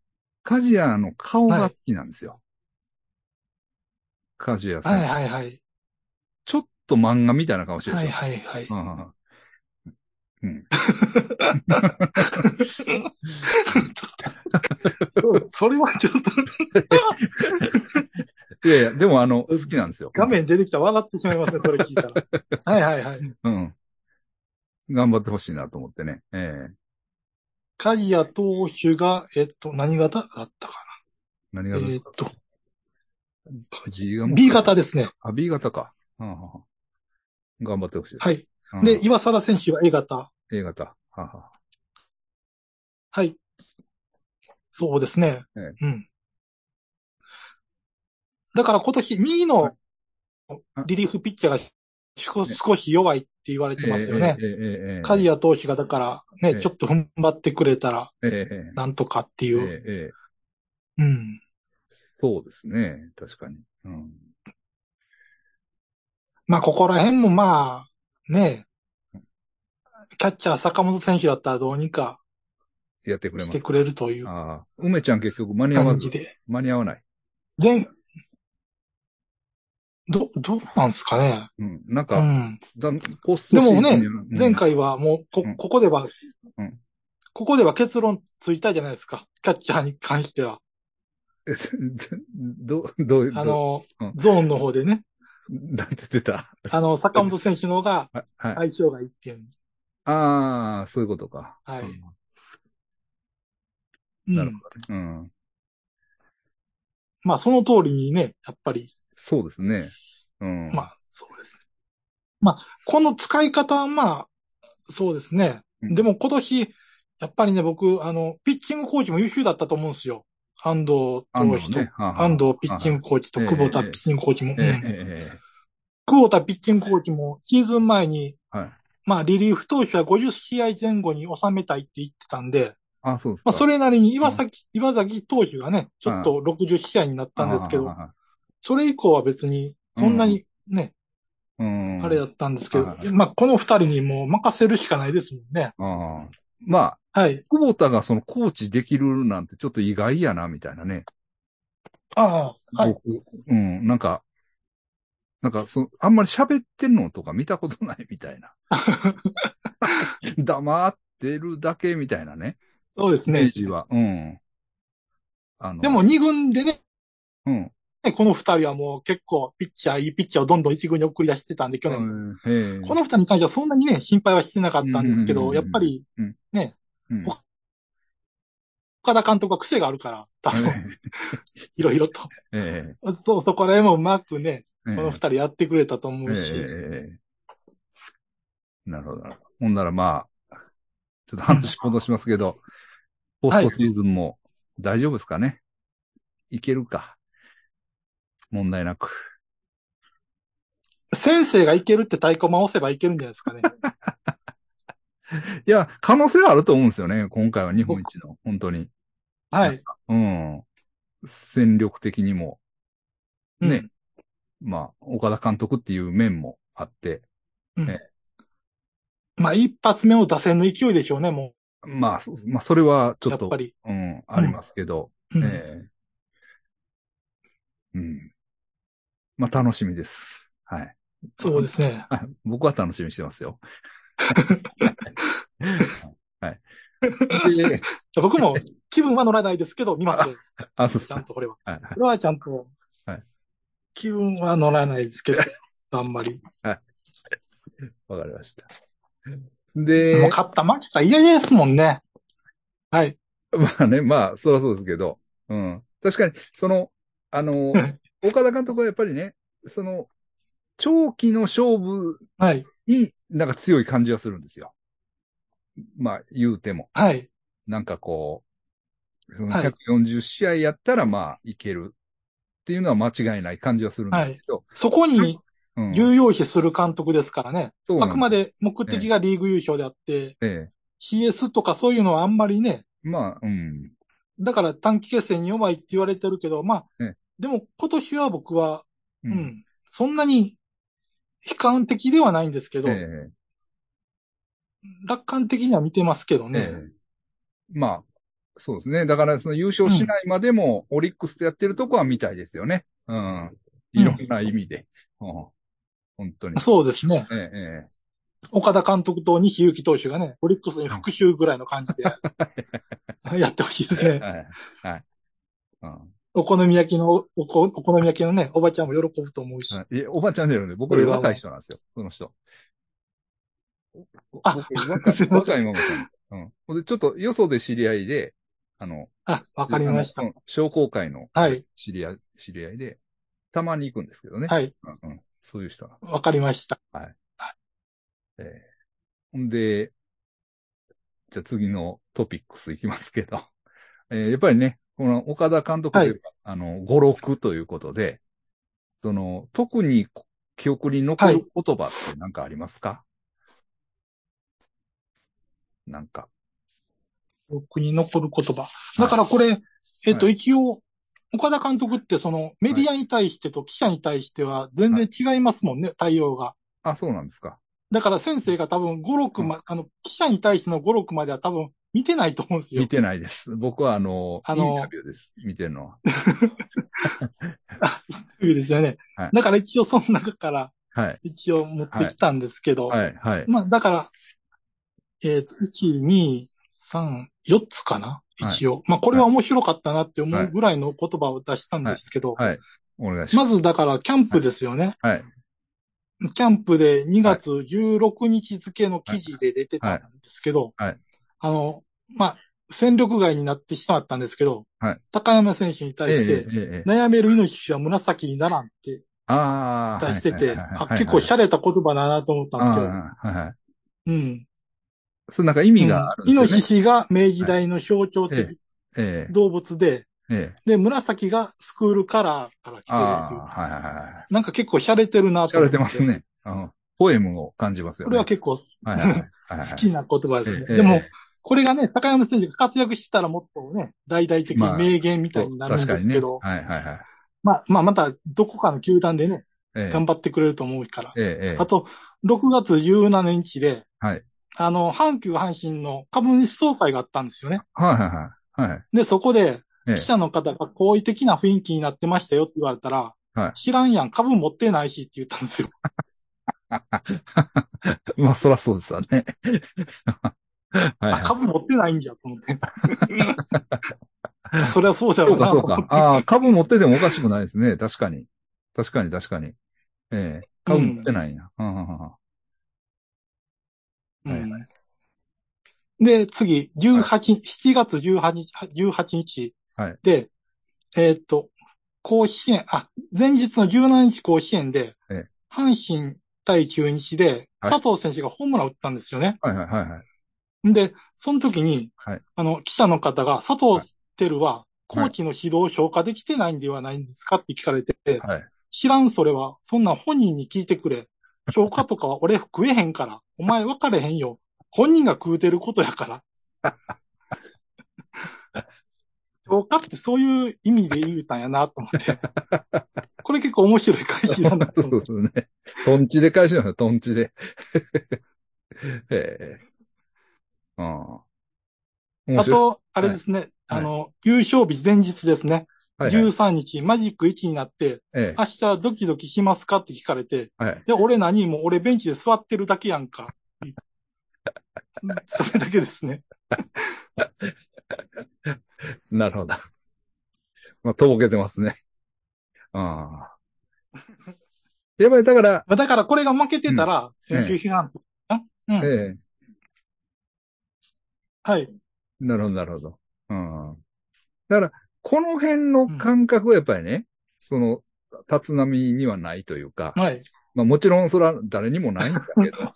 Speaker 1: 鍛冶屋の顔が好きなんですよ。鍛冶屋さん。
Speaker 2: はいはいはい。
Speaker 1: ちょっと漫画みたいな顔してる
Speaker 2: は
Speaker 1: で
Speaker 2: い
Speaker 1: しょ。
Speaker 2: はいはい。
Speaker 1: うんうん。
Speaker 2: それはちょっと
Speaker 1: いやいや、でもあの、好きなんですよ。
Speaker 2: 画面出てきたら笑ってしまいますね、それ聞 いたら。はいはいはい。
Speaker 1: うん。頑張ってほしいなと思ってね。ええ
Speaker 2: カイア投手が、えっと、何型だったか
Speaker 1: 何
Speaker 2: な
Speaker 1: 型で
Speaker 2: え
Speaker 1: す
Speaker 2: っ
Speaker 1: か、
Speaker 2: と、
Speaker 1: ?G が
Speaker 2: B。型ですね。
Speaker 1: あ、B 型か。うんうんうん頑張ってほしいです。
Speaker 2: はい。
Speaker 1: うん
Speaker 2: で、岩貞選手は A 型。
Speaker 1: A 型。はあはあ
Speaker 2: はい。そうですね。
Speaker 1: え
Speaker 2: うん。だから今年、右
Speaker 1: はい
Speaker 2: の
Speaker 1: あ
Speaker 2: リリーフピッチャーが少
Speaker 1: ね
Speaker 2: 少し弱いって言われてますよね
Speaker 1: え。えええええ
Speaker 2: カジア投手がだから
Speaker 1: ええ
Speaker 2: ね、ちょっと踏ん張ってくれたら、
Speaker 1: えええ
Speaker 2: なんとかってい
Speaker 1: ええ
Speaker 2: う。
Speaker 1: えええ
Speaker 2: うん。
Speaker 1: そうですね。確かに。うん。
Speaker 2: まあ、ここら辺もまあ、ね、キャッチャー坂本選手だったらどうにか
Speaker 1: やってくれま
Speaker 2: し
Speaker 1: す
Speaker 2: て。くれるという
Speaker 1: ああ。梅ちゃん結局間に合わ
Speaker 2: 感
Speaker 1: ず
Speaker 2: じ、で。
Speaker 1: 間に合わない。
Speaker 2: 全、ど、どうなんですかね。
Speaker 1: うん。なん
Speaker 2: う
Speaker 1: か、
Speaker 2: ん。
Speaker 1: だポストシーズンに
Speaker 2: でもね
Speaker 1: うん
Speaker 2: 前回はもう、こ
Speaker 1: うん、
Speaker 2: ここでは
Speaker 1: うん、
Speaker 2: ここでは結論ついたじゃないですか。キャッチャーに関しては。
Speaker 1: ど、どう、ど
Speaker 2: あ
Speaker 1: う、
Speaker 2: の
Speaker 1: うん、
Speaker 2: ゾーンの方で ね。
Speaker 1: なんて言ってた。
Speaker 2: あの、坂本選手の方が
Speaker 1: はい。はい、
Speaker 2: 相性がいいっていう。
Speaker 1: ああ、そういうことか。
Speaker 2: はい
Speaker 1: うん
Speaker 2: うん
Speaker 1: なるほどね。うん。
Speaker 2: まあ、その通りにね、やっぱり、
Speaker 1: そうですね。うん。
Speaker 2: まあ、そうですね。まあ、この使い方は、まあ、そうですね。
Speaker 1: うん
Speaker 2: でも今年、やっぱりね、僕、あの、ピッチングコーチも優秀だったと思うんですよ。安藤投
Speaker 1: 安
Speaker 2: 手
Speaker 1: 藤
Speaker 2: と、
Speaker 1: ね。はあはあ
Speaker 2: 安藤ピッチングコーチと
Speaker 1: はい
Speaker 2: 久保田
Speaker 1: ええ
Speaker 2: ピッチングコーチも。うん
Speaker 1: えええええ
Speaker 2: 久保田ピッチングコーチも、シーズン前に、
Speaker 1: えはい。
Speaker 2: まあ、リリーフ投手は50試合前後に収めたいって言ってたんで、
Speaker 1: あ、そうですか。
Speaker 2: まあ、それなりに岩崎、岩崎投手がね、ちょっと60試合になったんですけ
Speaker 1: は
Speaker 2: ど
Speaker 1: あ、はあはあ
Speaker 2: それ以降は別に、そんなにね、
Speaker 1: うん。
Speaker 2: あれだったんですけど、
Speaker 1: はい
Speaker 2: まあ、この二人にもう任せるしかないですもんね。
Speaker 1: ああ。まあ、
Speaker 2: はい。
Speaker 1: 久保田がそのコーチできるなんてちょっと意外やな、みたいなね。
Speaker 2: ああ、はい。
Speaker 1: 僕、うん、なんか、なんかそ、あんまり喋ってんのとか見たことないみたいな。 黙ってるだけみたいなね。
Speaker 2: そうです
Speaker 1: イメー
Speaker 2: ね。
Speaker 1: ジは。うん。あの、
Speaker 2: でも、二軍でね、
Speaker 1: うん。
Speaker 2: この二人はもう結構ピッチャー、いいピッチャーをどんどん一軍に送り出してたんで、去年。
Speaker 1: ええ
Speaker 2: この二人に関してはそんなにね、心配はしてなかったんですけ
Speaker 1: うんうん
Speaker 2: ど、
Speaker 1: うん
Speaker 2: やっぱり
Speaker 1: うん
Speaker 2: 岡田監督は癖があるから、多分、 いろいろと。
Speaker 1: ええ
Speaker 2: そう、そこら辺もうまくね、
Speaker 1: ええ
Speaker 2: この二人やってくれたと思
Speaker 1: え
Speaker 2: うし。
Speaker 1: えなるほどなるほど。ほんならまあ、ちょっと話戻しますけ ど、ポストシーズンも大丈夫ですかね、い、けるか問題なく。
Speaker 2: 先生がいけるって太鼓回せばいけるんじゃないですかね。
Speaker 1: いや、可能性はあると思うんですよね。今回は日本一の、本当に。
Speaker 2: はい。
Speaker 1: うん。戦力的にも、
Speaker 2: うん
Speaker 1: ね。まあ、岡田監督っていう面もあって、
Speaker 2: まあ、一発目の打線の勢いでしょうね、も
Speaker 1: まあ、そまあ、それはち
Speaker 2: う。
Speaker 1: ょ
Speaker 2: や
Speaker 1: っ
Speaker 2: っ
Speaker 1: と
Speaker 2: ぱ、り。
Speaker 1: うん、ありますけど、
Speaker 2: うん
Speaker 1: ええうん。まあ、楽しみです。はい。
Speaker 2: そうですね。
Speaker 1: はい僕は楽しみにしてますよ。はい。で
Speaker 2: 僕も気分は乗らないですけど、見ますよ。
Speaker 1: あ、そうで
Speaker 2: ち
Speaker 1: す
Speaker 2: ゃ
Speaker 1: ね
Speaker 2: んとこれは。
Speaker 1: はい
Speaker 2: これはちゃんと
Speaker 1: はい。
Speaker 2: 気分は 乗らないですけど、あんまり。
Speaker 1: わかりました。
Speaker 2: もう
Speaker 1: で、
Speaker 2: 勝った、負けた、いやいやですもんね。はい。
Speaker 1: まあね、まあ、そりゃそうですけど、うん。確かに、その、あの、岡田監督はやっぱりね、その、長期の勝負
Speaker 2: はい。
Speaker 1: に、なんか強い感じはするんですよ。まあ、言うても。
Speaker 2: はい。
Speaker 1: なんかこう、その
Speaker 2: はい
Speaker 1: 140試合やったら、まあ、いけるっていうのは間違いない感じはするんですけど、
Speaker 2: そこに
Speaker 1: うん。
Speaker 2: 重要視する監督ですからね。
Speaker 1: そうな
Speaker 2: あ
Speaker 1: ん
Speaker 2: くまで目的がリーグ優勝であって、
Speaker 1: ええ
Speaker 2: CS とかそういうのはあんまりね、
Speaker 1: まあ、うん。
Speaker 2: だから短期決戦に弱いって言われてるけど、まあ、
Speaker 1: ええ
Speaker 2: でも今年は僕は、
Speaker 1: う
Speaker 2: うん。そんなに悲観的ではないんですけど、
Speaker 1: ええ
Speaker 2: 楽観的には見てますけどね。
Speaker 1: ええまあ、そうですね。だから、その優勝しないまでも、オリックスとやってるとこはみたいですよね。うん。いろんな意味で。うん、本当に。
Speaker 2: そうですね。
Speaker 1: えええ
Speaker 2: 岡田監督と西祐希投手がね、オリックスに復讐ぐらいの感じでやってほしいです
Speaker 1: え
Speaker 2: ね。
Speaker 1: はい。はい。うん
Speaker 2: お好み焼きの、おおお好み焼きのね、おばちゃんも喜ぶと思うし。
Speaker 1: いや、おばちゃんじゃなくて、僕より若い人なんですよ。その人。
Speaker 2: あ
Speaker 1: 僕若
Speaker 2: すい
Speaker 1: い、
Speaker 2: ませ
Speaker 1: 若
Speaker 2: ん
Speaker 1: いままさん。うん。ほんで、ちょっと、よそで知り合いで、あの、
Speaker 2: あ、わかりました
Speaker 1: あの。うん商工会の
Speaker 2: はい、
Speaker 1: 知り合い、知り合いで、たまに行くんですけどね。
Speaker 2: はい、
Speaker 1: うんうん、そういう人なんです
Speaker 2: わかりました。
Speaker 1: えーほんで、じゃあ次のトピックスいきますけど、 えーやっぱりね、この岡田監督といえば、あの、語録ということで、その、特にこ記憶に残る言葉って何かありますか、なんか。
Speaker 2: 僕に残る言葉。だからこれ、えっと、一応、岡田監督ってそのメディアに対してと記者に対しては全然違いますもんね、対応が。
Speaker 1: あ、そうなんですか。
Speaker 2: だから先生が多分5、6ま、あの、記者に対しての5、6までは多分見てないと思うんですよ
Speaker 1: 見。てないです。僕はあの、
Speaker 2: あの
Speaker 1: インタビューです。見てるのは。
Speaker 2: あ、インタビューですよね。
Speaker 1: はい
Speaker 2: だから一応その中から
Speaker 1: はい。
Speaker 2: 一応持ってきたんですけど、
Speaker 1: はい、はい。
Speaker 2: まあ、だから、えっ、と、1、2、3、4つかな一応。まあ、これは面白かったなって思うぐらいの言葉を出したんですけど、
Speaker 1: はい。お願いしま
Speaker 2: まずだから、キャンプですよね。
Speaker 1: す。はい。
Speaker 2: キャンプで2月16日付の記事で出てたんですけど、
Speaker 1: はいはい
Speaker 2: あの、まあ、戦力外になってしまったんですけど、
Speaker 1: はい
Speaker 2: 高山選手に対し
Speaker 1: ええ
Speaker 2: て、
Speaker 1: ええええ
Speaker 2: 悩める命は紫にならんって
Speaker 1: ああ。
Speaker 2: 出してて、
Speaker 1: はいはいはい
Speaker 2: あ
Speaker 1: はい
Speaker 2: 結構洒落た言葉だなと思ったんですけど、
Speaker 1: ああはいはい。
Speaker 2: うん。
Speaker 1: それなんか意味があるん
Speaker 2: イノ
Speaker 1: ですよ
Speaker 2: シ
Speaker 1: ね。
Speaker 2: シが明治大の象徴的
Speaker 1: え
Speaker 2: 動物で、
Speaker 1: え、ええ。
Speaker 2: で、紫がスクールカラーから来てる
Speaker 1: あ
Speaker 2: っていう。
Speaker 1: あ、はいはいはい。
Speaker 2: なんか結構洒落てるなと
Speaker 1: しゃ
Speaker 2: 思っ
Speaker 1: れ
Speaker 2: て。
Speaker 1: てます。ね。うん。ポエムを感じますよ
Speaker 2: こ
Speaker 1: ね。
Speaker 2: れは結構す、
Speaker 1: はいはいはいはいはい
Speaker 2: 好きな言葉ですね。
Speaker 1: ええ
Speaker 2: で
Speaker 1: え
Speaker 2: も
Speaker 1: え、
Speaker 2: これがね、高山選手が活躍してたらもっとね、大々的に名言みたいになるんですけど、
Speaker 1: そう確かにね。はいはいはい。
Speaker 2: まあ、まあ、またどこかの球団でね、
Speaker 1: ええ
Speaker 2: 頑張ってくれると思うから。
Speaker 1: ええ、ええ
Speaker 2: あ。と、6月17日で、
Speaker 1: はい
Speaker 2: あの、阪急阪神の株主総会があったんですよね。
Speaker 1: はいはいはい。はい。
Speaker 2: で、そこで、
Speaker 1: ええ
Speaker 2: 記者の方が好意的な雰囲気になってましたよって言われたら、
Speaker 1: はい
Speaker 2: 知らんやん、株持ってないしって言ったんですよ。
Speaker 1: まあ、そらそうですわね。 はい
Speaker 2: あ、
Speaker 1: はい。
Speaker 2: 株持ってないんじゃと思って。 そりゃそう
Speaker 1: そ
Speaker 2: だろ
Speaker 1: う
Speaker 2: う
Speaker 1: か
Speaker 2: な。
Speaker 1: そうか。ああ、株持っててもおかしくないですね。確かに。確かに確かに。ええ。株持ってないな。うんうんうんうん
Speaker 2: う
Speaker 1: はい
Speaker 2: んで、次、18、7月18日、18日
Speaker 1: はい
Speaker 2: で、えーっと、甲子園、あ、前日の17日甲子園で
Speaker 1: ええ、
Speaker 2: 阪神対中日で、
Speaker 1: はい
Speaker 2: 佐藤選手がホームラン打ったんですよね。
Speaker 1: はいはいはいはい。
Speaker 2: で、その時に、
Speaker 1: はい
Speaker 2: あの、記者の方が、佐藤輝は、コーチの指導を消化できてないんではないんですかって聞かれて、
Speaker 1: はい。
Speaker 2: 知らんそれは、そんなん本人に聞いてくれ。消化とかは俺食えへんから、お前分かれへんよ。本人が食うてることやから。消化ってそういう意味で言うたんやなと思って。これ結構面白い返しだな と
Speaker 1: そう
Speaker 2: 思っ
Speaker 1: そうそうね。トンチで返しなさい、トンチで。 ええうん。
Speaker 2: て。
Speaker 1: 面白
Speaker 2: あ
Speaker 1: い、
Speaker 2: と、あれですね、あの、優勝日前日ですね。
Speaker 1: はいはい、
Speaker 2: 13日、マジック1になって、
Speaker 1: ええ
Speaker 2: 明日ドキドキしますかって聞かれて、
Speaker 1: はい。
Speaker 2: いや、俺何もう俺ベンチで座ってるだけや んか。それだけですね。
Speaker 1: なるほど。 まあ、とぼけてますね。ああ。やっぱりだから、
Speaker 2: まあだからこれが負けてたら、
Speaker 1: うん
Speaker 2: 選手批判とか、うん
Speaker 1: ええ
Speaker 2: はい。
Speaker 1: なるほど、なるほど。うん。だから、この辺の感覚はやっぱりね、その、立浪にはないというか、
Speaker 2: はい。
Speaker 1: まあもちろんそれは誰にもないんだけ ど、だ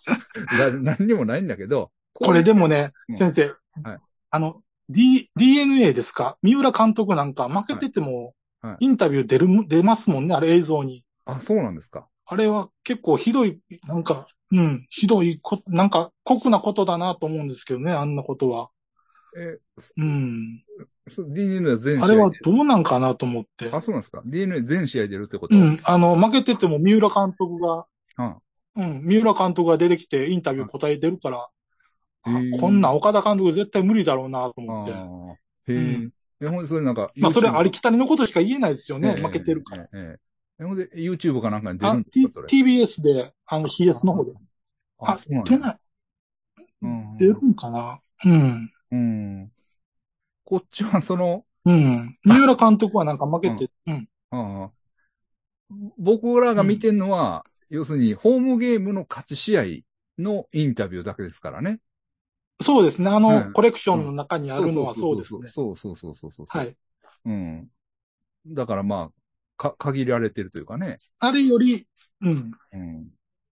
Speaker 1: 何にもないんだけど、
Speaker 2: これでもね、
Speaker 1: うん
Speaker 2: 先生。
Speaker 1: はい
Speaker 2: あの、D、DNA ですか三浦監督なんか負けてても
Speaker 1: はいは、い
Speaker 2: インタビュー出るも、出ますもんね、あれ映像に。
Speaker 1: あ、そうなんですか。
Speaker 2: あれは結構ひどい、なんか、うん、ひどいこ、なんか酷なことだなと思うんですけどね、あんなことは。
Speaker 1: え、
Speaker 2: うん。
Speaker 1: そ DNA は全試合
Speaker 2: あ
Speaker 1: で
Speaker 2: れはどうなんかなと思って。
Speaker 1: あ、そうなんですか。DNA 全試合出るってこと
Speaker 2: う
Speaker 1: は、
Speaker 2: ん、あの、負けてても三浦監督が、
Speaker 1: うん
Speaker 2: うん、三浦監督が出てきてインタビュー答えてるから、あ
Speaker 1: へー
Speaker 2: こんなん岡田監督絶対無理だろうなと思って。
Speaker 1: ああ。へえ。
Speaker 2: うん
Speaker 1: え、ほんで、それなんか、
Speaker 2: まあ、それはあ
Speaker 1: り
Speaker 2: りきたりのことしか言えないですよね。負けてるから。。
Speaker 1: えええええほんで、YouTube かなんかに出る
Speaker 2: あ
Speaker 1: んで
Speaker 2: T-
Speaker 1: すか、それ。
Speaker 2: TBS で、あの CS の方で。あ、
Speaker 1: そうなん
Speaker 2: 出
Speaker 1: だ
Speaker 2: ない、
Speaker 1: うん
Speaker 2: 出るんかなうん。
Speaker 1: うん。こっちはその、
Speaker 2: うん。三浦監督はなんか負けて、うん。
Speaker 1: ああ僕らが見てるのは、要するに、ホームゲームの勝ち試合のインタビューだけですからね。
Speaker 2: そうですね。あ
Speaker 1: は
Speaker 2: の、
Speaker 1: い
Speaker 2: コレクションの中にあるのはそうですね。
Speaker 1: そうそうそうそうそう。
Speaker 2: は。い。
Speaker 1: うん。だからまあ、か、限られてるというかね。
Speaker 2: あれより、うん。
Speaker 1: うん。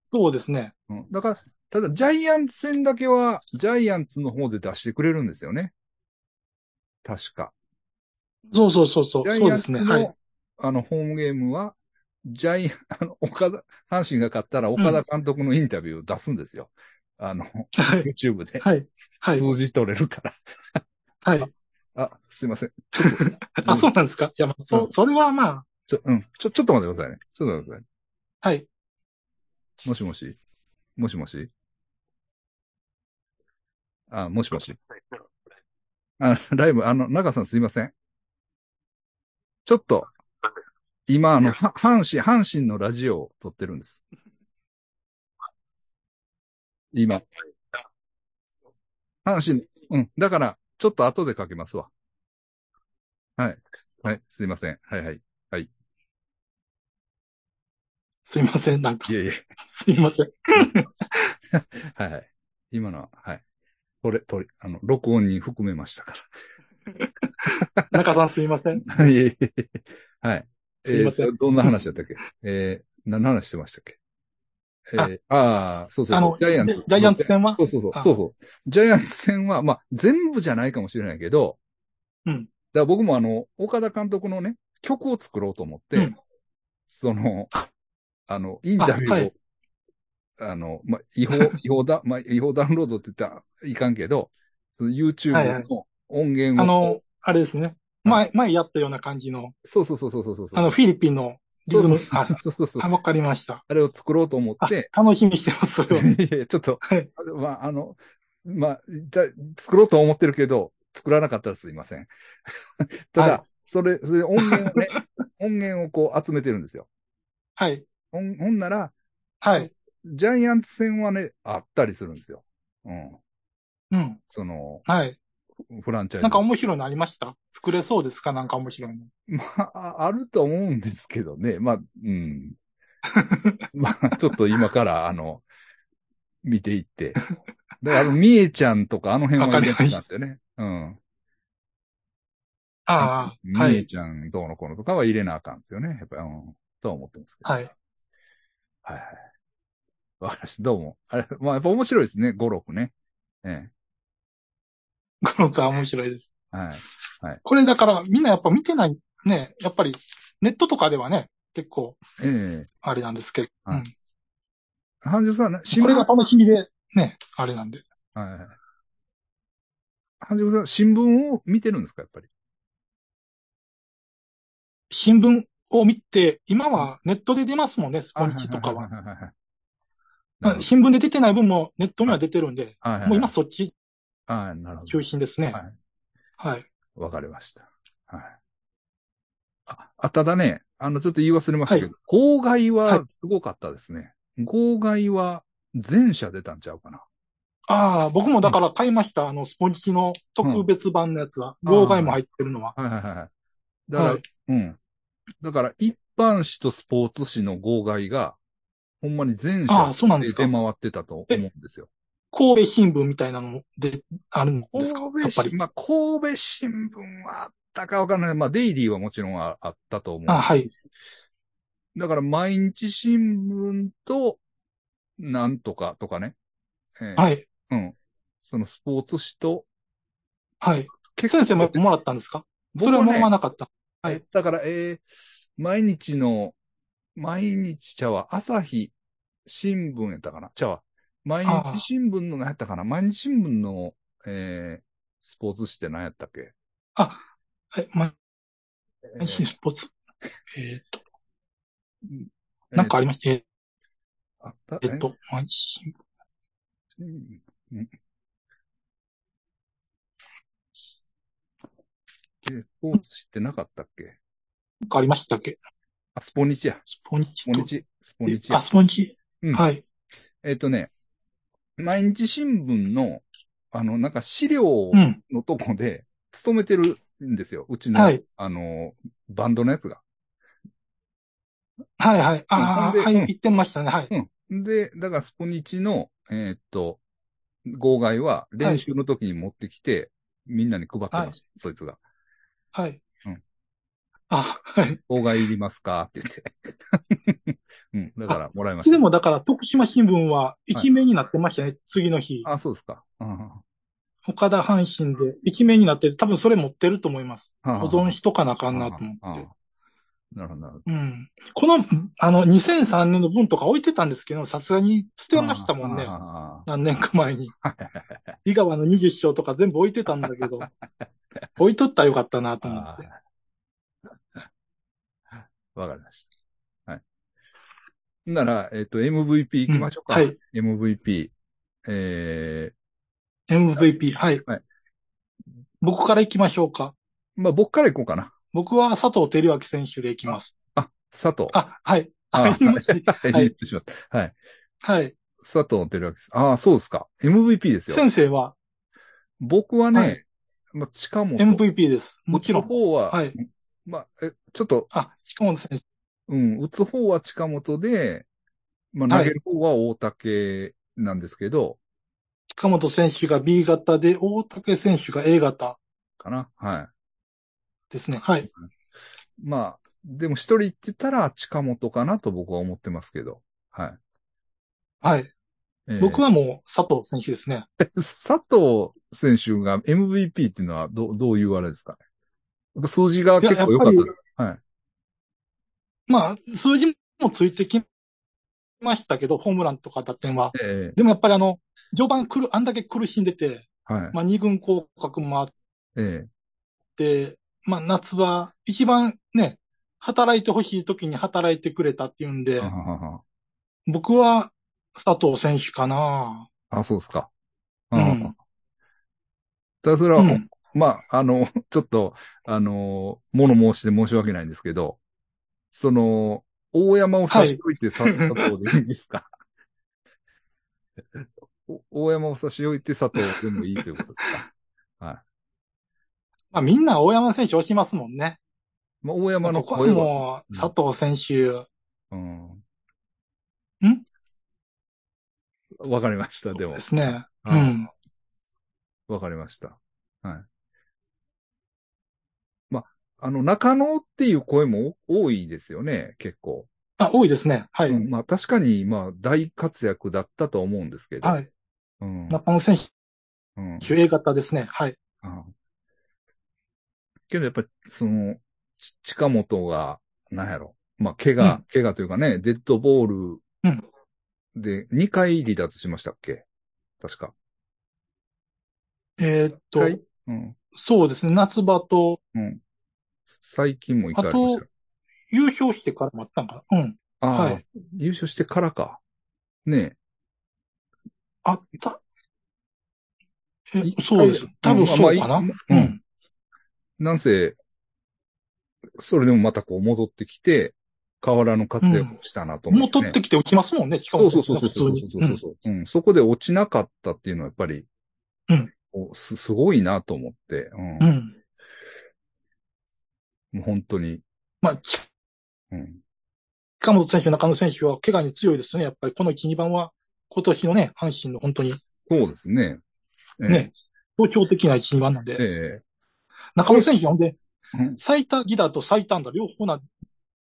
Speaker 2: そうですね。
Speaker 1: うん、だから、ただジャイアンツ戦だけは、ジャイアンツの方で出してくれるんですよね。確か。
Speaker 2: そうそうそうそう。
Speaker 1: ジ
Speaker 2: そ
Speaker 1: ャ
Speaker 2: う
Speaker 1: イア
Speaker 2: で
Speaker 1: ン
Speaker 2: す
Speaker 1: ツ
Speaker 2: ね。
Speaker 1: の、
Speaker 2: はい。
Speaker 1: あの、ホームゲームは、ジャイアン、 あの、岡田、阪神が勝ったら岡田監督のインタビューを出すんですよ。あの、
Speaker 2: はい。
Speaker 1: YouTube で。
Speaker 2: はい。はい。
Speaker 1: 数字取れるから。
Speaker 2: はい。
Speaker 1: あ、すいません。
Speaker 2: あ、そうなんですかいや、まあ、そ、それはま
Speaker 1: ちょ、うん。ちょ、ちょっと待ってくださいね。ちょっと待ってくださ
Speaker 2: あ、はい。
Speaker 1: い。もしもし。もしもし。あ、もしもし。あライブ、あの、中さんすいません。ちょっと、今、あの、は阪神、阪神のラジオを撮ってるんです。今。阪神、うん。だから、ちょっと後でかけますわ。はい。はい、すいません。はいはい。
Speaker 2: すいません。なんか
Speaker 1: い、えいえ。
Speaker 2: すいません。
Speaker 1: はいはい。今のは、はい。これ、とり、あの、録音に含めましたか
Speaker 2: 中さんすいません。
Speaker 1: ら。いえいえ。はい。
Speaker 2: すいません
Speaker 1: えーどんな話だったっけえー、何の話してましたっけえー、ああー、そうそう
Speaker 2: あ
Speaker 1: そう
Speaker 2: の、ジャイアンツ。ジャイアンツ戦は
Speaker 1: そうそうそう。
Speaker 2: あ
Speaker 1: そうそう。ジャイアンツ戦は、まあ、全部じゃないかもしれないけど、
Speaker 2: う
Speaker 1: だ
Speaker 2: ん
Speaker 1: から僕もあの、岡田監督のね、曲を作ろうと思って、
Speaker 2: うん
Speaker 1: その、あの、インタビューを、あ,、
Speaker 2: あはい
Speaker 1: の、まあ、違 法、違法だ、まあ、違法ダウンロードって言ったらいかんけど、その YouTube
Speaker 2: はいはい
Speaker 1: の音源を、
Speaker 2: あの、あれですね。前、前やったような感じの、
Speaker 1: そうそうそうそうそうそう。
Speaker 2: あの、フィリピンのリズム、あ、
Speaker 1: そうそうそう
Speaker 2: あ。わかりました。
Speaker 1: あれを作ろうと思っ
Speaker 2: あ
Speaker 1: て、、
Speaker 2: 楽しみにしてます、それは。
Speaker 1: いやいやちょっと、
Speaker 2: はい
Speaker 1: あのまあ、あの、まあ、だ作ろうとは思ってるけど、作らなかったらすいません。 ただ、
Speaker 2: は
Speaker 1: それ、それで音源 をね、音源をこう集めてるんですよ。
Speaker 2: はい。
Speaker 1: ほん、ほんなら、
Speaker 2: はい。
Speaker 1: ジャイアンツ戦はね、あったりするんですよ。うん。
Speaker 2: うん。
Speaker 1: その、
Speaker 2: はい。
Speaker 1: フランチャイズ。
Speaker 2: なんか面白いのありました作れそうですかなんか面白いの。
Speaker 1: まあ、あると思うんですけどね。まあ、 うん。まあ、ちょっと今から、あの、見ていって。だから、あの、みえちゃんとか、あの辺は
Speaker 2: わかり
Speaker 1: 入れて
Speaker 2: ました
Speaker 1: んですよね。うん。
Speaker 2: ああ、は
Speaker 1: みえ
Speaker 2: い。
Speaker 1: ちゃんどうのこうのとかは入れなあかんですよね。やっぱり、うん。とは思ってますけど。
Speaker 2: はい。
Speaker 1: はいはい。わかりました。どうも。あれ、まあ、やっぱ面白いですね。五六ね。え
Speaker 2: この歌は面白いです。
Speaker 1: え。はい。
Speaker 2: これだから、みんなやっぱ見てない、ね、やっぱり、ネットとかではね、結構、
Speaker 1: ええ
Speaker 2: あれなんですけど。う
Speaker 1: はい
Speaker 2: ん。
Speaker 1: 繁盛さん、新
Speaker 2: これが
Speaker 1: 聞、
Speaker 2: 楽しみで、ね、あれなんで。
Speaker 1: はい。繁盛さん、新聞を見てるんですか、やっぱり。
Speaker 2: 新聞を見て、今はネットで出ますもんね、スポニチとかは。
Speaker 1: いいいはい。
Speaker 2: まあ新聞で出てない分もネットには出てるんで、
Speaker 1: はいはい
Speaker 2: もう今そっち
Speaker 1: ああ、なるほど
Speaker 2: 中。心ですね
Speaker 1: はい。
Speaker 2: はい。
Speaker 1: わかりました。はい。あ、あただね、あの、ちょっと言い忘れましたけど、号外
Speaker 2: はい
Speaker 1: はすごかったですね。号外は全社出たんちゃうかな。
Speaker 2: ああ、僕もだから買いました。あの、スポニチの特別版のやつは、
Speaker 1: うん
Speaker 2: 号外も入ってるのは。
Speaker 1: はいはいはいはい。だから、
Speaker 2: はい
Speaker 1: うん。だから、一般紙とスポーツ紙の号外が、ほんまに全
Speaker 2: あ
Speaker 1: 社
Speaker 2: あ、そうなんで
Speaker 1: です出
Speaker 2: か
Speaker 1: 回。ってたと思うんですよ。
Speaker 2: 神戸新聞みたいなので、あるんですか
Speaker 1: 神
Speaker 2: や
Speaker 1: 戸
Speaker 2: っぱ
Speaker 1: 新聞、
Speaker 2: り。
Speaker 1: まあ、神戸新聞はあったかわかんない。まあ、デイリーはもちろんああったと思う。
Speaker 2: あ、はい。
Speaker 1: だから、毎日新聞と、なんとかとかね。ええ
Speaker 2: はい。
Speaker 1: うん。そのスポーツ紙と、
Speaker 2: はい。
Speaker 1: 結構
Speaker 2: 先生ももらったんですかそれはもらわなかった。はい
Speaker 1: えだから、えー毎日の、毎日ちゃわ、朝日新聞やったかなちゃわ、毎
Speaker 2: ああ
Speaker 1: 日新聞の何やったかな毎日新聞の、えースポーツ紙って何やったっけ、
Speaker 2: あ、え、ま、
Speaker 1: えー
Speaker 2: 配信スポーツ。えーっと、
Speaker 1: えー
Speaker 2: なんかありました。え
Speaker 1: あった
Speaker 2: ーっと、配信
Speaker 1: えーうんえースポーツ紙ってなかったっけ
Speaker 2: なんかありましたっけ
Speaker 1: あ、スポニチや。
Speaker 2: スポニ
Speaker 1: ス
Speaker 2: チ
Speaker 1: ポ
Speaker 2: と
Speaker 1: ニ。チ。スポニチ
Speaker 2: え
Speaker 1: や
Speaker 2: あ、。スポニチ。
Speaker 1: うん
Speaker 2: はい。
Speaker 1: えっ、とね、毎日新聞の、あの、なんか資料を
Speaker 2: うん。
Speaker 1: のとこで、勤めてるんですよ。うちの、
Speaker 2: はい。
Speaker 1: あの、バンドのやつが。
Speaker 2: はいはい。ああ、
Speaker 1: うん
Speaker 2: は
Speaker 1: ほん
Speaker 2: い。
Speaker 1: でうん
Speaker 2: 言ってましたね。はい。
Speaker 1: うん。で、だからスポニチの、えーっと、号外は練習の時に持ってきて、みんなに配ってます、
Speaker 2: はい
Speaker 1: そいつが。
Speaker 2: はい。
Speaker 1: うん
Speaker 2: あ、はい。
Speaker 1: 号外いりますかって言って。うん。 だから、もらいうま
Speaker 2: ち
Speaker 1: し
Speaker 2: で
Speaker 1: た。
Speaker 2: もだから徳島新聞は一面になってましたね。次の日。
Speaker 1: あ、そうですか。うん
Speaker 2: 岡田阪神で一面になってて、多分それ持ってると思います。保存しとかなあか
Speaker 1: た
Speaker 2: んなと思って。。
Speaker 1: なるほど、なるほど。
Speaker 2: うん。この、あの、2003年の分とか置いてたんですけど、さすがに捨てましたもんね
Speaker 1: あ。あ
Speaker 2: 何年か前に。井川の20章とか全部置いてたんだけ ど、置いとったらよかったなと思っ
Speaker 1: あ
Speaker 2: て。
Speaker 1: あ わかりました。はい。なら、えっ、と、MVP 行きましょうか。
Speaker 2: うんはい。
Speaker 1: MVP。え
Speaker 2: MVP、はい。
Speaker 1: はい
Speaker 2: 僕から行きましょうか。
Speaker 1: ー、まあ、僕から行こうかな。
Speaker 2: 僕は佐藤輝明選手で行きます。
Speaker 1: あ、佐藤。
Speaker 2: あ、はい。
Speaker 1: あ
Speaker 2: あ、言いまし
Speaker 1: はい、
Speaker 2: はい
Speaker 1: 言ってしまった。はい。
Speaker 2: た。はい。
Speaker 1: 佐藤輝明です。ああ、そうですか。MVP ですよ。
Speaker 2: 先生は
Speaker 1: 僕はね、
Speaker 2: はい
Speaker 1: まあ、近本。
Speaker 2: MVP です。もちろ
Speaker 1: 打つ
Speaker 2: ん。
Speaker 1: 方は、
Speaker 2: はい。
Speaker 1: まあ、え、ちょっと、
Speaker 2: あ、近本選手。
Speaker 1: うん、打つ方は近本で、まあ、
Speaker 2: は
Speaker 1: 投
Speaker 2: い
Speaker 1: げる方は大竹なんですけど、
Speaker 2: 近本選手が B 型で、大竹選手が A 型
Speaker 1: かな。はい。
Speaker 2: ですね。はい。
Speaker 1: まあ、でも一人って言ったら近本かなと僕は思ってますけど。はい。
Speaker 2: はい。
Speaker 1: えー
Speaker 2: 僕、はもう佐藤選手ですね。
Speaker 1: 佐藤選手が MVP っていうのはどどういうあれですかね数字が結構良かっ
Speaker 2: いややっ
Speaker 1: た。はい。
Speaker 2: まあ、数字もついてきましたけど、ホームランとか打点は。
Speaker 1: え
Speaker 2: でもやっぱりあの、序盤くる、あんだけ苦しんでて、
Speaker 1: えはい。
Speaker 2: まあ二軍降格もあっ
Speaker 1: え
Speaker 2: て、まあ夏は一番ね、働いてほしい時に働いてくれたっていうん
Speaker 1: え
Speaker 2: で
Speaker 1: は、ははは
Speaker 2: 僕は佐藤選手かな
Speaker 1: あ、そうですか。
Speaker 2: うん
Speaker 1: ああただそれは、
Speaker 2: うん。
Speaker 1: まあ、あの、 ちょっと、あの、物申して申し訳ないんですけど、その、大山を差し置いてさ
Speaker 2: はい
Speaker 1: 佐藤でいいんですか お大山を差し置いて佐藤でもいいということです かはい。
Speaker 2: まあみんな大山選手押しますもんね。
Speaker 1: まあ、大山の
Speaker 2: ここは
Speaker 1: 声は、
Speaker 2: もう佐藤選手、
Speaker 1: うん。
Speaker 2: ん
Speaker 1: わかりました、でも
Speaker 2: で。すね。う
Speaker 1: はい
Speaker 2: ん。
Speaker 1: わかりました。はい。まあ、あの、中野っていう声も多いですよね、結構。
Speaker 2: あ、多いですね。はい。
Speaker 1: うんまあ確かに、まあ大活躍だったと思うんですけど。
Speaker 2: はい。
Speaker 1: うん。
Speaker 2: 中野選
Speaker 1: うん。
Speaker 2: 手、A 型ですね。はい。
Speaker 1: あけどやっぱり、その、ち近本が、なんやろ。まあ怪我、
Speaker 2: うん
Speaker 1: 怪我というかね、デッドボール
Speaker 2: うん
Speaker 1: で2回離脱しましたっけ確か。
Speaker 2: えーっと、
Speaker 1: はいうん。
Speaker 2: そうですね。夏場と
Speaker 1: うん。最近も1回ありましたよ。
Speaker 2: 優勝してからもあったんかなうん。
Speaker 1: ああ、
Speaker 2: はい
Speaker 1: 優勝してからか。ね
Speaker 2: あった。
Speaker 1: え。
Speaker 2: え、
Speaker 1: 一回
Speaker 2: そうです。多分そうかな。
Speaker 1: うんまあ
Speaker 2: う
Speaker 1: まあい
Speaker 2: ん。
Speaker 1: なんせ、それでもまたこう戻ってきて、河原の活躍をしたなと思
Speaker 2: もう
Speaker 1: って、
Speaker 2: 取ってきて打ちますもんね。しか
Speaker 1: そ
Speaker 2: も、
Speaker 1: うそうそうそう
Speaker 2: 普通
Speaker 1: そう
Speaker 2: に。
Speaker 1: そうそうそう、うん。そこで落ちなかったっていうのはやっぱり、
Speaker 2: うん
Speaker 1: おすすごいなと思って、うん
Speaker 2: うん。うん
Speaker 1: もう本当に、
Speaker 2: まあ、近
Speaker 1: うん。
Speaker 2: 本選手、中野選手は怪我に強いですね。やっぱりこの1、2番は今年のね、阪神の本当に
Speaker 1: そうですね。ええ
Speaker 2: ね。東京的な一二番なんで、
Speaker 1: ええ
Speaker 2: 中野選手呼んで
Speaker 1: うん、
Speaker 2: 最多ギダと最短だ、両方な、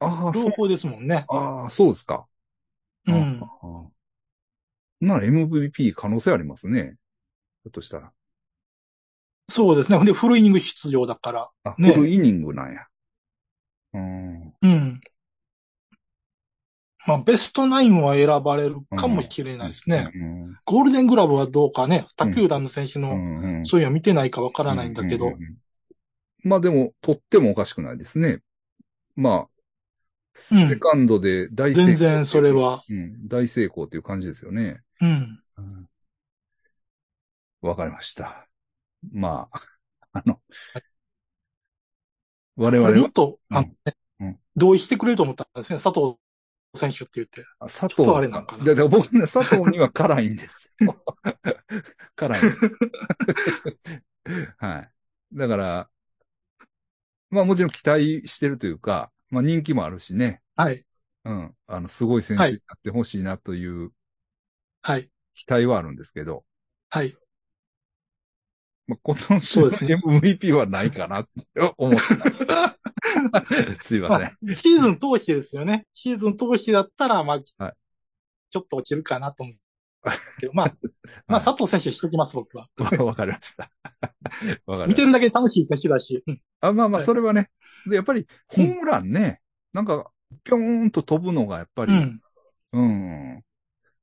Speaker 1: ああ、そ
Speaker 2: 両
Speaker 1: う。
Speaker 2: 方ですもんね。
Speaker 1: ああ、そうですか。
Speaker 2: うん
Speaker 1: あ。あ。なら MVP 可能性ありますね。ひょっとしたら。
Speaker 2: そうですね。ほんで、フルイニング出場だから。
Speaker 1: あ、
Speaker 2: ね
Speaker 1: フルイニングなんや。うん。
Speaker 2: うん。まあ、ベストナインは選ばれるかもしれないですね。
Speaker 1: うん。
Speaker 2: ゴールデングラブはどうかね、他球団の選手
Speaker 1: う
Speaker 2: の、
Speaker 1: んうん。
Speaker 2: そういうのは見てないかわからないんだけ
Speaker 1: う
Speaker 2: ど
Speaker 1: う、んまあでも、取ってもおかしくないですね。まあ、
Speaker 2: うん
Speaker 1: セカンドで大成功、
Speaker 2: 全然それ。は、
Speaker 1: うん、大成功っていう感じですよね。
Speaker 2: うん。
Speaker 1: うんわかりました。まあ、あの、我々
Speaker 2: も
Speaker 1: は
Speaker 2: っと、あのね
Speaker 1: うん
Speaker 2: 同意してくれると思ったんですね。佐藤選手って言って。
Speaker 1: あ佐
Speaker 2: ち
Speaker 1: 藤
Speaker 2: ょっとあれ
Speaker 1: です
Speaker 2: なんかない
Speaker 1: や、だから僕ね、佐藤には辛いんですよ。 辛い。 はい。だから、まあもちろん期待してるというか、まあ人気もあるしね、
Speaker 2: はい。
Speaker 1: うん、あの、すごい選手になってほしいなという
Speaker 2: はい。
Speaker 1: 期待はあるんですけど、
Speaker 2: はい。
Speaker 1: まあ今年
Speaker 2: そうですね
Speaker 1: の MVP はないかなって思 った。すい
Speaker 2: ま
Speaker 1: ません
Speaker 2: あ。、シーズン通してですよね。シーズン通してだったら、まあ、ち
Speaker 1: はい
Speaker 2: ょっと落ちるかなと思うんですけど、ま あ、まあ、佐藤選手しときます、僕は。
Speaker 1: わわかりました。わかりま
Speaker 2: 見
Speaker 1: した
Speaker 2: て。るだけで楽しい選手だし。うん
Speaker 1: あまあまあ、
Speaker 2: はい
Speaker 1: それはね。で、やっぱり、ホームランね、なんか、ぴょーんと飛ぶのが、やっぱり、
Speaker 2: う
Speaker 1: うん、
Speaker 2: ん。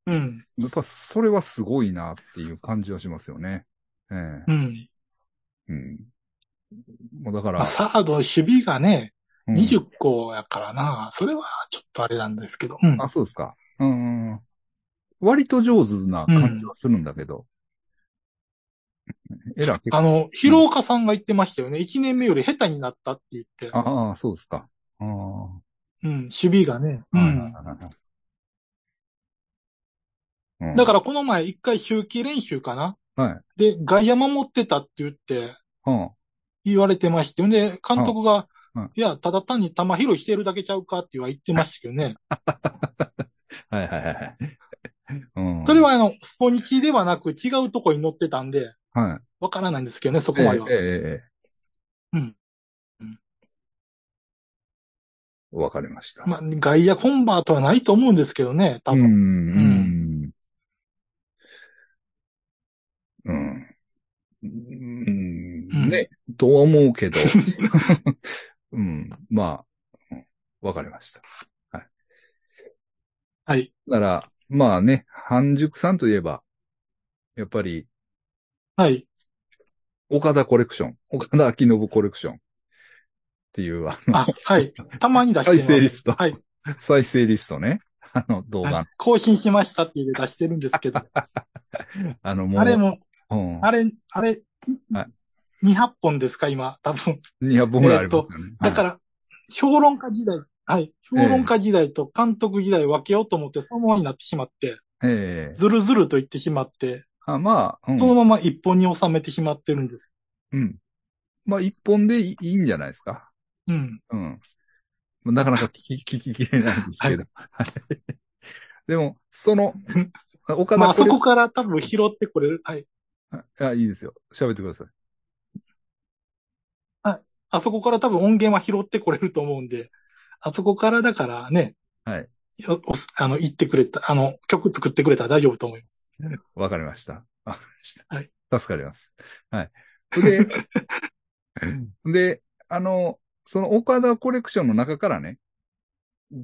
Speaker 2: うん。
Speaker 1: やっぱ、それはすごいなっていう感じはしますよね。ええ
Speaker 2: うん。
Speaker 1: うん。もうだか
Speaker 2: ま
Speaker 1: ら
Speaker 2: あ、、サード、守備がね、
Speaker 1: うん
Speaker 2: 20個やからな。それはちょっとあれなんですけど。うん。
Speaker 1: あ、そうですか。うん。割と上手な感じはするんだけど。えら、結構。
Speaker 2: あの、広岡さんが言ってましたよね。1年目より下手になったって言って。
Speaker 1: ああ、そうですか。ああ。
Speaker 2: うん、守備がね。う
Speaker 1: はいはい
Speaker 2: ん。
Speaker 1: はいはいうん
Speaker 2: だからこの前一回周期練習かな
Speaker 1: はい。
Speaker 2: で、外野守ってたって言って、
Speaker 1: うん。
Speaker 2: 言われてまして。んで、監督が
Speaker 1: うんうん、
Speaker 2: いや、ただ単に球拾いしてるだけちゃうかっては言ってましたけどね。
Speaker 1: はいはいはいはい。うん。
Speaker 2: それ、はあの、スポニチではなく違うとこに乗ってたんで、
Speaker 1: はい。
Speaker 2: わからないんですけどね、そこ
Speaker 1: ええ
Speaker 2: までは。
Speaker 1: ええええ
Speaker 2: うん。
Speaker 1: わかりました。
Speaker 2: まあ、外野コンバートはないと思うんですけどね、多
Speaker 1: うん、う
Speaker 2: 分。
Speaker 1: ん。うん。うん、ね、とは思うけど。 うん、まあ、うんわかりました。
Speaker 2: はい。
Speaker 1: なら、まあね、半熟さんといえば、やっぱり、
Speaker 2: はい。
Speaker 1: 岡田コレクション、岡田明信コレクションっていう、あの、
Speaker 2: あ、 はい。たまに出してます。
Speaker 1: 再生リスト
Speaker 2: はい。
Speaker 1: 再生リストね。あの動
Speaker 2: は
Speaker 1: 画
Speaker 2: い、更新しましたっていうで出してるんですけど、
Speaker 1: あの、もう、
Speaker 2: あれも、
Speaker 1: うん、
Speaker 2: あれ、あれ
Speaker 1: はい、
Speaker 2: 200本ですか、今、多分。
Speaker 1: 200本ぐらいありますよね。、
Speaker 2: だからら、評論家時代、はい。評論家時代と監督時代分けようと思って、そのままになってしまって、
Speaker 1: ええ
Speaker 2: ずるずると言ってしまって、
Speaker 1: あまあ、うん
Speaker 2: そのまま一本に収めてしまってるんです。
Speaker 1: うん。まあ、一本でいいいんじゃないですか。
Speaker 2: うん。
Speaker 1: うん。なかなか聞き、聞ききれないんですけど。はい。 でも、そ の、岡田
Speaker 2: まあ、あそ
Speaker 1: れ
Speaker 2: こから多分拾ってこれる。はい。
Speaker 1: あ、いいですよ。喋ってください。
Speaker 2: あそこから多分音源は拾ってこれると思うんで、あそこからだからね、
Speaker 1: はい
Speaker 2: よ。おあの、言ってくれた、あの、曲作ってくれたら大丈夫と思います。
Speaker 1: わかりました。わかりました。
Speaker 2: はい。
Speaker 1: 助かります。はい。で、 で、あの、その岡田コレクションの中からね、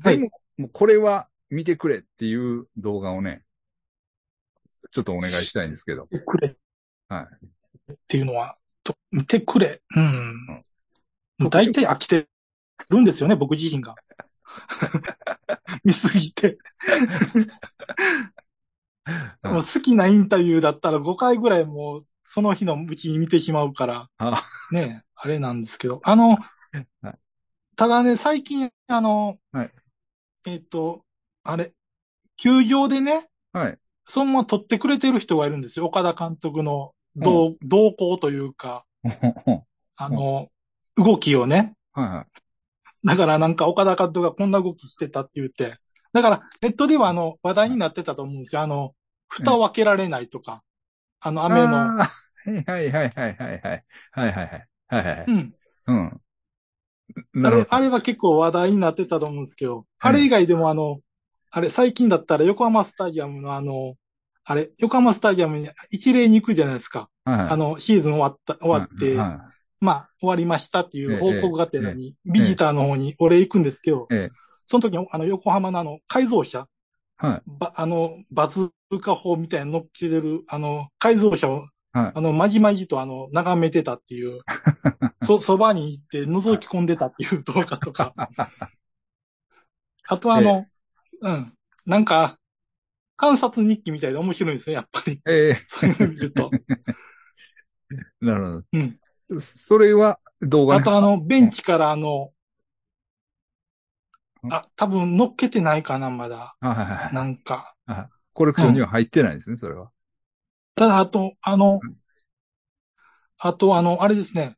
Speaker 2: は
Speaker 1: で
Speaker 2: い
Speaker 1: も、もうこれは見てくれっていう動画をね、ちょっとお願いしたいんですけど。
Speaker 2: 見てくれ。
Speaker 1: はい
Speaker 2: っていうのは、と見てくれ。うん。
Speaker 1: うん
Speaker 2: 大体飽きてるんですよね、僕自 身が。見すぎて。
Speaker 1: うん
Speaker 2: もう好きなインタビューだったら5回ぐらいもう、その日のうちに見てしまうから、
Speaker 1: あ
Speaker 2: ね、あれなんですけど。あの、
Speaker 1: はい
Speaker 2: ただね、最近、あの、
Speaker 1: はい
Speaker 2: えっ、と、あれ、球場でね、
Speaker 1: はい。
Speaker 2: そのまま撮ってくれてる人がいるんですよ。岡田監督の動,、動向というか、あの、動きをね。
Speaker 1: はいはい。
Speaker 2: だからなんか岡田監督がこんな動きしてたって言って。だからネットではあの話題になってたと思うんですよ。あの、蓋を開けられないとか。あの、飴の。
Speaker 1: あー。はいはいはいはいはいはい。はいはいはい。はいはいはい。
Speaker 2: うん。
Speaker 1: うん。
Speaker 2: あ
Speaker 1: なる
Speaker 2: れ、あ
Speaker 1: ほど。
Speaker 2: れは結構話題になってたと思うんですけど、あれ以外でもあの、あれ、最近だったら横浜スタジアムのあの、あれ、横浜スタジアムに一例に行くじゃないですか。
Speaker 1: はいはい
Speaker 2: あの、シーズン終わった、終わって、
Speaker 1: はい
Speaker 2: まあ、終わりましたっていう報告がてらに、ビジターの方にお礼行くんですけど、
Speaker 1: ええ
Speaker 2: その時に、あの、横浜のあの、改造車、
Speaker 1: はい
Speaker 2: ばあの、バズーカ砲みたいに乗っけてる、あの、改造車を、
Speaker 1: はい
Speaker 2: あの、まじまじとあの、眺めてたっ ていう、そ、そばに行って覗き込んでたっていう動画とか、 あとあの、うん、なんか、観察日記みたいで面白いですね、やっぱり。
Speaker 1: ええ
Speaker 2: そういうの見ると。
Speaker 1: なるほ
Speaker 2: うん。
Speaker 1: ど。それは動画
Speaker 2: あ
Speaker 1: に
Speaker 2: とあの、ベンチからあの、あ、多分乗っけてないかな、まだ。
Speaker 1: はいはいはい
Speaker 2: なんか。
Speaker 1: コレクションには入ってないですね、それは。
Speaker 2: ただ、あと、あの、あと、あの、あれですね。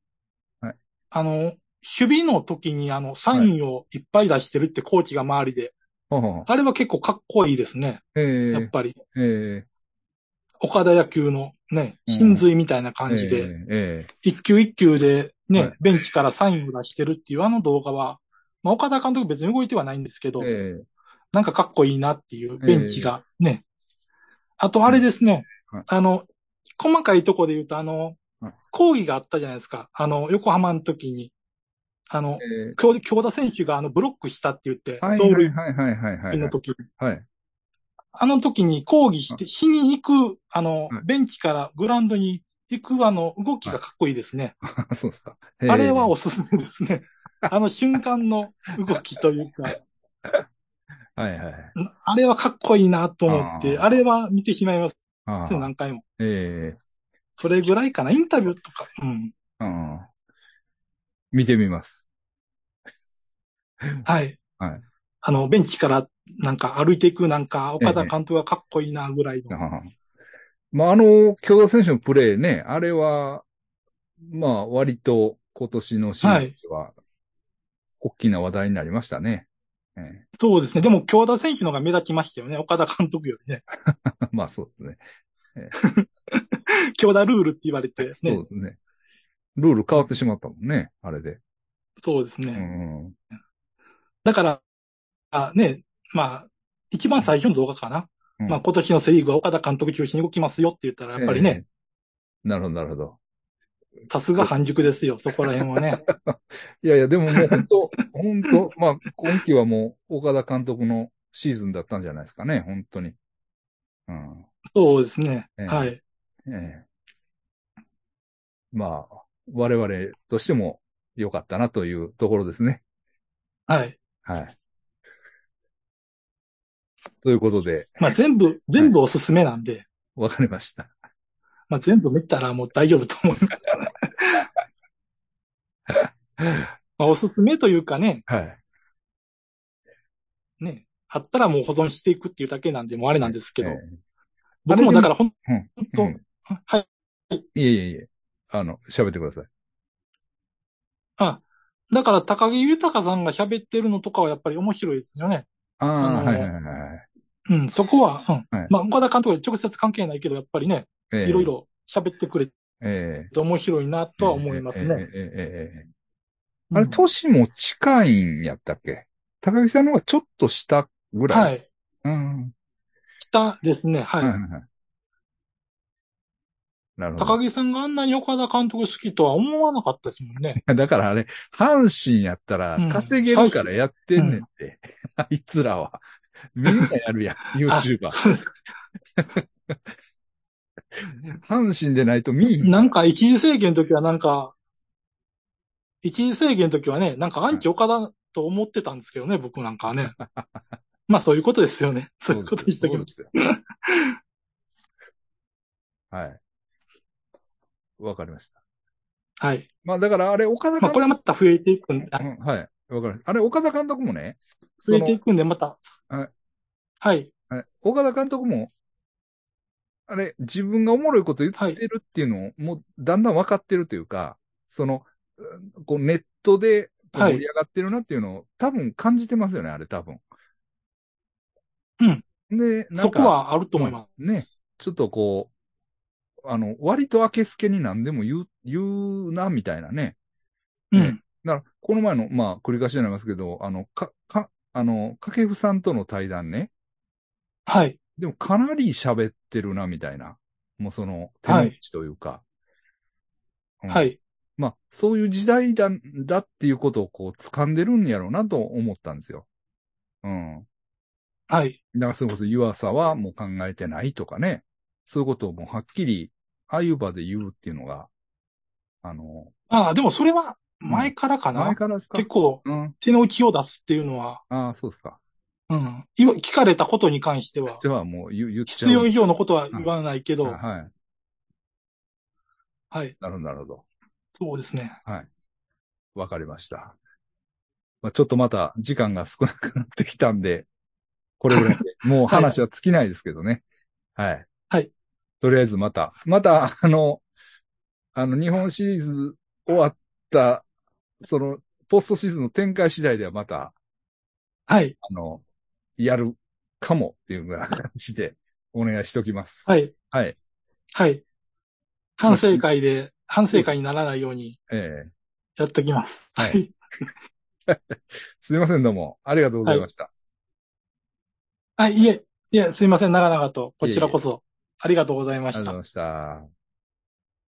Speaker 1: はい
Speaker 2: あの、守備の時にあの、サインをいっぱい出してるってコーチが周りで。
Speaker 1: ほうほう
Speaker 2: あれは結構かっこいいですね。
Speaker 1: え
Speaker 2: やっ
Speaker 1: え
Speaker 2: ぱり。
Speaker 1: え
Speaker 2: 岡田野球のね、
Speaker 1: うん
Speaker 2: 真髄みたいな
Speaker 1: え
Speaker 2: 感じで、
Speaker 1: えええ
Speaker 2: 一球一球でね、
Speaker 1: はい
Speaker 2: ベンチからサインを出してるっていうあの動画は、まあ、岡田監督別に動いてはないんですけど、
Speaker 1: ええ
Speaker 2: なんかかっこいいなっていうベンチがね。あとあれですね
Speaker 1: はい。
Speaker 2: あの、細かいとこで言うと、あの
Speaker 1: はい、
Speaker 2: 抗議があったじゃないですか。あの、横浜の時に。あの、
Speaker 1: ええ
Speaker 2: 京京田選手があのブロックしたって言って、
Speaker 1: はい
Speaker 2: 走塁
Speaker 1: はいはいはいはいは
Speaker 2: の
Speaker 1: い。
Speaker 2: 時に。
Speaker 1: はい。
Speaker 2: あの時に抗議して、日に行く、あの
Speaker 1: はい、
Speaker 2: ベンチからグラウンドに行くあの、動きがかっこいいですね。
Speaker 1: あそうですか。
Speaker 2: あれは
Speaker 1: え
Speaker 2: おすすめで すね。あの瞬間の動きというか。
Speaker 1: えはいはい。
Speaker 2: あれはかっこいいなと思って、
Speaker 1: あ
Speaker 2: あれは見てしまいます。
Speaker 1: あ
Speaker 2: つい
Speaker 1: あ
Speaker 2: 何回も。
Speaker 1: ええ
Speaker 2: それぐらいかな。インタビューとか。うん。
Speaker 1: ああ見てみます。
Speaker 2: はい。
Speaker 1: はい
Speaker 2: あの、ベンチからなんか歩いていくなんか、岡田監督がかっこいいなぐらい
Speaker 1: あ
Speaker 2: の。
Speaker 1: あまあ、あの、京田選手のプレーね、あれは、まあ、割と今年のシーズンでは、大きな話題になりましたね。ええ
Speaker 2: そうですね。でも、京田選手のが目立ちましたよね。岡田監督よりね。
Speaker 1: まあ、そうですね。
Speaker 2: 京田ルールって言われて、ね。
Speaker 1: そうですね。ルール変わってしまったもんね、あれで。
Speaker 2: そうですね。
Speaker 1: うんうん。
Speaker 2: だから、あね、まあ、一番最初の動画かな。
Speaker 1: うん
Speaker 2: まあ、今年のセリーグは岡田監督中心に動きますよって言ったら、やっぱりね、
Speaker 1: ええ。なるほど、なるほど。
Speaker 2: さすが半熟ですよ。そこら辺は ね。
Speaker 1: いやいや、でももう本当、 本当、まあ、今季はもう、岡田監督のシーズンだったんじゃないですかね、本当に。うん。
Speaker 2: そうですね。
Speaker 1: ええ
Speaker 2: はい。
Speaker 1: ええ。まあ、我々としても良かったなというところですね。
Speaker 2: はい。
Speaker 1: はい。ということで、
Speaker 2: まあ全部、全部おすすめなんで、
Speaker 1: わかりました。
Speaker 2: まあ全部見たらもう大丈夫と思います。 まあおすすめというかね、
Speaker 1: はい。
Speaker 2: ね、あったらもう保存していくっていうだけなんで、もうあれなんですけど、
Speaker 1: ええ
Speaker 2: 僕もだからほん
Speaker 1: うん
Speaker 2: ほんと、
Speaker 1: うん
Speaker 2: はい。
Speaker 1: いえいえいえ。あの、喋ってください。
Speaker 2: あ、だから高木豊さんが喋ってるのとかはやっぱり面白いですよね。
Speaker 1: ああ、
Speaker 2: あの
Speaker 1: はいはいはいはい。
Speaker 2: うん、そこは、うん。
Speaker 1: はい
Speaker 2: まあ、岡田監督は直接関係ないけど、やっぱりね、
Speaker 1: ええ
Speaker 2: いろい。ろ喋ってくれて
Speaker 1: ええ。
Speaker 2: 面白いなとは思います
Speaker 1: ええ
Speaker 2: ね。
Speaker 1: ええええええ
Speaker 2: うん
Speaker 1: あれ、年も近いんやったっけ高木さんの方がちょっと下ぐらい。。
Speaker 2: はいい。
Speaker 1: うん。
Speaker 2: 北ですね、
Speaker 1: はいはい
Speaker 2: はい。
Speaker 1: はい。なるほど。
Speaker 2: 高木さんがあんなに岡田監督好きとは思わなかったですもんね。
Speaker 1: だからあれ、阪神やったら
Speaker 2: うん
Speaker 1: 稼げるからやってんねんって。 あいつらは。みんなやるやん、
Speaker 2: あ
Speaker 1: YouTuber。
Speaker 2: そうですか。
Speaker 1: 阪神でないと見いひん。
Speaker 2: なんか一時制限の時はなんか、一時制限の時はね、なんかアンチ岡田と思ってたんですけどね、僕なんか はね。まあそういうことですよね。そういうことでしたけど。
Speaker 1: そうですよ。はい。わかりました。
Speaker 2: はい。
Speaker 1: まあだからあれ、岡田
Speaker 2: ま
Speaker 1: 監
Speaker 2: あこれ
Speaker 1: 督。
Speaker 2: はまた増えていくんで、
Speaker 1: うんはい。わかりました。あれ、岡田監督もね、そ
Speaker 2: 増
Speaker 1: の
Speaker 2: えていくんで、また
Speaker 1: はい。
Speaker 2: はい。
Speaker 1: はい岡田監督も、あれ、自分がおもろいこと言ってるっていうのを、もうだんだん分かってるというか、その、うんこうネットでこう
Speaker 2: はい
Speaker 1: 盛り上がってるなっていうのを多分感じてますよね、あれ多分。。
Speaker 2: うん
Speaker 1: で、なんか
Speaker 2: そこはあると思いま
Speaker 1: ね、
Speaker 2: す。
Speaker 1: ちょっとこあの、割と明けすけに何でも言う、言うな、みたいなね。
Speaker 2: うん。
Speaker 1: ねだから、この前の、まあ、繰り返しになりますけど、あの、か、か、あの、掛布さんとの対談ね。
Speaker 2: はい。
Speaker 1: でも、かなり喋ってるな、みたいな。もうその、手の内というか。うん
Speaker 2: は。い。
Speaker 1: まあ、そういう時代だ、だっていうことをこう、掴んでるんやろうなと思ったんですよ。うん。
Speaker 2: はい。
Speaker 1: だから、それこそ湯浅はもう考えてないとかね。そういうことをもうはっきり、ああいう場で言うっていうのが、あの、
Speaker 2: ああ、でもそれは前からかな。
Speaker 1: 前からですか
Speaker 2: 結構
Speaker 1: うん。
Speaker 2: 手の内を出すっていうのは、
Speaker 1: ああ、そうですか。
Speaker 2: うん。今、聞かれたことに関しては、
Speaker 1: じゃあもう言う言っちゃう。
Speaker 2: 必要以上のことは言わないけど、
Speaker 1: あはい。
Speaker 2: はい。
Speaker 1: なるほど、なるほど。
Speaker 2: そうですね。
Speaker 1: わかりました。まあ、ちょっとまた時間が少なくなってきたんで、これぐらいで、 もう話は尽きないですけどね。はい。
Speaker 2: はい。
Speaker 1: とりあえずまた、また、あの、あの、日本シリーズ終わった、その、ポストシーズンの展開次第ではまた、
Speaker 2: はい。
Speaker 1: あの、やるかもっていうような感じでお願いしておきます。。
Speaker 2: はいい。
Speaker 1: はい。
Speaker 2: はい。反省会で、反省会にならないように
Speaker 1: ええ
Speaker 2: やっときます。
Speaker 1: は
Speaker 2: はいい。
Speaker 1: すいません、どうも。ありがとうございました。
Speaker 2: あ、いえ、いえ、すいません、長々と。こちらこ
Speaker 1: い
Speaker 2: そ、ありがとうございま
Speaker 1: あり
Speaker 2: し
Speaker 1: が
Speaker 2: た
Speaker 1: とうござい。ました。